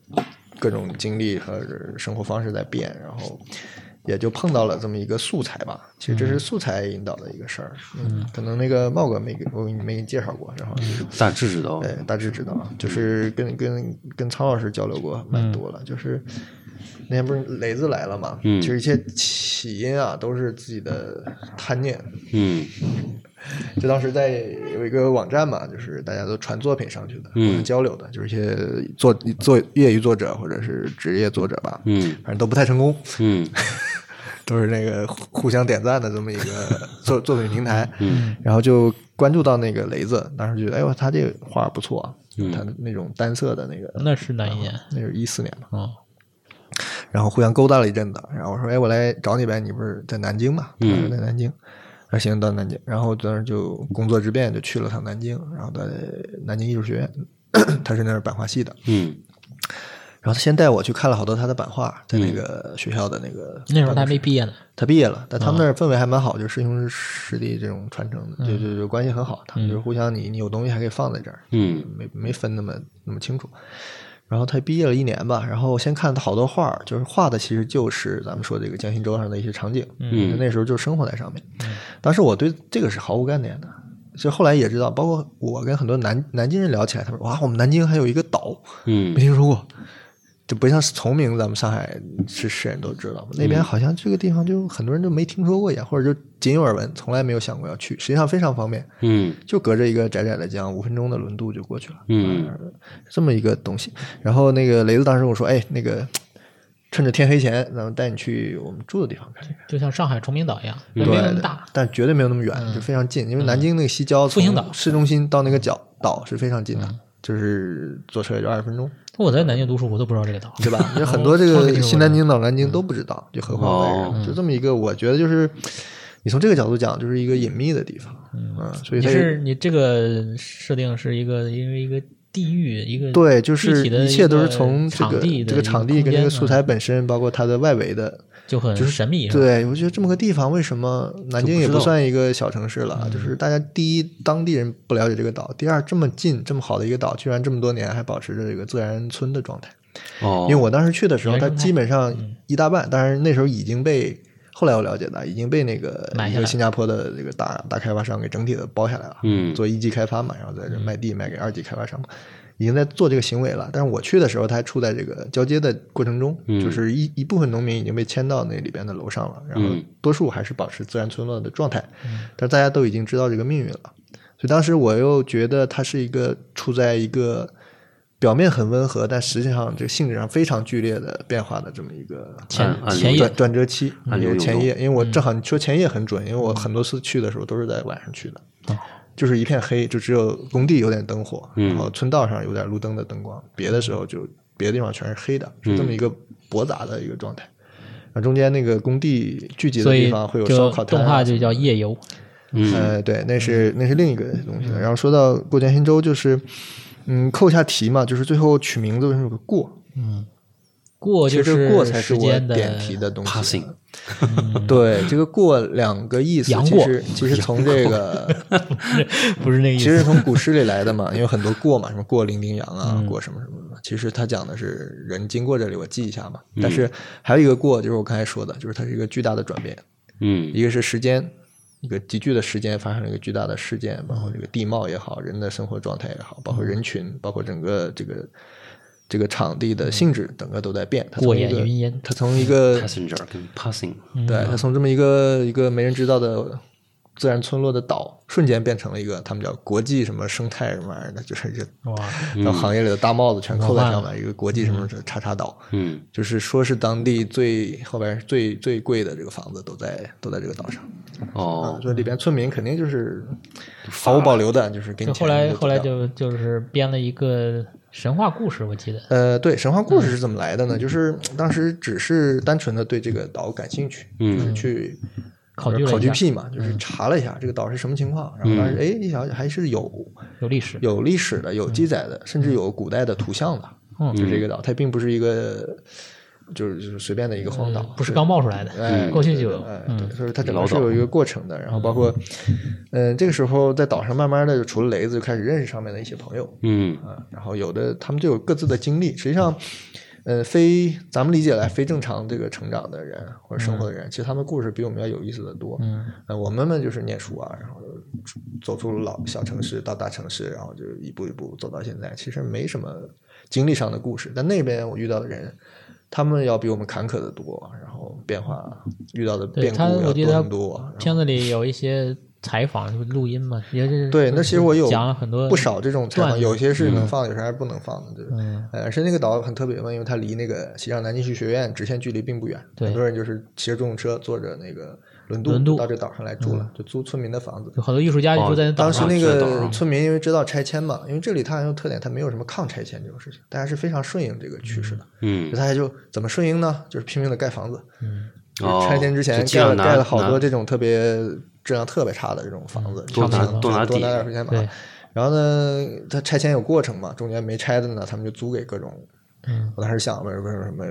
S3: 各种经历和生活方式在变，然后也就碰到了这么一个素材吧。其实这
S4: 嗯
S3: 是素材引导的一个事儿，嗯，可能那个茂哥没给我给你没给你介绍过，然后
S4: 嗯
S3: 就是
S2: 大致知道
S3: 哎，大致知道啊，
S2: 嗯
S3: 就是跟跟跟曹老师交流过蛮多了，就是那天不是雷子来了嘛，
S2: 嗯
S3: 其实一切起因啊都是自己的贪念，
S2: 嗯
S3: 就当时在有一个网站嘛，就是大家都传作品上去的，
S2: 嗯
S3: 交流的，就是一些作作业余作者或者是职业作者吧，
S2: 嗯
S3: 反正都不太成功，
S2: 嗯
S3: 都是那个互互相点赞的这么
S2: (laughs)
S3: 一个作作品平台，嗯，然后就关注到那个雷子，当时觉得哎呦他这画不错啊，
S2: 嗯
S3: 他那种单色的那个，
S4: 那是哪一年？
S3: 啊那是一四年嘛，
S4: 哦，
S3: 然后互相勾搭了一阵子，然后我说：“哎，我来找你呗，你不是在南京嘛？”他说：“
S2: 嗯
S3: 在南京。他说：“行，到南京。”然后当时就工作之便就去了趟南京，然后在南京艺术学院， (clears throat) 他是那儿版画系的。
S2: 嗯
S3: 然后他先带我去看了好多他的版画，在那个学校的那个
S4: 那时候他还没毕业啊呢。
S3: 他毕业了，但他们那儿氛围还蛮好，就师兄师弟这种传承
S4: 嗯
S3: 的，就就就关系很好。他们就是互相你你有东西还可以放在这儿，
S2: 嗯
S3: 没没分那么那么清楚。然后他毕业了一年吧，然后先看他好多画儿，就是画的其实就是咱们说这个江心洲上的一些场景，
S2: 嗯
S3: 那时候就生活在上面。当时我对这个是毫无概念的，就后来也知道，包括我跟很多南南京人聊起来，他们说哇，我们南京还有一个岛，没
S2: 嗯
S3: 听说过，就不像崇明，咱们上海是是人都知道嘛，那边好像这个地方就很多人就没听说过一样，或者就仅有耳闻，从来没有想过要去，实际上非常方便。
S2: 嗯
S3: 就隔着一个窄窄的江，五分钟的轮渡就过去了。
S2: 嗯
S3: 呃，这么一个东西。然后那个雷子当时跟我说：“哎，那个趁着天黑前，咱们带你去我们住的地方看一看。
S4: 就像上海崇明岛一样，”
S3: 对
S4: 人没有那么
S3: 对
S4: 大，嗯
S3: 但绝对没有那么远，就非常近。因为南京那个西郊，
S4: 复兴岛嗯
S3: 市中心到那个角岛是非常近的，就是坐车也就二十分钟，
S4: 我在南京读书，我都不知道这个岛，
S3: 对
S4: (laughs)
S3: 吧？有
S4: 哦
S3: 很多这个西南京、老南
S4: 嗯
S3: 京都不知道，就何况外人。啊就这么一个，我觉得就是你从这个角度讲，就是一个隐秘的地方。嗯，所以
S4: 你
S3: 它
S4: 是你这个设定是一个因为一个地域一个
S3: 对，就
S4: 具
S3: 是
S4: 体的
S3: 一切都是从这
S4: 场
S3: 个
S4: 地
S3: 这个场地跟这
S4: 这
S3: 个素材本身，包括它的外围的。
S4: 啊就很神秘，是吧
S3: 对，我觉得这么个地方，为什么南京
S2: 就
S3: 也
S2: 不知
S3: 不
S2: 道
S3: 算一个小城市了？啊
S4: 嗯
S3: 就是大家第一，当地人不了解这个岛；第二，这么近这么好的一个岛，居然这么多年还保持着这个自然村的状态。
S2: 哦
S3: 因为，我当时去的时候，
S4: 原
S3: 它
S4: 生态嗯
S3: 基本上一大半，当然那时候已经被后来我了解的已经被那个
S4: 买下
S3: 一
S4: 来
S3: 个新加坡的这个大大开发商给整体的包下来了。
S2: 嗯
S3: 做一级开发嘛，然后在这卖地卖给二级开发商，已经在做这个行为了。但是我去的时候，它还处在这个交接的过程中，
S2: 嗯
S3: 就是一一部分农民已经被迁到那里边的楼上了，然后
S2: 嗯
S3: 多数还是保持自然村落的状态，但是大家都已经知道这个命运了。所以当时我又觉得它是一个处在一个表面很温和，但实际上这个性质上非常剧烈的变化的这么一个
S4: 前
S2: 按按
S4: 前夜
S3: 转转折期，
S2: 按流
S3: 有
S2: 涌
S3: 前
S2: 动
S3: 夜，因为我正好你说前夜很准，因为我很多次去的时候都是在晚上去的，就是一片黑，就只有工地有点灯火，
S2: 嗯
S3: 然后村道上有点路灯的灯光，别的时候就别的地方全是黑的，是这么一个驳杂的一个状态。然后中间那个工地聚集的
S4: 所
S3: 地
S4: 以
S3: 方会有烧
S4: 就
S3: 烤摊
S4: 动
S3: 啊
S4: 画就叫夜游，
S2: 嗯
S3: 呃，对，那是那是另一个东西了。然后说到过江心洲，就是嗯，扣一下题嘛，就是最后取名字为什么有个过？嗯，
S4: 过就
S3: 其实过才是
S4: 时
S3: 我
S4: 间
S3: 点题的东西。啊
S2: passing
S3: 对，这个“过”两个意思，
S4: 杨
S3: 其
S4: 过
S3: 实其实从这
S4: (laughs)
S3: 个
S4: 不是那个意
S3: 其
S4: 思。
S3: 实从古诗里来的嘛，因为很多过嘛，什么过零羚羊
S4: 嗯
S3: 啊，过什么什么的。其实它讲的是人经过这里，我记一下嘛。
S4: 嗯
S3: 但是还有一个过，就是我刚才说的，就是它是一个巨大的转变，
S2: 嗯
S3: 一个是时间，一个急剧的时间发生了一个巨大的事件，包括这个地貌也好，人的生活状态也好，包括人群，包括整个这个这个场地的性质，整个都在变。它从
S4: 过
S3: 一
S4: 眼
S3: 个
S4: 云烟嗯
S3: 它从一个
S2: ，passenger 跟 passing，
S3: 对，它从这么一个一个没人知道的自然村落的岛，瞬间变成了一个他们叫国际什么生态什么玩意儿的，就是这
S4: 哇，嗯
S3: 让行业里的大帽子全扣在上面，一个国际什么叉叉岛，
S2: 嗯，
S3: 就是说是当地最后边最最贵的这个房子都在都在这个岛上，啊
S2: 哦，
S3: 所以里边村民肯定就是嗯毫无保留的，就是给你
S4: 就
S3: 钱
S4: 后来
S3: 你
S4: 后来
S3: 走掉
S4: 就就是编了一个神话故事，我记得。
S3: 呃，对，神话
S4: 嗯
S3: 故事是怎么来的呢？就是当时只是单纯的对这个岛感兴趣，就是去
S4: 嗯考据了一下嗯
S3: 考据癖嘛，就是查了一下这个岛是什么情况，然后当时哎，一想还是有
S4: 有历史，
S3: 有历史的、有记载的，甚至有古代的图像的，
S4: 嗯
S3: 就这个岛，它并不是一个就是就是随便的一个荒岛，
S4: 嗯不是刚冒出来
S3: 哎
S4: 的，过去就有。
S3: 哎，
S4: 嗯
S3: 对，所以它整
S2: 老
S3: 个是
S2: 岛
S3: 有一个过程的。然后包括，嗯，这个时候在岛上慢慢的就除了雷子，就开始认识上面的一些朋友，
S2: 嗯
S3: 啊，然后有的他们就有各自的经历。实际上，呃，非咱们理解来非正常这个成长的人或者生
S4: 嗯
S3: 活的人，其实他们故事比我们要有意思的多。嗯，呃，我们们就是念书啊，然后走出老小城市到大城市，然后就一步一步走到现在，其实没什么经历上的故事。但那边我遇到的人。他们要比我们坎坷的多，然后变化遇到的
S4: 对
S3: 变故
S4: 他，我
S3: 要
S4: 记得
S3: 多
S4: 他
S3: 很多。然后
S4: 片子里有一些采访就是录音嘛，也是
S3: 对，那其实我有
S4: 讲了很多
S3: 不少这种采
S4: 段
S3: 访，
S4: 子嗯
S3: 有些是能放的，有些还是不能放的。对，呃，而且那个岛很特别嘛，因为它离那个西藏南京戏剧学院直线距离并不远，
S4: 对
S3: 很多人就是骑着公共车，坐着那个轮
S4: 轮渡
S3: 渡到这岛上来住了，就租村民的房子。
S4: 有很多艺术家就住在那岛
S3: 当时
S4: 上。
S3: 那
S2: 住在岛
S3: 个
S2: 上
S3: 村民因为知道拆迁嘛，因为这里它很有特点，它没有什么抗拆迁这种事情，大家是非常顺应这个趋势的。
S2: 嗯，
S3: 大家就怎么顺应呢？就是拼命的盖房子，
S2: 哦
S3: 就是拆迁之前
S2: 就尽
S3: 盖了
S2: 量拿
S3: 盖了好
S2: 拿
S3: 多这种特别质量特别差的这种房子，
S2: 多拿
S3: 就是
S2: 多拿
S3: 多
S2: 地
S3: 拿点儿钱
S4: 对
S3: 买。然后呢，它拆迁有过程嘛，中间没拆的呢，他们就租给各种。
S4: 嗯
S3: 我当时想的有各种什么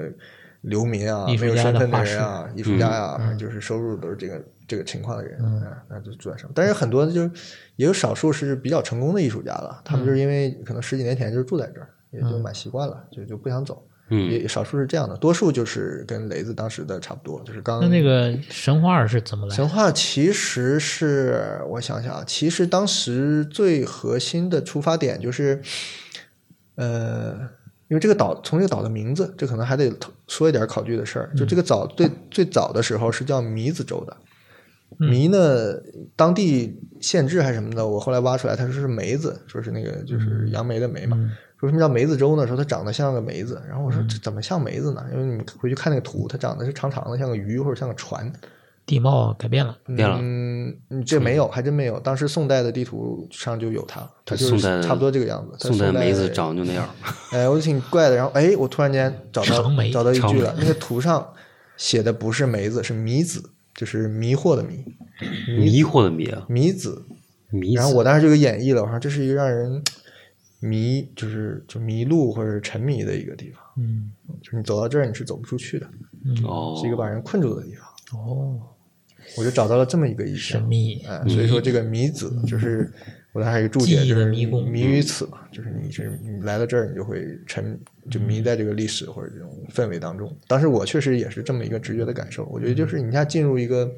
S3: 流民啊，
S4: 艺术
S3: 没有
S4: 家
S3: 身
S4: 的嗯
S3: 份
S4: 画
S3: 的人啊，艺术家呀、反正就是收入都是这个这个情况的人，嗯，那就住在上面。但是很多就是也有少数是比较成功的艺术家了，他们
S4: 嗯
S3: 就是因为可能十几年前就住在这儿，也就买习惯了，就就不想走。
S2: 嗯
S3: 也少数是这样的，多数就是跟雷子当时的差不多，就是刚
S4: 那那个神话是怎么来的？
S3: 神话其实是我想想啊，其实当时最核心的出发点就是，呃，因为这个岛从这个岛的名字，这可能还得说一点考据的事
S4: 嗯
S3: 儿，就这个岛最最早的时候是叫弥子州的。
S4: 嗯
S3: 弥呢，当地县治还是什么的，我后来挖出来，他说是梅子，说是那
S4: 嗯
S3: 个就是杨梅的梅嘛。说什么叫梅子洲呢？说它长得像个梅子。然后我
S4: 嗯
S3: 说这怎么像梅子呢？因为你回去看那个图，它长得是长长的，像个鱼或者像个船。
S4: 地貌改变了，
S2: 变了
S3: 嗯，嗯这没有，还真没有。当时宋代的地图上就有它，它就
S2: 宋
S3: 是
S2: 代的
S3: 差不多这个样子。它
S2: 宋代梅子
S3: 找，
S2: 长得就那样，
S3: 哎，我就挺怪的。然后哎，我突然间找
S4: 长梅
S3: 到找到一
S2: 长
S3: 句
S2: 梅
S3: 了，那个图上写的不是梅子，是迷子，就是迷
S2: (clears throat)
S3: 惑的 (laughs) 迷，
S2: 迷惑的迷啊，
S3: 迷子。
S2: 迷
S3: 然后
S2: 死
S3: 我当时就给演绎了，我说这是一个让人迷，就是就迷路或者沉迷的一个地方。
S4: 嗯，
S3: 就是你走到这儿你是走不出去的，
S2: 哦
S3: 是一，个把人困住的地方。
S4: 哦，
S3: 我就找到了这么一个意
S4: 神
S3: 象。
S4: 秘，
S3: 哎，所以说这个迷子就是我当时还有一个注
S4: 嗯记
S3: 解，
S4: 忆
S3: 就
S4: 的嗯
S3: 是
S4: 迷宫
S3: 迷于此嘛，就是你是你来到这儿，你就会沉就迷在这个历史或者这种氛围当中。当时我确实也是这么一个直觉的感受，我觉得
S4: 嗯
S3: 就是你一下进入一个，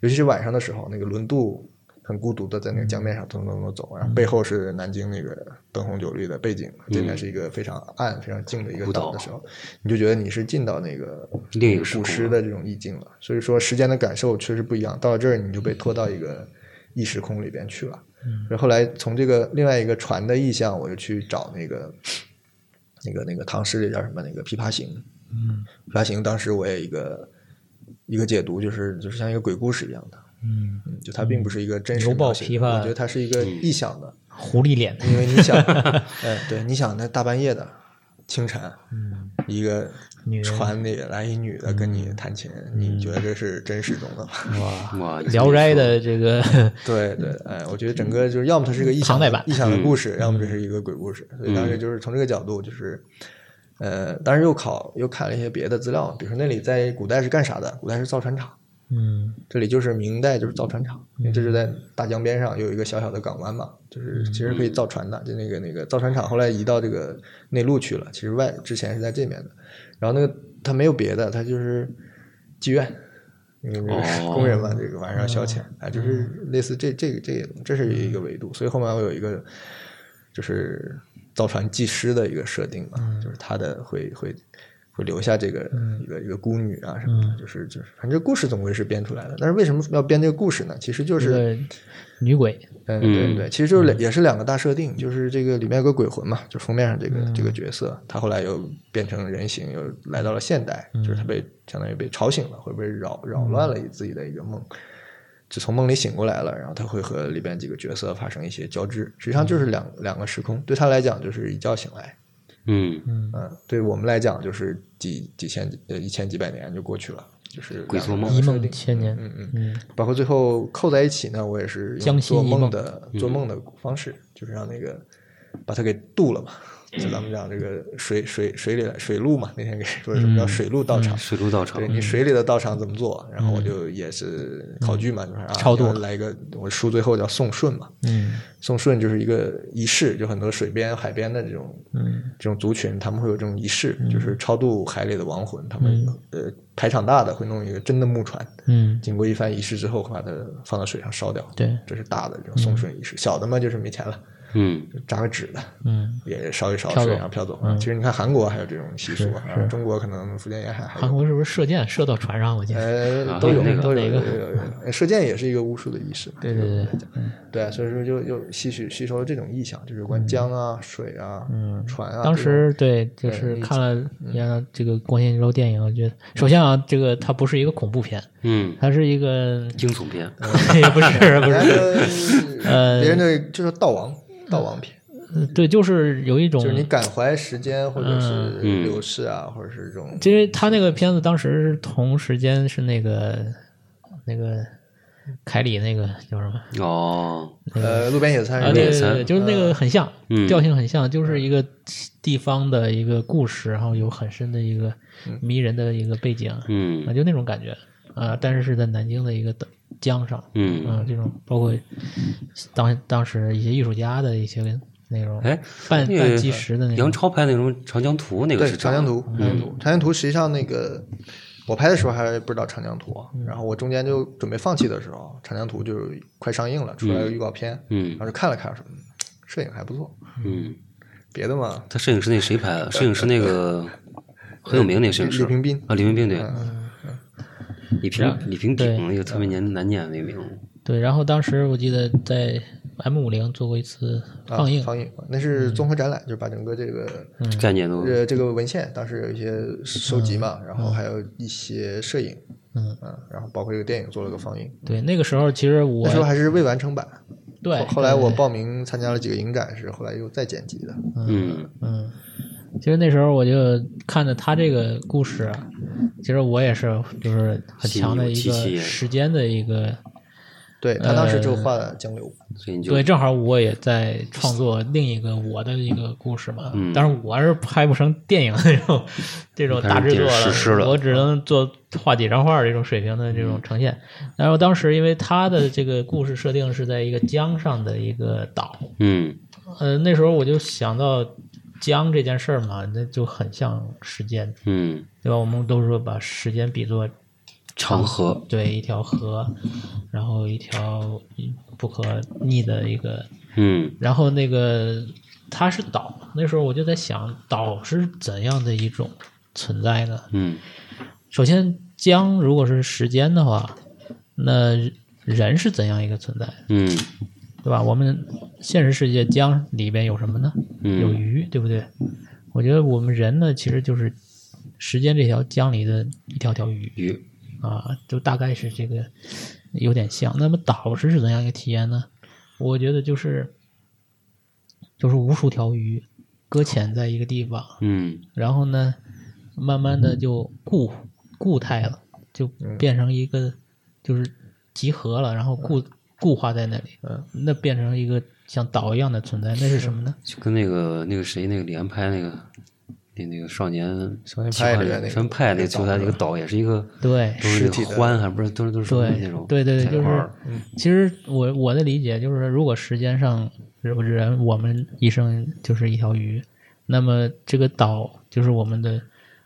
S3: 尤其是晚上的时候，那个轮渡很孤独的在那个江面上咚咚咚走，然后
S4: 嗯
S3: 背后是南京那个灯红酒绿的背景，这边是一个非常暗、非常静的一个
S2: 孤岛
S3: 岛的时候，你就觉得你是进到那个
S2: 另一个时
S3: 古
S2: 空
S3: 诗的这种意境了。所以说时间的感受确实不一样，到了这儿你就被拖到一个异时空里边去了。
S2: 嗯
S3: 然后后来从这个另外一个船的意象，我就去找那个那个那个唐诗里叫什么那个《琵琶行》。嗯，《琵琶行》当时我也一个一个解读，就是就是像一个鬼故事一样的。
S4: 嗯，
S3: 嗯，就它并不是一个真实
S4: 牛抱
S3: 描写的
S4: 琵琶
S3: 我觉得它是一个
S2: 嗯
S3: 臆想的，
S4: 狐狸脸，
S3: 因为你想， (laughs) 哎，对，你想那大半夜的清晨，嗯，一个
S4: 女人嗯
S3: 船里来一女的跟你弹琴，你觉得这是真实中的吗？
S4: 哇，
S2: 哇，
S4: 《聊斋》的这个
S3: (laughs) 对对，哎，我觉得整个就是要么它是一个臆想
S4: 唐代版嗯
S3: 臆想的故事，要么这是一个鬼故事，所以当时就是从这个角度，就是呃，当时又考又看了一些别的资料，比如说那里在古代是干啥的？古代是造船厂，
S1: 嗯
S3: 这里就是明代就是造船厂，因为这是在大江边上有一个小小的港湾嘛，就是其实可以造船的，就那个那个造船厂后来移到这个内陆去了，其实外之前是在这边的，然后那个它没有别的，它就是妓院。因为这个
S2: 哦
S3: (laughs) 工人嘛，这个晚上消遣，哎，就是类似这这个这个，这是一个维度。所以后面我有一个就是造船技师的一个设定嘛，就是他的会会会留下这个、一个一个孤女啊什么的，就是就是反正故事总归是编出来的。但是为什么要编这个故事呢？其实就
S4: 这
S3: 是
S4: 个女鬼，
S3: 嗯对对，其实就是两也是两个大设定，就是这个里面有个鬼魂嘛，就封面上这
S1: 嗯
S3: 个、这个角色，他后来又变成人形，又来到了现代，
S1: 嗯
S3: 就是他被相当于被吵醒了，会不会扰扰乱了自己的一个梦。就从梦里醒过来了，然后他会和里边几个角色发生一些交织，实际上就是两、
S1: 嗯
S3: 两个时空，对他来讲就是一觉醒来，
S2: 嗯，
S1: 嗯
S3: 嗯，对我们来讲就是几几千呃一千几百年就过去了，就是
S2: 鬼做梦
S3: 两
S1: 一
S3: 个设
S1: 梦
S3: 定
S1: 千年，
S3: 嗯嗯，
S1: 嗯
S3: 包括最后扣在一起呢，我也是用
S4: 将心
S3: 做
S4: 一
S3: 梦
S4: 梦
S3: 的做梦的方式，就是让那个把它给渡了嘛，就咱们讲这个水水水里来水路嘛，那天给说什么叫水路道场。
S2: 水陆嗯道场
S3: 对，你水里的道场怎么做？然后我就也是考据嘛，就是啊，
S4: 超度
S3: 要来一个，我书最后叫送顺嘛，
S1: 嗯
S3: 送顺就是一个仪式，就很多水边、海边的这种
S1: 嗯
S3: 这种族群，他们会有这种仪式，就是超度海里的亡魂。他们、呃排场大的会弄一个真的木船，
S1: 嗯
S3: 经过一番仪式之后，会把它放到水上烧掉。
S1: 对，嗯
S3: 这是大的这种送顺仪式。小的嘛，就是没钱了，
S2: 嗯
S3: 就扎个纸的，
S1: 嗯，
S3: 也烧一烧，
S1: 飘走嗯
S3: 水上漂走。啊其实你看韩国还有这种习俗啊，中国可能福建沿海还
S1: 韩
S3: 有。
S1: 国是不是射箭射到船上？我记得，
S3: 呃，
S2: 啊
S3: 都有
S2: 那个
S3: 都有
S1: 那
S3: 有
S1: 个
S3: 有有有呃射箭也是一个巫术的仪式嘛。
S1: 对对对嗯对，
S3: 对啊，所以说就又吸取吸收了这种意象，就是有关江啊、水啊、
S1: 嗯
S3: 船啊。
S4: 当
S3: 这种
S4: 时对，就
S3: 对嗯
S4: 是
S3: 理
S4: 看了你看这个《光线一周》电影，我觉得首先啊，这个它不是一个恐怖片，
S2: 嗯，
S4: 它是一个
S2: 惊悚片，
S3: 嗯
S4: (laughs) 也不是
S3: (laughs)
S1: (laughs)
S4: 不
S3: 人
S4: 是，
S3: 家就
S4: 呃
S3: 哎别人的就是道王，道王篇，
S4: 嗯对，就是有
S1: 嗯
S4: 一种
S3: 就是你感怀时间或者是流逝啊，或者是这种
S4: 因为他那个片子当时是同时间是那个那个凯里那个叫什么？
S2: 哦，
S3: 呃路边野餐
S4: 啊，
S3: 是
S4: 对
S3: 吧
S4: 对对，就是那个很像，
S2: 嗯
S4: 调性很像，就是一个地方的一个故事，然后有很深的一个
S3: 嗯
S4: 迷人的一个背景，啊，
S2: 嗯
S4: 就那种感觉啊。但是是在南京的一个岛江上，
S2: 嗯，
S4: 啊，这种包括当当时一些艺术家的一些那种
S2: 哎，
S4: 半
S2: 那
S4: 半
S2: 个
S4: 纪实的那
S2: 杨
S4: 种，
S2: 超拍那什么《长江图》那个
S3: 对
S2: 是
S3: 长
S2: 啥
S3: 江图，长江图，长江图实际上那个我拍的时候还不知道长江图，啊然后我中间就准备放弃的时候，长江图就快上映了，出来个预告片，
S2: 嗯
S3: 然后就看了看，说嗯摄影还不错，
S2: 嗯，
S3: 别的嘛，
S2: 他摄影师那谁拍的？摄影师那个很有名那摄影师
S3: 李平嗯斌
S2: 啊，李平斌对，李平李平
S4: 对
S2: 鼎那个特别难难念那个名字，
S4: 对。然后当时我记得在 M 五零做过一次
S3: 啊
S4: 放映，
S3: 放映那是综合展览，就是把整个这个
S2: 概念都
S3: 呃，这个文献当时有一些收集嘛，然后还有一些摄影，
S4: 嗯
S3: 然后包括这个电影做了个放映，
S4: 对，那个时候其实我
S3: 那时候还是未完成版。
S4: 对
S3: 后后来我报名参加了几个影展，是后来又再剪辑的。
S2: 嗯
S4: 嗯，其实那时候我就看着他这个故事啊，其实我也是就是很强的一
S2: 心有戚戚啊
S4: 个
S2: 焉
S4: 时间的一个，
S3: 对
S4: 呃
S3: 他当时就画了江流，
S2: 所以你就
S4: 对，正好我也在创作另一个我的一个故事嘛。
S2: 嗯
S4: 当然我是拍不成电影那种这种大
S2: 但
S4: 制作
S2: 是电视诗
S4: 了，
S2: 了
S4: 我只能做画几张画这种水平的这种呈现。然后当时因为他的这个故事设定是在一个江上的一个岛，
S2: 嗯
S4: 呃，那时候我就想到江这件事儿嘛，那就很像时间，
S2: 嗯
S4: 对吧？我们都说把时间比作
S2: 长河
S4: 对一条河，然后一条不可逆的一个，
S2: 嗯
S4: 然后那个它是岛，那时候我就在想，岛是怎样的一种存在呢？
S2: 嗯
S4: 首先，江如果是时间的话，那人是怎样一个存在？
S2: 嗯
S4: 对吧？我们现实世界江里边有什么呢？
S2: 嗯
S4: 有鱼，对不对？我觉得我们人呢，其实就是时间这条江里的一条条鱼
S2: 鱼
S4: 啊，就大概是这个有点像。那么岛是怎样一个体验呢？我觉得就是就是无数条鱼搁浅在一个地方，
S2: 嗯
S4: 然后呢，慢慢的就固固态了，就
S2: 嗯
S4: 变成一个就是集合了，然后
S2: 嗯
S4: 固固化在那里，
S3: 嗯
S4: 那变成一个像岛一样的存在，那是什么呢？
S2: 就跟那个那个谁那个李安拍那个那那个少年
S3: 少年
S2: 奇
S3: 派
S2: 幻
S3: 里面那个
S2: 少年派那个
S3: 那个
S2: 球
S3: 岛
S2: 它
S3: 是
S2: 那个
S3: 吧
S2: 岛也是一个
S4: 对
S2: 都是
S3: 实体的
S2: 欢，还不是都是都是什么那种
S4: 对对对，
S2: 彩
S4: 就
S2: 花
S4: 是
S2: 儿，嗯
S4: 其实我我的理解就是，如果时间上我人我们一生就是一条鱼，那么这个岛就是我们的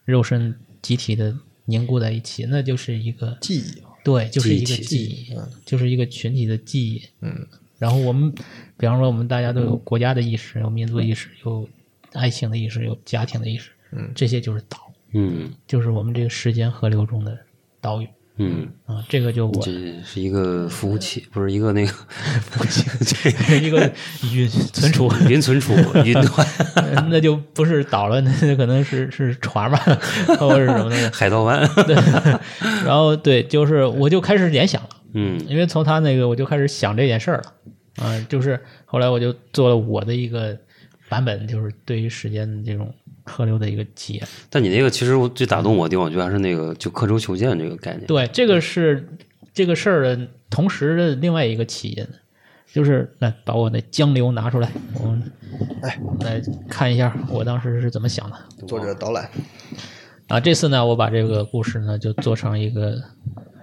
S4: 肉身集体的凝固在一起，那就是一个
S3: 记忆，啊
S4: 对，就是一个
S2: 记忆体
S4: 记忆，就是一个群体的记忆。
S3: 嗯，
S4: 然后我们，比方说我们大家都有国家的意识，有民族意识，有爱情的意识，有家庭的意识，
S3: 嗯
S4: 这些就是岛，
S2: 嗯
S4: 就是我们这个时间河流中的岛屿
S2: 嗯，
S4: 啊。这个就我
S2: 这是一个服务器，不是一个那个
S4: 是一个云存
S2: (laughs)
S4: 储，
S2: 云存
S4: (laughs)
S2: 储云端
S4: 那就不是岛了，那那可能是是船吧，或者是什么的。
S2: 海盗湾，
S4: (laughs) 对，然后对，就是我就开始联想了。
S2: 嗯
S4: 因为从他那个我就开始想这件事儿了，啊、就是后来我就做了我的一个版本，就是对于时间的这种河流的一个解。
S2: 但你那个其实我最打动我的地方，我觉得还是那个就刻舟求剑这个概念。
S4: 对，这个是这个事儿的同时的另外一个起因，就是来把我那江流拿出来，我们来看一下我当时是怎么想的。
S3: 作者导览，
S4: 啊，这次呢，我把这个故事呢就做成一个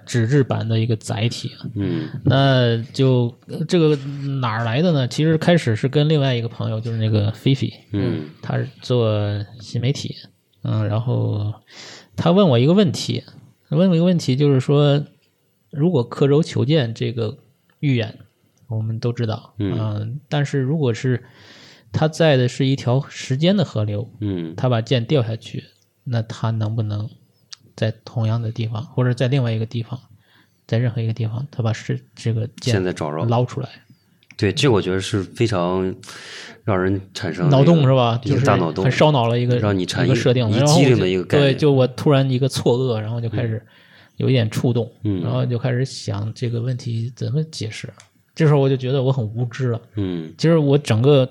S4: 纸质版的一个载体，
S2: 嗯
S4: 那就呃这个哪儿来的呢？其实开始是跟另外一个朋友，就是那个菲菲，
S2: 嗯
S4: 他是做新媒体，嗯，然后他问我一个问题，问我一个问题，就是说，如果刻舟求剑这个预言，我们都知道，
S2: 嗯
S4: 但是如果是他在的是一条时间的河流，
S2: 嗯
S4: 他把剑掉下去，那他能不能在同样的地方，或者在另外一个地方，在任何一个地方，他把是这个剑
S2: 现在找着了
S4: 捞出来？
S2: 对，这我觉得是非常让人产生
S4: 脑洞是
S2: 吧？
S4: 吧？
S2: 一
S4: 就
S2: 个
S4: 是
S2: 大脑洞
S4: 很烧脑了一个
S2: 让你产
S4: 一个设定，
S2: 一
S4: 然后
S2: 激
S4: 我
S2: 灵
S4: 就
S2: 的一个概
S4: 对，
S2: 念
S4: 就我突然一个错愕，然后就开始有一点触动，
S2: 嗯
S4: 然后就开始想这个问题怎么解释。这时候我就觉得我很无知了。
S2: 嗯
S4: 其实我整个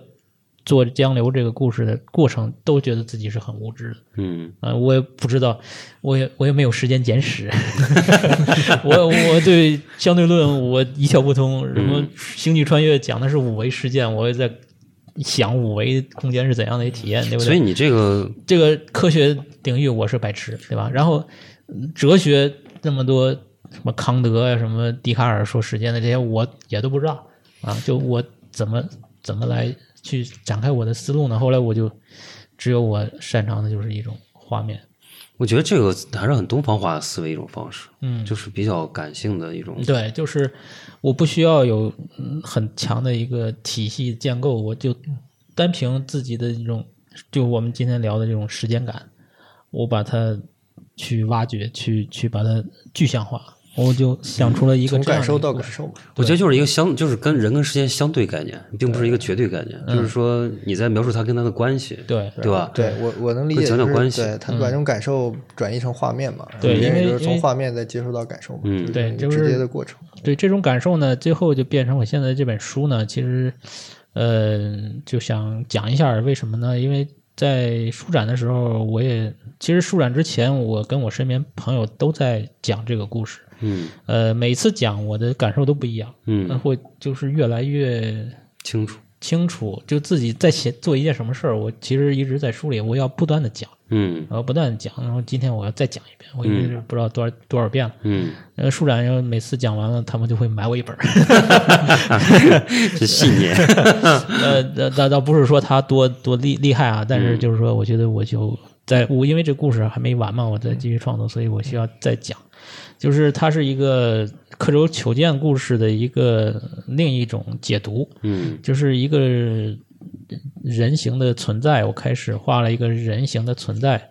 S4: 做江流这个故事的过程，都觉得自己是很无知的。
S2: 嗯
S4: 啊、我也不知道，我也我也没有时间简史， (laughs) 我我对相对论我一窍不通，什么
S2: 嗯
S4: 星际穿越讲的是五维事件，我也在想五维空间是怎样的一体验，对不对？
S2: 所以你这个
S4: 这个科学领域我是白痴，对吧？然后嗯哲学那么多什么康德啊、什么笛卡尔说时间的这些，我也都不知道啊。就我怎么怎么来去展开我的思路呢？后来我就只有我擅长的就是一种画面，
S2: 我觉得这个还是很东方化思维一种方式，
S4: 嗯
S2: 就是比较感性的一种，
S4: 对，就是我不需要有嗯很强的一个体系建构，我就单凭自己的一种，就我们今天聊的这种时间感，我把它去挖掘，去去把它具象化，我就想出了一个
S3: 从
S4: 这
S3: 感
S4: 样的
S3: 受
S4: 一个
S3: 到
S4: 故
S3: 感
S4: 事
S3: 受嘛，
S2: 我觉得就是一个相，就是跟人跟时间相对概念，并不是一个绝对概念，就是说你在描述他跟他的关系，
S4: 对嗯
S2: 对吧？
S3: 对我我能理解，
S2: 会讲
S3: 就
S2: 讲
S3: 是
S2: 关系
S3: 对他把这种感受转移成画面嘛，
S4: 对
S3: 因
S4: 因为
S3: 为就是
S4: 因
S3: 从
S4: 为
S3: 画面再接收到感受嘛，
S2: 嗯
S4: 对
S3: 就
S4: 就是
S3: 一个直接
S4: 是
S3: 的过程，
S4: 对这种感受呢，最后就变成我现在这本书呢，其实，呃，就想讲一下为什么呢？因为在书展的时候，我也其实书展之前，我跟我身边朋友都在讲这个故事，
S2: 嗯
S4: 呃，每次讲我的感受都不一样，那
S2: 嗯，
S4: 会就是越来越
S2: 清楚，
S4: 清楚，就自己在写做一件什么事儿，我其实一直在梳理，我要不断的讲，
S2: 嗯
S4: 然后不断的讲，然后今天我要再讲一遍，我已经不知道多少、多少遍了。
S2: 嗯，
S4: 呃，书展要每次讲完了，他们就会买我一本儿。 (laughs)
S2: 是信念，
S4: 呃，倒倒倒不是说他多多厉厉害啊，但是就是说，我觉得我就在我因为这故事还没完嘛，我在继续创作，所以我需要再讲。就是它是一个刻舟求剑故事的一个另一种解读，
S2: 嗯
S4: 就是一个人形的存在。我开始画了一个人形的存在，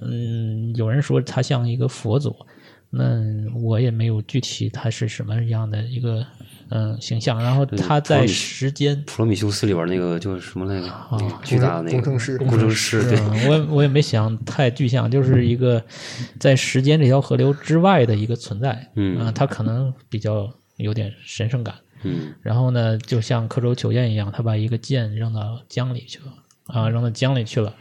S4: 嗯，有人说它像一个佛祖，那我也没有具体它是什么样的一个嗯形象。然后它在时间
S2: 普罗米修斯里边那个就是什么那个那个巨大的那个
S3: 工程师
S2: 工程师对，
S4: 嗯，我也我也没想太具象，就是一个在时间这条河流之外的一个存在。
S2: 嗯
S4: 啊它可能比较有点神圣感。
S2: 嗯
S4: 然后呢，就像刻舟求剑一样，他把一个箭扔到江里去了啊，扔到江里去了。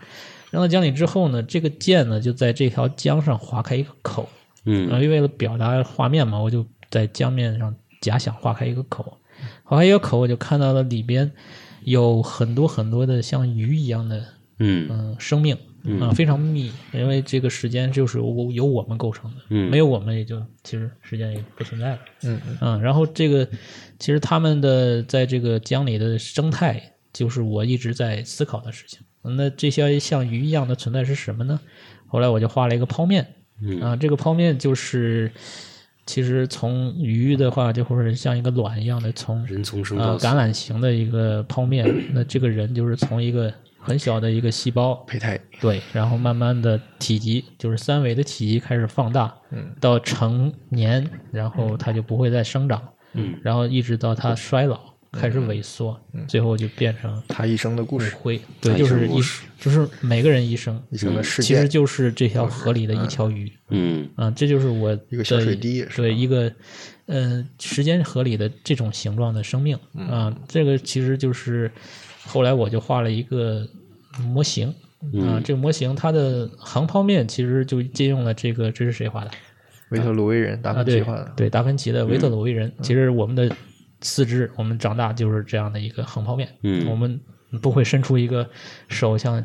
S4: 扔到江里之后呢，这个箭呢就在这条江上划开一个口。然
S2: 嗯
S4: 后为了表达画面嘛，我就在江面上假想划开一个口，划开一个口，我就看到了里边有很多很多的像鱼一样的
S2: 嗯
S4: 嗯，生命，啊、非常密，因为这个时间就是由我由我们构成的，
S2: 嗯
S4: 没有我们也就其实时间也不存在了。
S3: 嗯
S4: 嗯，然后这个其实他们的在这个江里的生态，就是我一直在思考的事情。嗯那这些像鱼一样的存在是什么呢？后来我就画了一个泡面，啊，这个泡面就是其实从鱼的话，就或者像一个卵一样的从
S2: 人从生
S4: 啊
S2: 到死，
S4: 橄榄形的一个泡面，那这个人就是从一个很小的一个细胞，
S3: 胚胎，
S4: 对，然后慢慢的体积就是三维的体积开始放大，
S3: 嗯，
S4: 到成年，然后它就不会再生长，
S2: 嗯，
S4: 然后一直到它衰老开始萎缩，
S3: 嗯
S4: 最后就变成
S3: 他一生的故
S4: 骨
S3: 事，
S4: 灰，
S2: 它
S4: 对，
S2: 一
S4: 就是
S2: 生
S4: 一
S2: 故事
S4: 就是每个人一生，
S3: 一生的事
S4: 其实
S3: 件，
S4: 就是这条河里的一条鱼，
S2: 嗯
S4: 嗯，这就是我
S3: 一个小
S4: 的
S3: 水滴也是
S4: 对一个，呃，时间河里的这种形状的生命
S3: 嗯
S4: 啊、这个其实就是后来我就画了一个模型啊、
S3: 嗯
S4: 这个模型它的航泡面其实就借用了这个，这是谁画的？
S3: 维特鲁威人达
S4: 啊，
S3: 芬奇
S4: 对
S3: 画的，
S4: 对，达芬奇的维特
S2: 嗯
S4: 鲁伊人。其实我们的四肢，我们长大就是这样的一个横剖面，
S2: 嗯
S4: 我们不会伸出一个手像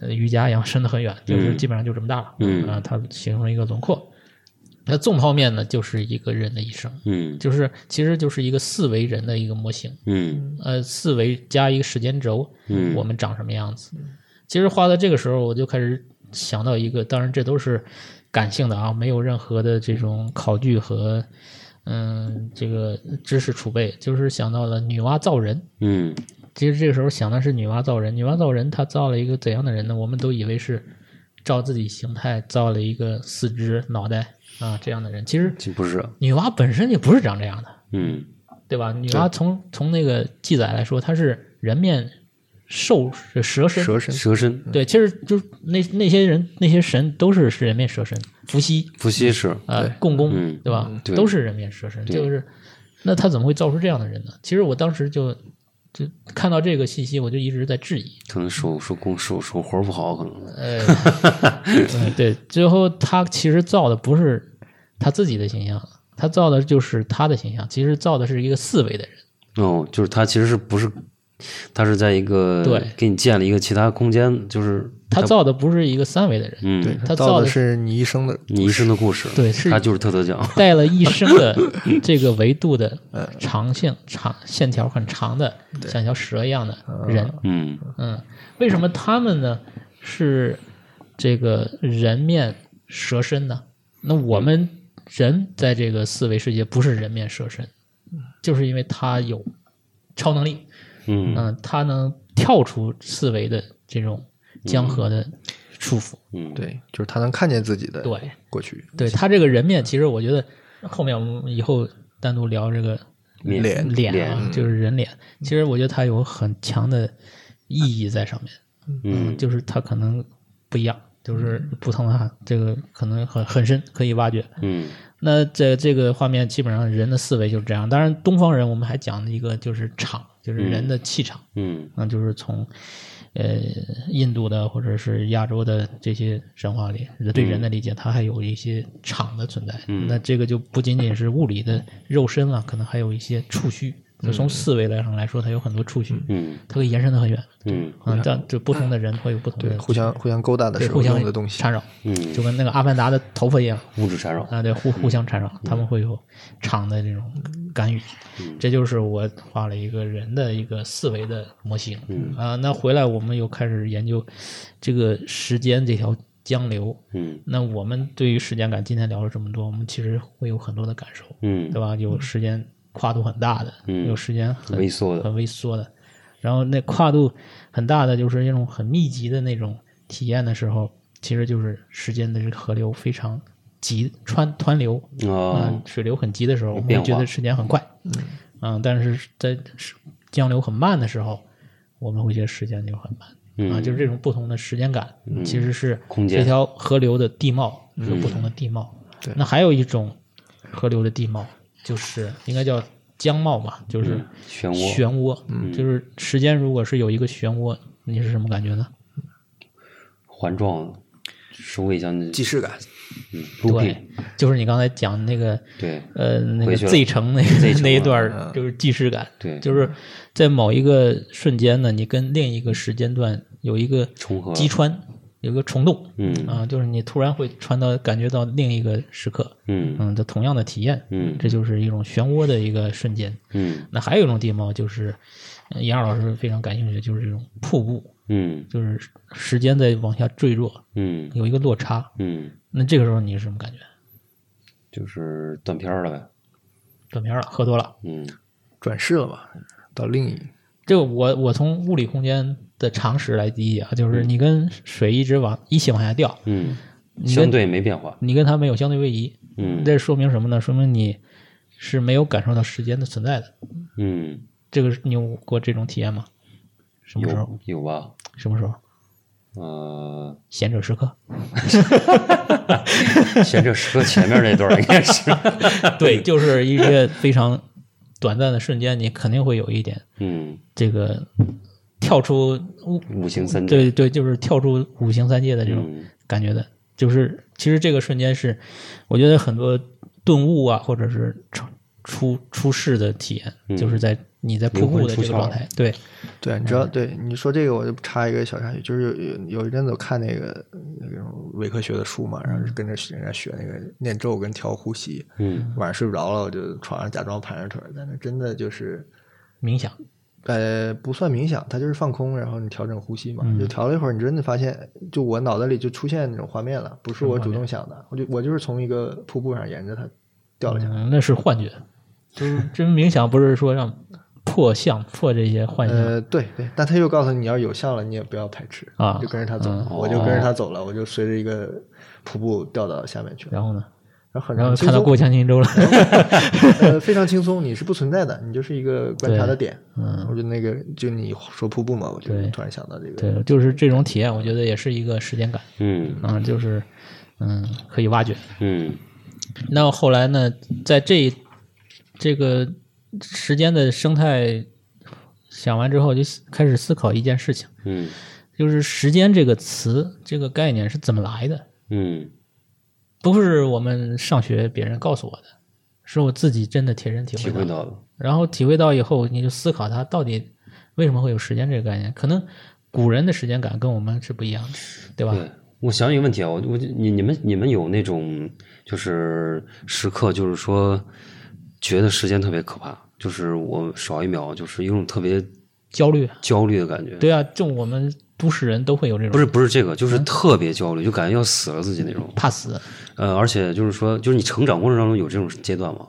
S4: 呃瑜伽一样伸得很远，就是
S2: 嗯
S4: 基本上就这么大了，
S2: 嗯
S4: 啊，它形成一个轮廓。那纵剖面呢，就是一个人的一生，
S2: 嗯
S4: 就是其实就是一个四维人的一个模型，
S2: 嗯
S4: 呃，四维加一个时间轴，
S2: 嗯，
S4: 我们长什么样子。其实画到这个时候，我就开始想到一个，当然这都是感性的啊，没有任何的这种考据和嗯这个知识储备，就是想到了女娲造人。
S2: 嗯
S4: 其实这个时候想的是女娲造人，女娲造人她造了一个怎样的人呢？我们都以为是照自己形态造了一个四肢、脑袋啊这样的人，其实
S2: 这不是
S4: 女娲本身也不是长这样的。
S2: 嗯
S4: 对吧？女娲从从那个记载来说，她是人面兽蛇身，
S3: 蛇身，
S2: 蛇身，
S4: 对，其实就是那那些人那些神都是是人面蛇身，伏羲
S2: 伏羲是
S4: 呃共工、
S2: 嗯
S4: 对吧？
S2: 对
S4: 都是人面蛇身，
S2: 对
S4: 就是那他怎么会造出这样的人呢？其实我当时就就看到这个信息，我就一直在质疑，
S2: (laughs) 可能手手工手手活不好，可能
S4: 呃，对对，最后他其实造的不是他自己的形象，他造的就是他的形象，其实造的是一个四维的人。
S2: 哦，就是他其实是不是他是在一个
S4: 对
S2: 给你建了一个其他空间，就是
S4: 他造的不是一个三维的人，
S2: 嗯
S3: 对
S4: 他造
S3: 造
S4: 的
S3: 的是你一生的，
S2: 你一生的故事，
S4: 对是
S2: 他就是特德奖，
S4: 带了一生的这个维度的长线长线条很长的，像条蛇一样的人，
S2: 嗯
S4: 嗯，为什么他们呢是这个人面蛇身呢？那我们人在这个四维世界不是人面蛇身，就是因为他有超能力，
S2: 嗯
S4: 嗯，他能跳出四维的这种江河的束缚，
S2: 嗯，
S3: 对，就是他能看见自己的
S4: 对。
S3: 过去
S4: 对他这个人面，其实我觉得后面我们以后单独聊这个
S2: 脸
S3: 脸，
S4: 脸啊，
S2: 脸
S4: 就是人脸。其实我觉得它有很强的意义在上面，
S2: 嗯
S4: 就是它可能不一样，就是不同啊，这个可能很很深，可以挖掘。
S2: 嗯
S4: 那这这个画面基本上人的思维就是这样。当然，东方人我们还讲一个就是场，就是人的气场。
S2: 嗯
S4: 那就是从呃印度的或者是亚洲的这些神话里对人
S2: 嗯
S4: 的理解，它还有一些场的存在。那这个就不仅仅是物理的肉身了，可能还有一些触须。就从四维来上来说，它有很多触须，
S2: 嗯
S4: 它可以延伸的很远。
S2: 嗯
S4: 嗯，这样就不同的人会有不同的
S3: 对，互相互相勾搭的
S4: 对
S3: 时
S4: 互
S3: 候
S4: 相
S3: 用的东西，
S4: 缠绕，
S2: 嗯，
S4: 就跟那个阿凡达的头发一样。
S2: 物质缠绕，
S4: 啊，对，互互相缠绕，他们会有场的这种干预，这就是我画了一个人的一个四维的模型。嗯啊，那回来我们又开始研究这个时间这条江流。
S2: 嗯
S4: 那我们对于时间感，今天聊了这么多，我们其实会有很多的感受，
S2: 嗯
S4: 对吧？有时间跨度很大的，
S2: 嗯
S4: 有时间很
S2: 微缩的
S4: 很微缩的，然后那跨度很大的就是那种很密集的那种体验的时候，其实就是时间的这个河流非常急川湍流，嗯
S2: 啊，，
S4: 水流很急的时候，我们
S2: 变
S4: 会
S2: 化
S4: 觉得时间很快，嗯，但是在是江流很慢的时候，我们会觉得时间就很慢，
S2: 嗯
S4: 啊，就是这种不同的时间感，其实是
S2: 空间嗯
S4: 这条河流的地貌有不同的地貌。那还有一种河流的地貌，就是应该叫江貌吧，就是
S2: 嗯漩涡，
S4: 漩涡，就是时间如果是有一个漩涡，你是什么感觉呢？
S2: 环状，收一下那
S3: 既视感，
S2: 嗯
S4: 对
S2: looping，，
S4: 就是你刚才讲那个
S2: 对
S4: 呃，那个
S2: 回去了
S4: Z 城那
S2: Z 城
S4: 那一段
S3: 嗯
S4: 儿就是即视感，
S2: 对
S4: 就是在某一个瞬间呢，你跟另一个时间段有一个
S2: 重合
S4: 击穿，有一个冲动，
S2: 嗯
S4: 啊，就是你突然会穿到感觉到另一个时刻，
S2: 嗯
S4: 嗯，的同样的体验，
S2: 嗯
S4: 这就是一种漩涡的一个瞬间。
S2: 嗯
S4: 那还有一种地貌就是，呃杨老师非常感兴趣，就是这种瀑布，
S2: 嗯
S4: 就是时间在往下坠落，
S2: 嗯
S4: 有一个落差。
S2: 嗯，
S4: 那这个时候你是什么感觉？
S2: 就是断片儿了呗。
S4: 断片了，喝多了。
S2: 嗯
S3: 转世了嘛，到另一
S4: 这个我我从物理空间的常识来理解啊，就是你跟水一直往一起往下掉，
S2: 嗯，
S4: 你
S2: 相
S4: 跟
S2: 对没变化。
S4: 你跟它没有相对位移，
S2: 嗯
S4: 这说明什么呢？说明你是没有感受到时间的存在的。
S2: 嗯，
S4: 这个是你有过这种体验吗？什么时候？
S2: 有有吧？
S4: 什么时候？
S2: 呃，
S4: 贤者时
S2: (laughs)
S4: 刻。
S2: 贤者时刻前面那段儿应该是。
S4: 对， (laughs) 就是一些非常短暂的瞬间，你肯定会有一点
S2: 嗯，
S4: 这个跳出五，
S2: 五行三界。
S4: 对对，就是跳出五行三界的这种
S2: 嗯
S4: 感觉的。就是其实这个瞬间是，我觉得很多顿悟啊，或者是出出出世的体验，就是在你在瀑
S2: 嗯灵魂
S4: 布的
S2: 出
S4: 这个
S2: 窍
S4: 状
S2: 了
S4: 态。对，
S3: 对，你知道，对你说这个，我就插一个小插曲，就是有有一阵子我看那个那种伪科学的书嘛，然后就跟着人家学那个念咒跟调呼吸，
S2: 嗯，
S3: 晚上睡不着了，我就床上假装盘着腿儿，但是真的就是
S4: 冥想，
S3: 呃不算冥想，它就是放空，然后你调整呼吸嘛，就调了一会儿，你真的发现，就我脑袋里就出现那种画面了，不是我主动想的，我就我就是从一个瀑布上沿着它掉了下来，
S4: 嗯，那是幻觉，就是
S2: 嗯
S4: (laughs) 真冥想不是说让破相破这些幻象。
S3: 呃，对对，但他又告诉你，你要有效了，你也不要排斥
S4: 啊
S3: 你就跟着他走。
S4: 嗯
S3: 我就跟着他走了，我就随着一个瀑布掉到下面去了，
S4: 然后呢？
S3: 然后很
S4: 嗯然后
S3: 轻
S4: 看到
S3: 松，
S4: 过江金州了。
S3: (laughs) 呃，非常轻松，你是不存在的，你就是一个观察的点。嗯，我就那个，就你说瀑布嘛，我就
S4: 对
S3: 突然想到这个，
S4: 对，就是这种体验，我觉得也是一个时间感
S2: 嗯
S4: 啊，就是嗯，可以挖掘。
S2: 嗯
S4: 那后来呢，在这这个时间的生态想完之后，就思开始思考一件事情，
S2: 嗯
S4: 就是时间这个词这个概念是怎么来的？
S2: 嗯
S4: 不是我们上学别人告诉我的，是我自己真的贴身体
S2: 体
S4: 会到
S2: 会
S4: 的。
S2: 到了。
S4: 然后体会到以后，你就思考它到底为什么会有时间这个概念。可能古人的时间感跟我们是不一样的，对吧？
S2: 对，我想一个问题啊，我我你你们你们有那种就是时刻，就是说觉得时间特别可怕，就是我少一秒，就是有一种特别
S4: 焦虑，
S2: 焦虑的感觉。，
S4: 对啊，就我们都市人都会有这种
S2: 不是不是这个，
S4: 嗯
S2: 就是特别焦虑，就感觉要死了自己那种。
S4: 怕死，
S2: 呃，而且就是说，就是你成长过程当中有这种阶段吗？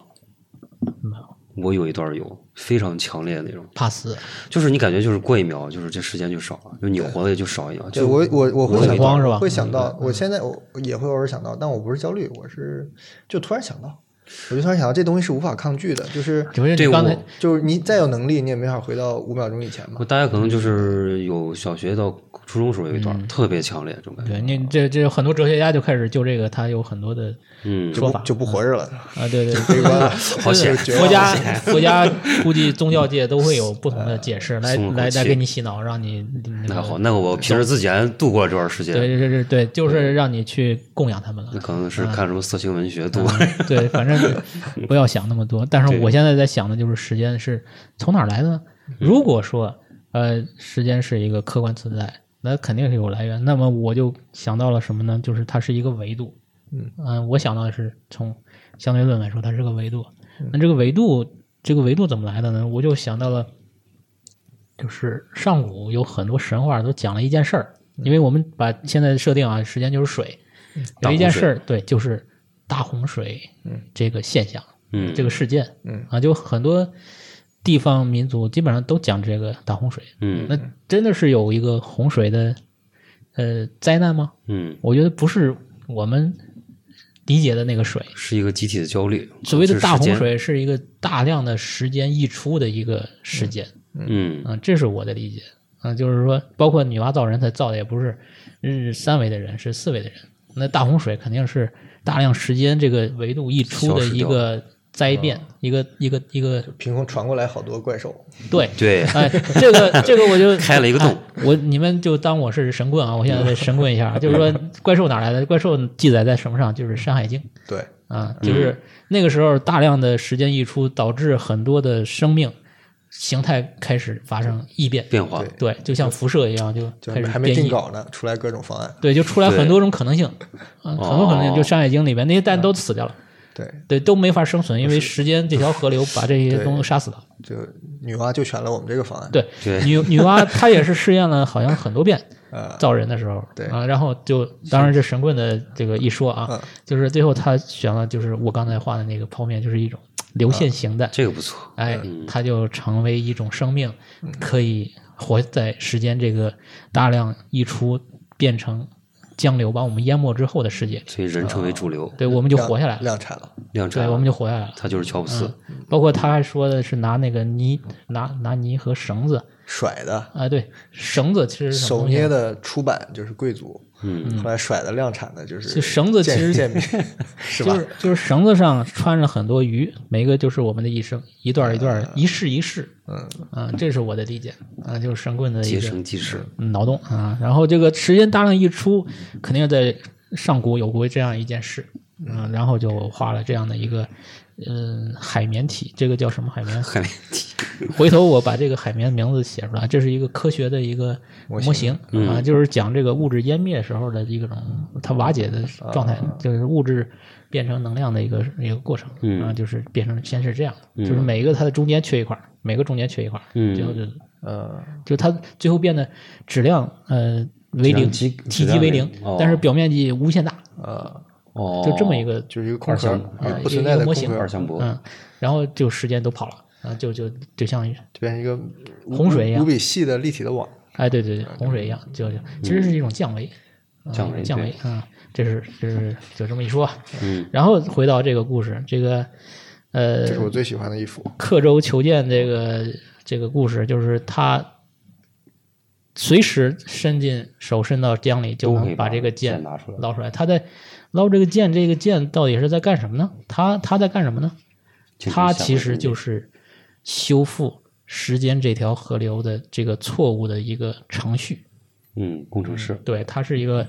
S2: 我有一段有非常强烈的那种，
S4: 怕死，
S2: 就是你感觉就是过一秒，就是这时间就少了，就你活的就少一秒。
S3: 对
S2: 就
S3: 我我我会
S4: 恐
S3: 想
S4: 慌
S3: 到
S4: 是吧嗯
S3: 会想到，我现在我我也会偶尔想到，但我不是焦虑，我是就突然想到，我就突然想到这东西是无法抗拒的，就是
S4: 因为
S2: 这个
S4: 你刚才
S2: 我
S3: 就是你再有能力，你也没法回到五秒钟以前嘛
S2: 不。大家可能就是有小学到初中时候有一段、特别强烈这种感觉，
S4: 嗯对你这这很多哲学家就开始就这个，他有很多的
S2: 嗯，
S3: 就不就不活着了，
S4: 啊，对对
S2: (laughs)
S3: 悲观了，
S2: 好险
S3: 就是绝望
S4: 佛家
S3: 了
S4: 佛家估计宗教界都会有不同的解释来
S2: 松了口
S4: 来来
S2: 气
S4: 给你洗脑，让你那
S2: 那
S4: 个
S2: 好，那我平时自己还度过这段时间，
S4: 对对嗯对对，就是让你去供养他们了
S2: 那。可能是看什么色情文学度过。
S4: 嗯对，反正不要想那么多。但是我现在在想的就是时间是从哪儿来的呢？如果说呃时间是一个客观存在，那肯定是有来源。那么我就想到了什么呢？就是它是一个维度。呃
S3: 嗯
S4: 我想到的是从相对论来说，它是个维度。
S3: 嗯
S4: 那这个维度，这个维度怎么来的呢？我就想到了，就是上古有很多神话都讲了一件事儿，
S3: 嗯
S4: 因为我们把现在设定啊，时间就是水，有一件事儿，对，就是大洪水，
S3: 嗯，
S4: 这个现象，
S2: (laughs) 嗯
S4: 这个事件，
S3: 嗯
S4: 啊，就很多地方民族基本上都讲这个大洪水。
S2: 嗯
S4: 那真的是有一个洪水的呃灾难吗？
S2: 嗯，
S4: 我觉得不是我们理解的那个水。
S2: 是一个集体的焦虑，
S4: 所谓的大
S2: 是
S4: 洪
S2: 时间，
S4: 水是一个大量的时间溢出的一个事件，
S2: 嗯
S4: 啊，这是我的理解。啊，就是说，包括女娲造人，她造的也不是是三维的人，是四维的人。那大洪水肯定是大量时间这个维度溢出
S2: 消
S4: 的
S2: 失
S4: 一
S2: 掉嗯
S4: 个灾变，一个一个一个
S3: 嗯凭空传过来好多怪兽，
S4: 对。
S2: 对，
S4: 哎，这个这个我
S2: (laughs)
S4: 就
S2: 开了一个洞
S4: 哎我你们就当我是神棍啊！我现在再神棍一下，就是
S2: (laughs)
S4: 说怪兽哪来的？怪兽记载在什么上？就是《山海经》
S3: 对，嗯
S4: 啊，就是那个时候大量的时间溢出，导致很多的生命形态开始发生异变，
S2: 变化，
S4: 对，就像辐射一样，就
S3: 就
S4: 开始
S3: 还没
S4: 变
S3: 定
S4: 异。
S3: 稿呢，出来各种方案。
S4: 对，就出来很多种可能性，嗯，很多可能性。
S2: 哦
S4: 就《山海经》里面那些
S3: 嗯
S4: 蛋都死掉了，
S3: 对，
S4: 对，都没法生存，因为时间这条河流把这些
S3: 对
S4: 东西杀死了。
S3: 就女娲就选了我们这个方案。
S4: 对，
S2: 对
S4: 女
S3: (laughs)
S4: 女娲她也是试验了好像很多遍
S3: 啊，
S4: 造人的时候，
S3: 对
S4: 啊，然后就当然这神棍的这个一说啊
S3: 嗯，
S4: 就是最后她选了就是我刚才画的那个泡面，就是一种流线型的，
S2: 这个不错。
S4: 哎，
S3: 嗯
S4: 它就成为一种生命，嗯可以活在时间这个大量溢出变成江流把我们淹没之后的世界，
S2: 所以人成为主流，
S4: 对，我们就活下来了，
S3: 量产了。
S2: 量产
S4: 啊对，
S2: 了，
S4: 我们就嗯活下来了。
S2: 他就是乔布斯，
S3: 嗯
S4: 包括他还说的是拿那个泥拿拿泥和绳子
S3: 甩的
S4: 啊、对，绳子其实是什么
S3: 手
S4: 东西啊
S3: 捏的出版就是贵族，嗯，后来甩的量产的就是
S4: 就绳子其实
S3: 贱民，
S4: (laughs)
S3: 是吧
S4: 就？是就是绳子上穿着很多鱼，每个就是我们的一生，一段一段，一世一世。
S3: 嗯
S4: 啊，这是我的理解啊，就是神棍的一
S2: 节
S4: 个
S2: 省即逝。
S4: 嗯脑洞啊。然后这个时间大量溢出，肯定在上古有过这样一件事。嗯，然后就画了这样的一个，嗯，海绵体，这个叫什么海 (laughs) 绵？
S2: 海绵
S4: 回头我把这个海绵名字写出来，这是一个科学的一个模型啊，就是讲这个物质湮灭时候的一个种它瓦解的状态，就是物质变成能量的一个一个过程啊，就是变成先是这样的，就是每一个它的中间缺一块儿，每个中间缺一块儿，
S2: 嗯
S4: 最后就
S3: 呃，
S4: 就它最后变得质量呃为零，
S2: 质量极
S4: 体
S2: 质
S4: 积
S2: 量
S4: 为
S2: 零
S4: 零
S2: 哦，
S4: 但是表面积无限大，
S2: (laughs) 哦，
S4: 就这么一个
S3: 呃就是一个空壳
S2: 二项，
S3: 儿
S4: 啊
S3: 不存
S4: 一
S3: 在
S4: 个
S3: 的
S4: 模
S3: 空
S4: 型
S3: 壳
S2: 二
S3: 儿，
S2: 向箔，
S4: 嗯，然后就时间都跑了啊，就就就像
S3: 就变成一个无
S4: 洪水一样
S3: 无比细的立体的网。
S4: 哎，对对对，洪水一样，就就其实是一种降维，啊
S2: 嗯降维
S4: 降维啊、嗯这是这是就这么一说。
S2: 嗯，
S4: 然后回到这个故事，这个呃
S3: 这，是我最喜欢的一幅，
S4: 刻舟求剑这个这个故事，就是他随时伸进手伸到江里，就
S2: 都可以
S4: 能把这个
S2: 剑
S4: 剑
S2: 拿出来
S4: 捞出来。他在捞这个剑，这个剑到底是在干什么呢？他他在干什么呢？
S2: 就是
S4: 它
S2: 下
S4: 其
S2: 回
S4: 实
S2: 分解
S4: 就是修复时间这条河流的这个错误的一个程序。
S2: 嗯，工程师
S4: 对，它是一个，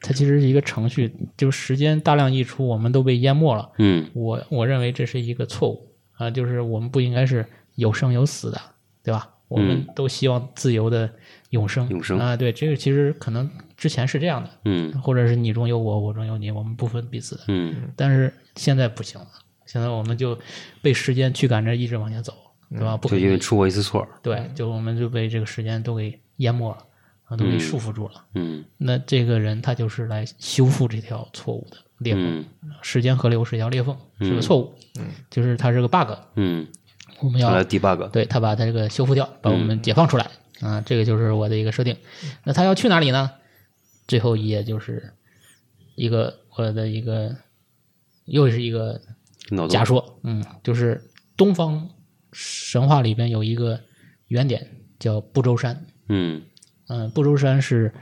S4: 它其实是一个程序，就是时间大量溢出，我们都被淹没了。
S2: 嗯，
S4: 我我认为这是一个错误啊、就是我们不应该是有生有死的，对吧？我们都希望自由的永生，
S2: 嗯永生
S4: 啊、对，这个其实可能之前是这样的，
S2: 嗯
S4: 或者是你中有我，我中有你，我们不分彼此的。
S2: 嗯
S4: 但是现在不行了，现在我们就被时间驱赶着一直往前走，对吧？不
S2: 嗯就
S4: 可
S2: 因为
S4: 以，
S2: 出过一次错，
S4: 对，就我们就被这个时间都给淹没了，啊，都给
S2: 嗯
S4: 束缚住了。
S2: 嗯
S4: 那这个人他就是来修复这条错误的裂缝，
S2: 嗯
S4: 时间河流是一条裂缝，是
S2: 嗯
S4: 个错误，就是它是个 bug，
S2: 嗯，
S4: 我们
S2: 看来嗯
S4: 要
S2: debug
S4: 对他把它这个修复掉，把我们解放出来啊、这个就是我的一个设定。那他要去哪里呢？最后一页就是一个我的一个又是一个
S2: 脑洞
S4: 假说，嗯，就是东方神话里边有一个原点叫不周山，
S2: 嗯
S4: 嗯，不周山是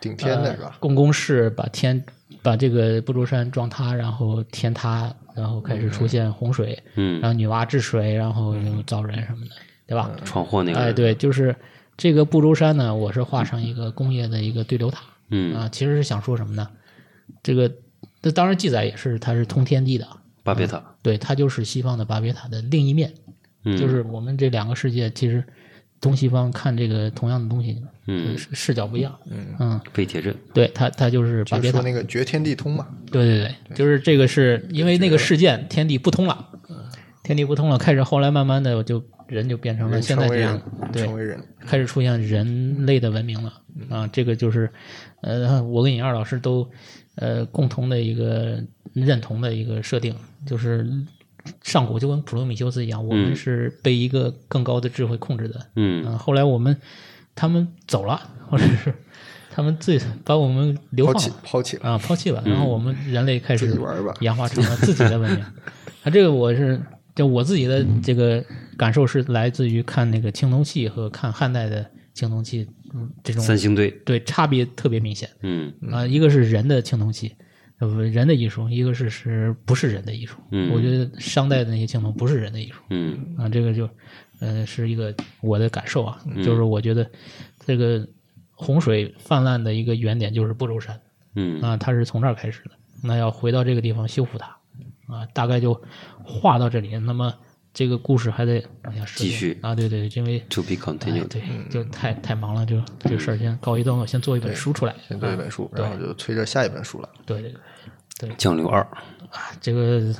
S3: 顶天啊的是
S4: 呃
S3: 吧？
S4: 共工氏把天把这个不周山撞塌，然后天塌，然后开始出现洪水，然
S2: 嗯，
S4: 后女娲治水，然后又造人什么的，对吧？
S2: 闯祸那个
S4: 哎，
S2: 人，
S4: 对，就是这个不周山呢，我是画成一个工业的一个对流塔
S2: 嗯，
S4: 啊，其实是想说什么呢？这个这当然记载也是它是通天地的，
S2: 巴别塔，
S4: 对，它就是西方的巴别塔的另一面，
S2: 嗯，
S4: 就是我们这两个世界其实东西方看这个同样的东西，
S2: 嗯
S4: 视视角不一样，嗯
S2: 废铁阵，
S4: 对，它它就是巴
S3: 就
S4: 别
S3: 是
S4: 塔
S3: 说，那个绝天地通嘛，
S4: 对对对，就是这个是因为那个事件，天地不通了，
S3: 嗯
S4: 天地不通了，开始后来慢慢的我就人就变成了
S3: 人
S4: 现
S3: 成
S4: 在
S3: 为
S4: 这样
S3: 人，，
S4: 对
S3: 成，为嗯人，
S4: 开始出现人类的文明了啊，这个就是，呃，我跟尹二老师都，呃，共同的一个认同的一个设定，就是上古就跟普罗米修斯一样，我们是被一个更高的智慧控制的，
S2: 嗯，
S4: 啊后来我们他们走了，或者是他们自己把我们流
S3: 抛
S4: 放
S3: 弃
S4: 了。
S3: 抛弃了，
S4: 啊，抛弃了，然后我们人类开始
S3: 自己玩吧
S4: 演化成了自己的文明。啊，这个我是就我自己的
S3: 嗯
S4: 这个感受是来自于看那个青铜器和看汉代的青铜器，嗯，这种
S2: 三星队，
S4: 对差别特别明显
S2: 嗯
S4: 啊、一个是人的青铜器。呃人的艺术，一个是是不是人的艺术？
S2: 嗯
S4: 我觉得商代的那些青铜不是人的艺术
S2: 嗯
S4: 啊，这个就，呃，是一个我的感受啊，
S2: 嗯
S4: 就是我觉得这个洪水泛滥的一个原点就是不周山，
S2: 嗯
S4: 啊，它是从这儿开始的。那要回到这个地方修复它，啊，大概就画到这里。那么这个故事还得哎呀
S2: 继续
S4: 啊，对对，因为
S2: To be
S4: 哎
S2: continued。
S4: 对，就太太忙了，就这个事儿先告一段落，先做一本书出来。
S3: 先做一本书，然后就催着下一本书了。
S4: 对对对，
S2: 酱流二，
S4: 啊，这个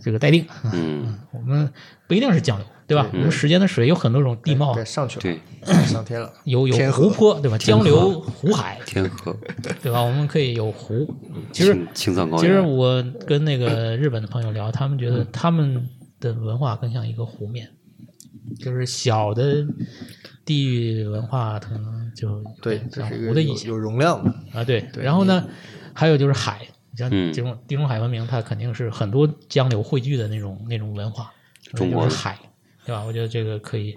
S4: 这个待定，啊
S2: 嗯，
S4: 我们不一定是酱油，对吧？我们时间的水有很多种地貌啊
S3: 该，上去了，
S2: 对，
S3: (clears throat) 上天了。
S4: 有有
S3: 天河
S4: 湖泊，对吧？江流、湖海，
S2: 天河，
S4: 对吧？我们可以有湖。其实
S2: 青青藏高
S4: 其实
S2: 原，
S4: 我跟那个日本的朋友聊，他们觉得他们的文化更像一个湖面，就是小的地域文化可能就
S3: 对，这
S4: 像
S3: 是一
S4: 湖
S3: 个
S4: 的意
S3: 有
S4: 象
S3: 有容量的，
S4: 啊，对。然后呢，还有就是海，你像
S2: 嗯
S4: 这种地中海文明，它肯定是很多江流汇聚的那种那种文化，
S2: 中国
S4: 那
S2: 的
S4: 就是海，对吧？我觉得这个可以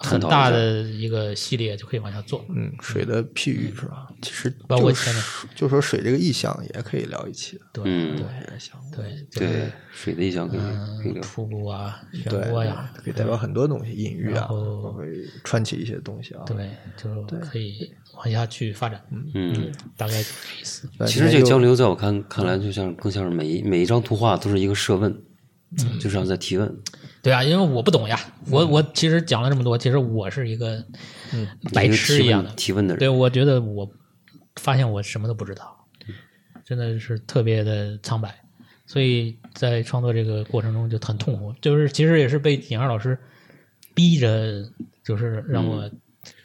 S2: 探
S4: 很
S2: 讨一下
S4: 大的一个系列就可以往下做。
S3: 嗯，水的譬喻是吧？其实
S4: 包括
S3: 就
S4: 前面
S3: 是就说水这个意象也可以聊一期的，
S4: 对、
S2: 嗯
S4: 对
S3: 也想
S4: 对，就是
S2: 对，水的意象可以可以
S4: 嗯，
S2: 聊，
S4: 瀑布啊，
S3: 对
S4: 漩涡呀，，
S3: 可以代表很多东西，隐喻啊，
S4: 然后
S3: 会串起一些东西啊。
S4: 对，就是可以往下去发展，
S2: 嗯。
S4: 大概就是这意思。
S3: 那
S2: 其
S3: 你
S2: 实这
S3: 看
S2: 个
S3: 又
S2: 交流，在我看看来，就像更像是每一每一张图画都是一个设问，
S4: 嗯
S2: 就是要在提问。
S4: 对啊，因为我不懂呀，我我其实讲了这么多，其实我是一个白痴一样
S2: 你
S4: 的
S2: 是个提问，提问的
S4: 对
S2: 人，
S4: 我觉得我发现我什么都不知道，
S2: 嗯
S4: 真的是特别的苍白，所以在创作这个过程中就很痛苦，就是其实也是被尹二老师逼着，就是让我完成
S2: 嗯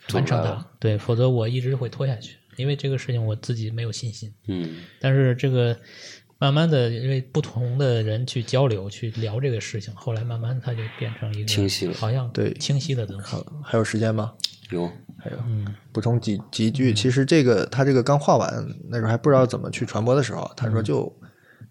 S2: 做出来
S4: 它，对，否则我一直会拖下去，因为这个事情我自己没有信心。
S2: 嗯，
S4: 但是这个慢慢的，因为不同的人去交流、去聊这个事情，后来慢慢它就变成一个
S2: 清晰了
S4: 好像
S3: 对
S4: 清晰的东西。
S3: 还有时间吗？
S2: 有，
S3: 还有，补充几几
S4: 嗯
S3: 句。其实这个他这个刚画完，那时候还不知道怎么去传播的时候，他说就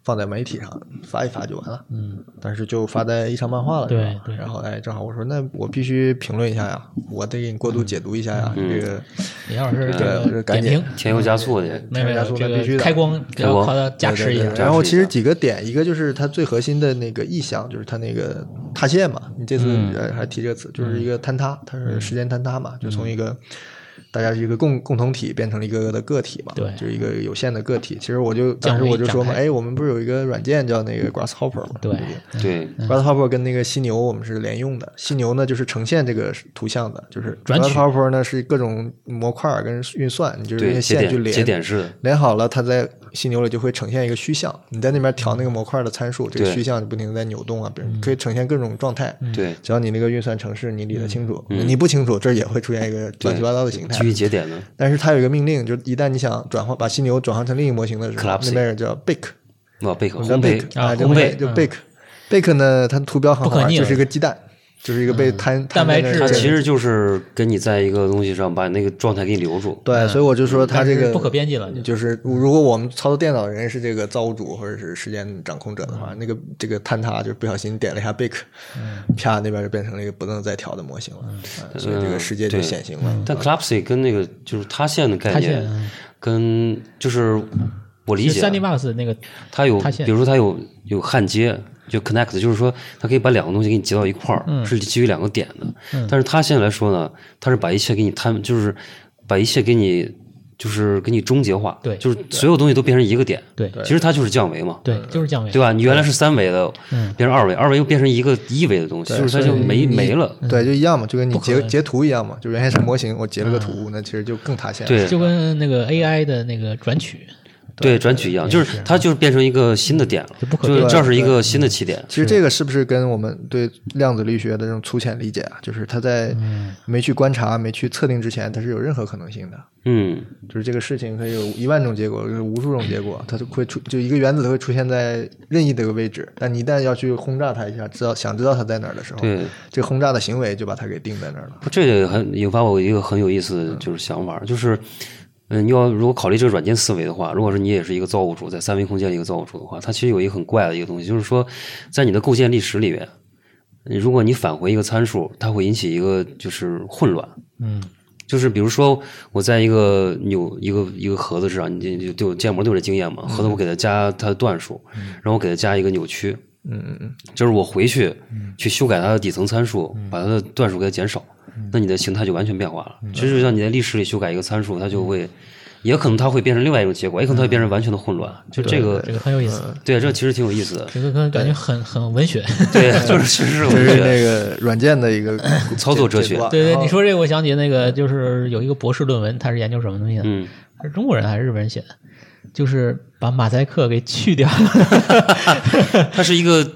S3: 放在媒体上发一发就完了。嗯，但是就发在一场漫画了。
S4: 对
S3: 是吧
S4: 对
S3: 然后哎，正好我说那我必须评论一下呀，我得给你过度解读一下呀。
S4: 嗯
S3: 这个
S4: 李老师这
S3: 对
S4: 个
S3: 这赶
S4: 点
S3: 紧
S4: 评，
S2: 添油加醋的，
S4: 没有没
S3: 加
S4: 有
S3: 速
S4: 这
S3: 那必须
S4: 个
S3: 的
S4: 开光
S2: 开
S4: 要
S2: 光
S4: 靠它加持
S3: 对
S4: 一下
S3: 对。对然后其实几个点，一个就是它最核心的那个意向，就是它那个塌陷嘛。你这次
S2: 嗯
S3: 呃还提这个词，就是一个坍塌，它是时间坍塌嘛，就
S2: 嗯
S3: 从一个大家是一个共共同体变成了一个个的个体嘛，
S4: 对
S3: 就是一个有限的个体。其实我就
S4: 降
S3: 当时
S4: 维
S3: 我就说嘛，
S4: 展开
S3: 哎，我们不是有一个软件叫那个 Grasshopper 嘛？
S4: 对嗯
S2: 对，
S3: Grasshopper 跟那个犀牛我们是联用的，犀牛呢就是呈现这个图像的，就是
S4: 转取
S3: Grasshopper 呢是各种模块儿跟运算，你就是那
S2: 对，
S3: 些
S2: 节
S3: 线去
S2: 点
S3: 连
S2: 节点式的，
S3: 连好了，它在犀牛里就会呈现一个虚像。你在那边调那个模块的参数，这个
S2: 对
S3: 虚像就不停地在扭动啊，比如可以呈现各种状态。
S2: 对，
S3: 只要你那个运算程式你理得清楚，你不清楚，这儿也会出现一个乱七八糟的形态
S2: 基。于节点呢，
S3: 但是它有一个命令，就一旦你想转换把犀牛转换成另一模型的时候，
S2: Collapse
S3: 那边有叫 bake，
S2: 哇，贝壳
S3: 叫
S2: 烘焙
S3: bake 啊，就
S4: 烘焙
S3: bake 就 bake。bake 呢，它的图标很
S4: 不
S3: 好
S4: 可
S3: 玩，
S4: 逆了
S3: 就是一个鸡蛋，就是一个被摊摊
S4: 蛋白
S3: 在
S4: 质
S3: 那
S2: 它
S3: 儿
S2: 其实就是跟你在一个东西上把那个状态给你留住，
S3: 对，所以我就说它
S4: 但
S3: 这
S4: 是
S3: 个嗯
S4: 不可编辑了，就
S3: 就是如果我们操作电脑的人是这个造物主或者是时间掌控者的
S4: 嗯
S3: 话，那个这个坍塌就是不小心点了一下 bake，、啪那边就变成了一个不能再调的模型了，
S4: 嗯
S3: 啊
S2: 嗯
S3: 所以这个世界就显形了。
S2: 但 collapse 跟那个就是塌陷的概
S4: 塌陷嗯
S2: 念，跟就是我理
S4: 就
S2: 解啊
S4: 三 D Max 那个
S2: 它有，
S4: 塌陷
S2: 比如说它有有焊接，就 connect，就是说它可以把两个东西给你接到一块儿，是基于两个点的。但是它现在来说呢，它是把一切给你摊，就是把一切给你，就是给你终结化，
S4: 对
S2: 就是所有东西都变成一个点。
S4: 对
S2: 其实它就是降维嘛，
S3: 嗯
S4: 对，就是降维，
S2: 对吧？啊你原来是三维的，变成二维，二维又变成一个一维的东西，就是它就没没了。
S3: 对，就一样嘛，就跟你
S4: 嗯不
S3: 截
S4: 可嗯
S3: 截图一样嘛，就原先是模型，我截了个图，那其实就更塌陷了。
S2: 对
S4: 就跟那个 AI 的那个转取，
S2: 对，转取一样，就是它就是变成一个新的点了，
S4: 不可
S2: 就是
S3: 对
S2: 这是一个新的起点。
S3: 其实这个是不是跟我们对量子力学的这种粗浅理解啊？就是它在
S4: 嗯
S3: 没去观察、没去测定之前，它是有任何可能性的。
S2: 嗯，
S3: 就是这个事情可以有一万种结果，有无数种结果，它就会出，就一个原子它会出现在任意的一个位置，但你一旦要去轰炸它一下，知道想知道它在哪儿的时候，
S2: 对，
S3: 这轰炸的行为就把它给定在那儿了。
S2: 不，这也很引发我一个很有意思的就是想法，就是，嗯，你要如果考虑这个软件思维的话，如果是你也是一个造物主，在三维空间里一个造物主的话，它其实有一个很怪的一个东西，就是说，在你的构建历史里面，如果你返回一个参数，它会引起一个就是混乱，
S4: 嗯，
S2: 就是比如说，我在一个扭一个一个盒子上，你就就建模都有这经验嘛，盒子我给它加它的段数，然后我给它加一个扭曲，
S3: 嗯嗯嗯，
S2: 就是我回去
S4: 嗯
S2: 去修改它的底层参数，把它的
S4: 嗯
S2: 段数给它减少，那你的形态就完全变化了。其实就像你在历史里修改一个参数，它就会也可能它会变成另外一种结果，也可能它会变成完全的混乱。就这个，
S4: 这个很有意
S3: 嗯
S4: 思，
S2: 对，这其实挺有意思的。
S4: 这个感感觉很很文学。
S2: 对，
S4: (laughs)
S2: 就是其实是我
S3: 这
S2: 们
S3: 是
S2: 觉得
S3: 那个软件的一个
S2: 操作哲学
S3: 结构啊
S4: (laughs) 对对，
S3: 然后
S4: 你说这个，我想起那个，就是有一个博士论文，他是研究什么东西的？
S2: 嗯，
S4: 他是中国人还是日本人写的？就是把马赛克给去
S3: (laughs)
S4: 掉，
S2: 它是一个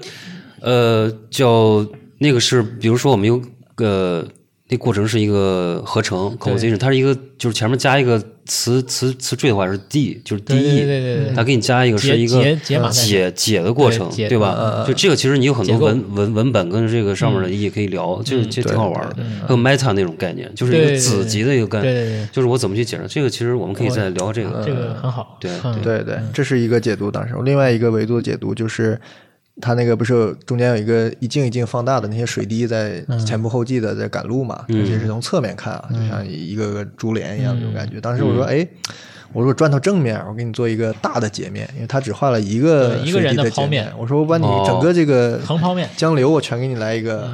S2: 呃叫那个是，比如说我们用呃那过程是一个合成 composition，它是一个就是前面加一个词词词缀的话是 d，就是 d
S4: 对
S2: e，
S4: 对对对对
S2: 它给你加一个
S4: 解
S2: 是一个
S4: 解解码代码
S2: 解解的过程，
S4: 对解呃
S2: 对吧？就这个其实你有很多
S4: 结构嗯
S2: 文文文本跟这个上面的意义可以聊，就是其实挺好玩的，还有 meta 那种概念，就是一
S4: 对
S2: 个子集的一个概
S4: 对对对
S2: 念，就是我怎么去解释这个，其实我们可以再聊这个，
S4: 这个很好。
S2: 对
S4: 嗯
S3: 对对，这是一个解读。当时另外一个维度的解读就是，它那个不是有中间有一个一镜一镜放大的那些水滴在
S4: 嗯
S3: 前仆后继的在赶路嘛，尤其是从侧面看啊，就像一个个珠帘一样那种
S4: 嗯
S3: 感觉。当时我说，哎。我说我转到正面，我给你做一个大的截面，因为它只画了一个
S4: 对一个人的
S3: 水滴的
S4: 剖
S3: 截
S4: 面
S3: 面。我说我把你
S2: 哦
S3: 整个这个
S4: 横剖面嗯
S3: 江流，我全给你来一个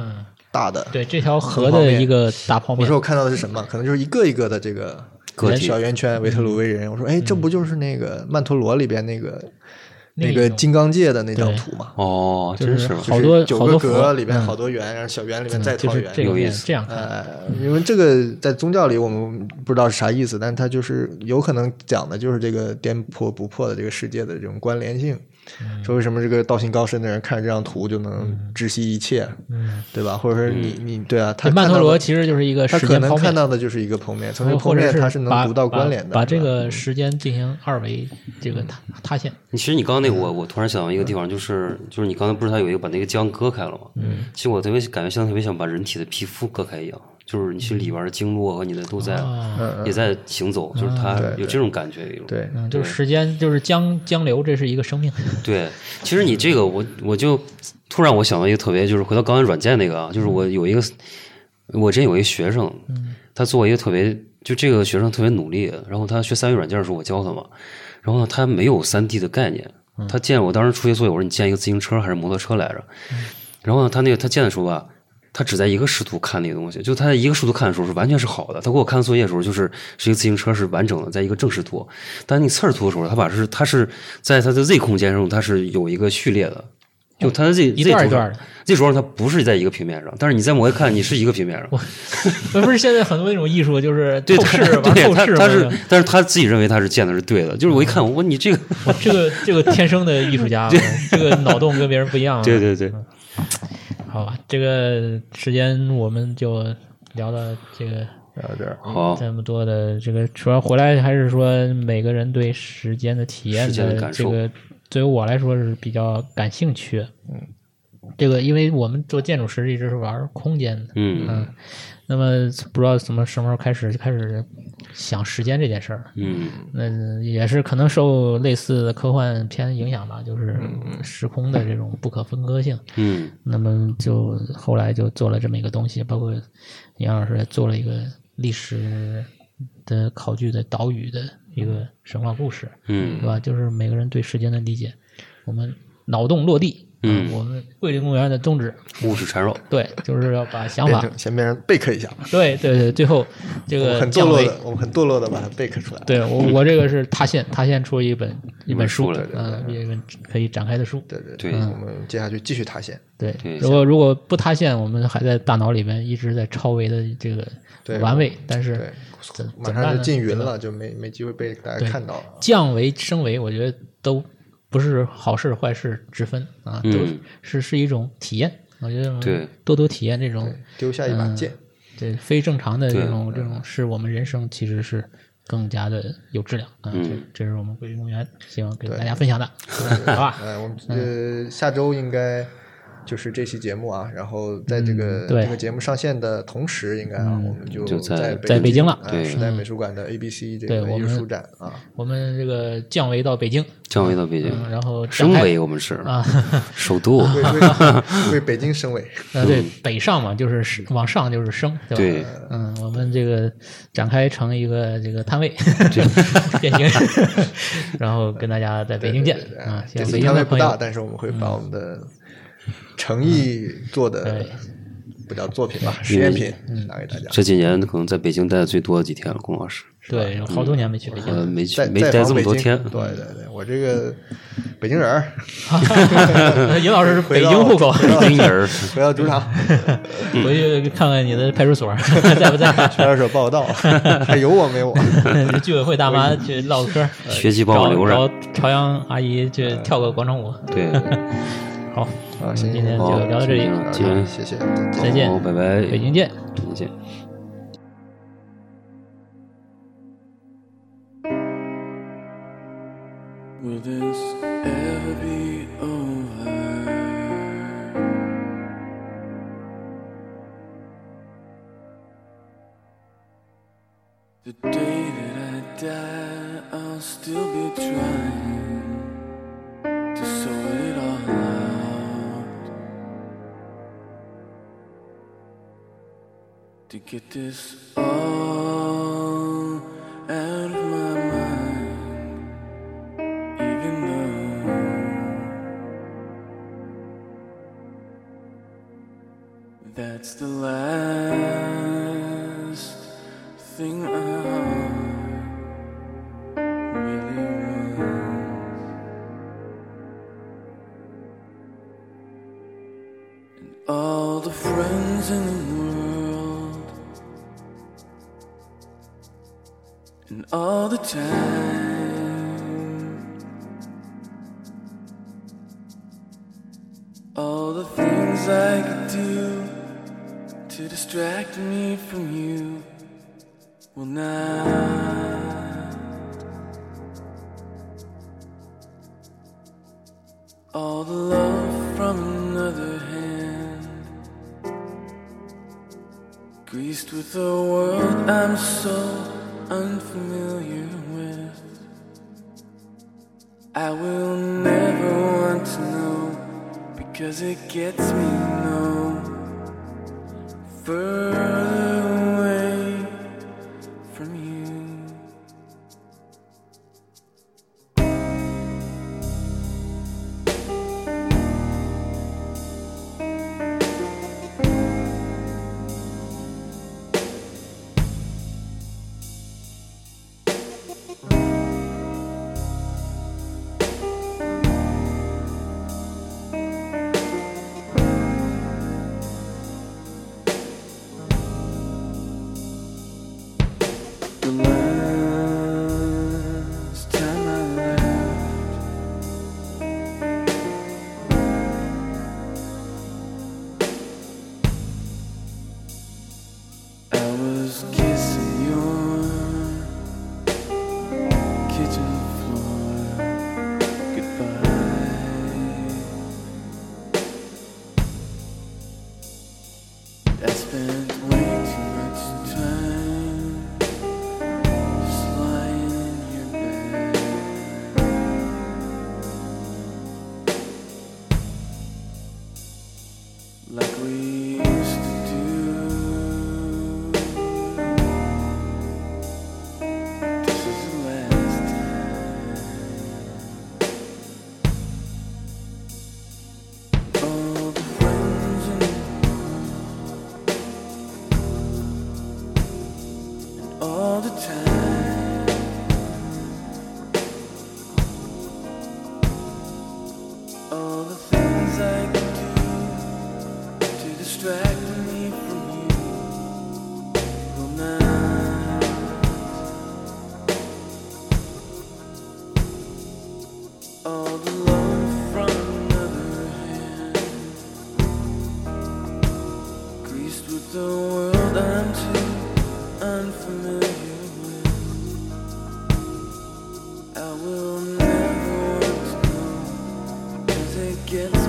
S3: 大的。
S4: 对，这条河的一个大泡
S3: 我
S4: 面
S3: 说，我看到的是什么？可能就是一个一个的这个
S2: 个体
S3: 小圆圈，维特鲁威人。我说，哎，这不就是那个曼陀罗里边那个
S4: 嗯那
S3: 那
S4: 个
S3: 个金刚界的那张图吗？
S2: 哦，真是
S4: 好多
S3: 九
S4: 好
S3: 个
S4: 多
S3: 格
S4: 佛嗯
S3: 里边好多圆，然后小圆里面再一
S4: 就
S3: 套
S4: 是
S3: 圆。
S4: 这个
S2: 有意
S4: 面
S2: 思
S4: 这样看，
S3: 呃，因为这个在宗教里我们不知道是啥意思，但是它就是有可能讲的就是这个颠破不破的这个世界的这种关联性。
S4: 嗯
S3: 说为什么这个道行高深的人看着这张图就能知悉一切，
S4: 嗯，
S3: 对吧？或者说你你对啊，他
S4: 曼
S3: 看
S4: 陀
S3: 到
S4: 罗
S3: 的
S4: 其实就是一个
S3: 他
S4: 时
S3: 可
S4: 间
S3: 能
S4: 剖
S3: 看
S4: 面，
S3: 到的就是一个剖面，从这个剖
S4: 或者
S3: 面
S4: 是
S3: 它是能
S4: 把
S3: 读到关联的。
S4: 把把这
S3: 是吧嗯
S4: 个时间进行二维这个塌塌陷。
S2: 其实你刚刚那个我，我突然想到一个地方，就是就是你刚才不是他有一个把那个浆割开了吗？嗯，其实我特别感觉像特别像把人体的皮肤割开一样，就是你去里边的经络和你的都在、也在行走，就是它有这种感觉，有一种
S3: 对，
S4: 嗯，就是时间，就是江江流，这是一个生命。
S2: 对，其实你这个我我就突然我想到一个特别，就是回到刚才软件那个啊，就是我有一个，我之前有一个学生，
S4: 嗯
S2: 他做一个特别，就这个学生特别努力，然后他学三维软件的时候我教他嘛，然后呢他没有三 D 的概念，
S4: 嗯
S2: 他建我当时出去作业，我说你建一个自行车还是摩托车来着，
S4: 嗯
S2: 然后呢他那个他建的时候吧。他只在一个视图看那个东西，就他在一个视图看的时候是完全是好的。他给我看作业的时候，就是是一个自行车是完整的，在一个正视图。但你侧视图的时候，他把是它是在它的 Z 空间上，它是有一个序列的，就它的 Z
S4: 一段一段的
S2: Z 轴上它不是在一个平面上，但是你在某一看你是一个平面上。
S4: 不是现在很多那种艺
S3: (laughs)
S4: 术就是
S2: 对，
S4: 透
S2: 他
S4: 视吧，嗯
S2: 对
S4: 透
S2: 他
S4: 视
S2: 他
S4: 嘛
S2: 是，但是他自己认为他是建的是对的。就是我一看，我你这个，
S4: 我这个这个天生的艺术
S3: (laughs)
S4: 家，这个脑洞跟别人不一样
S2: (laughs)
S4: 啊。
S2: 对对对，
S4: 好吧，这个时间我们就聊到这个
S3: 然后这儿
S2: 好，
S4: 这么多的这个，主要回来还是说每个人对时间的体验
S2: 时间的感
S4: 这
S2: 受
S4: 个，对于我来说是比较感兴趣。嗯，这个因为我们做建筑师一直是玩空间的，
S2: 嗯
S4: 嗯，那么不知道怎么什么时候开始就开始想时间这件事儿。
S2: 嗯
S4: 那也是可能受类似的科幻片影响吧，就是时空的这种不可分割性。
S2: 嗯
S4: 那么就后来就做了这么一个东西，包括杨老师也做了一个历史的考据的岛屿的一个神话故事，
S2: 嗯
S4: 对吧？就是每个人对时间的理解，我们脑洞落地。啊
S2: 嗯
S4: 我们桂林公园的宗旨，
S2: 物质缠绕，
S4: 对，就是要把想
S3: 变
S4: 法，
S3: 成先变成贝克一下，
S4: 对对对，最后这
S3: 我们
S4: 个
S3: 很堕
S4: 降
S3: 落
S4: 维，
S3: 的，我们很堕落的把它贝克出来。
S4: 对
S3: (laughs)
S4: 我我这个是塌陷，塌陷出一本一本书，
S2: 一本书
S4: 嗯，一本可以展开的书，
S3: 对对
S2: 对
S4: 嗯
S3: 我们接下去继续塌陷。
S4: 对
S2: 对
S4: 如果如果不塌陷，我们还在大脑里面一直在超维的这个
S3: 对
S4: 玩味，但是
S3: 对，
S4: 怎
S3: 马
S4: 怎么办
S3: 上就
S4: 呢
S3: 进云
S4: 对吧
S3: 了，就没没机会被大家看到了。
S4: 降维升维，我觉得都不是好事坏事之分啊，都
S2: 嗯
S4: 是是一种体验。我觉得
S2: 对
S4: 多多体验这种
S3: 丢下一把剑，
S4: 对非正常的
S2: 对
S4: 这种这种，是我们人生其实是更加的有质量啊。
S2: 嗯
S4: 这这是我们桂林公园希望给大家
S3: (laughs)
S4: 分享的，好吧？
S3: 哎，我们
S4: 嗯
S3: 呃下周应该就是这期节目啊，然后在这个
S4: 嗯对嗯
S3: 这个节目上线的同时，应该啊我们就
S2: 就在
S4: 在北
S3: 北
S4: 京了
S3: 啊
S2: 对
S3: 时代美术馆的 ABC 这
S4: 嗯对
S3: 个
S4: 我
S3: 艺
S4: 们
S3: 术展
S4: (laughs)
S3: 啊，
S4: 我们这个降维到北京，
S2: 降维到北京，
S4: 嗯然后展
S2: 升
S4: 开
S2: 维我们是
S4: 啊，
S2: (laughs) 首都，
S3: 为为为北京省
S4: (laughs)
S3: 委，
S4: 呃，对，北上嘛，就是是往上就是升，对吧？
S2: 对
S4: 嗯，我们这个展开成一个这个摊位，变形，然后跟大家在北京见啊！希
S3: 这
S4: 望
S3: 次
S4: 北京
S3: 摊
S4: 的
S3: 位不
S4: 朋
S3: 大，
S4: 友，嗯哎
S3: 但是我们会把我们的诚意做的
S4: 对
S3: 不叫作品吧，
S4: 嗯
S3: 实验品拿给大家。
S2: 这几年可能在北京待的最多的几天了，龚老师，
S1: 对，好多年没去北京
S4: 嗯
S2: 呃，
S1: 了。
S2: 没去
S3: 在
S2: 没
S3: 在
S2: 待
S3: 访
S2: 这么
S3: 北
S2: 多
S3: 京，
S2: 天， (laughs)
S3: 对对对，我这个北京人儿，
S1: (laughs) 尹老师是北
S3: 回到
S1: 京户口，
S2: 北京人儿，
S3: 回到主场，
S1: 回去看看你的派出所 (laughs) 在不在，
S3: 派出所报个到， (laughs) 还有我
S2: (laughs)
S3: 没我？
S1: 居委会大妈去唠嗑，
S4: 呃
S2: 学习帮我
S1: 找
S2: 留着。
S1: 找朝阳阿姨去跳个广场舞。
S2: 对，
S1: 好，
S3: 啊，
S1: 今
S3: 行
S1: 天
S3: 行
S1: 就
S2: 好，
S1: 聊到这里，
S2: 嗯今天
S3: 谢谢，
S1: 再见
S2: 好，，拜拜，
S1: 北京见。
S2: 北京见。
S5: Will this ever be over? The day that I die, I'll still be trying to sort it all out. To get this all out of my mind even though that's the last thing I really want, and all the friends in the world, and all the time. All the things I could do to distract me from you will not. All the love from another hand, greased with a world I'm so unfamiliar with. I will never want to know because it gets me no further away from you. The last time I left, I was kissing your kitchen floor goodbye. I spent way too much time. Just lying in your bed. Like we used to do. This is the last time. All the friends in the all the time. All the things I can do to distract me from you will not. All the love from another hand, greased with the world I'm too unfamiliar with. I will never want to know 'cause it gets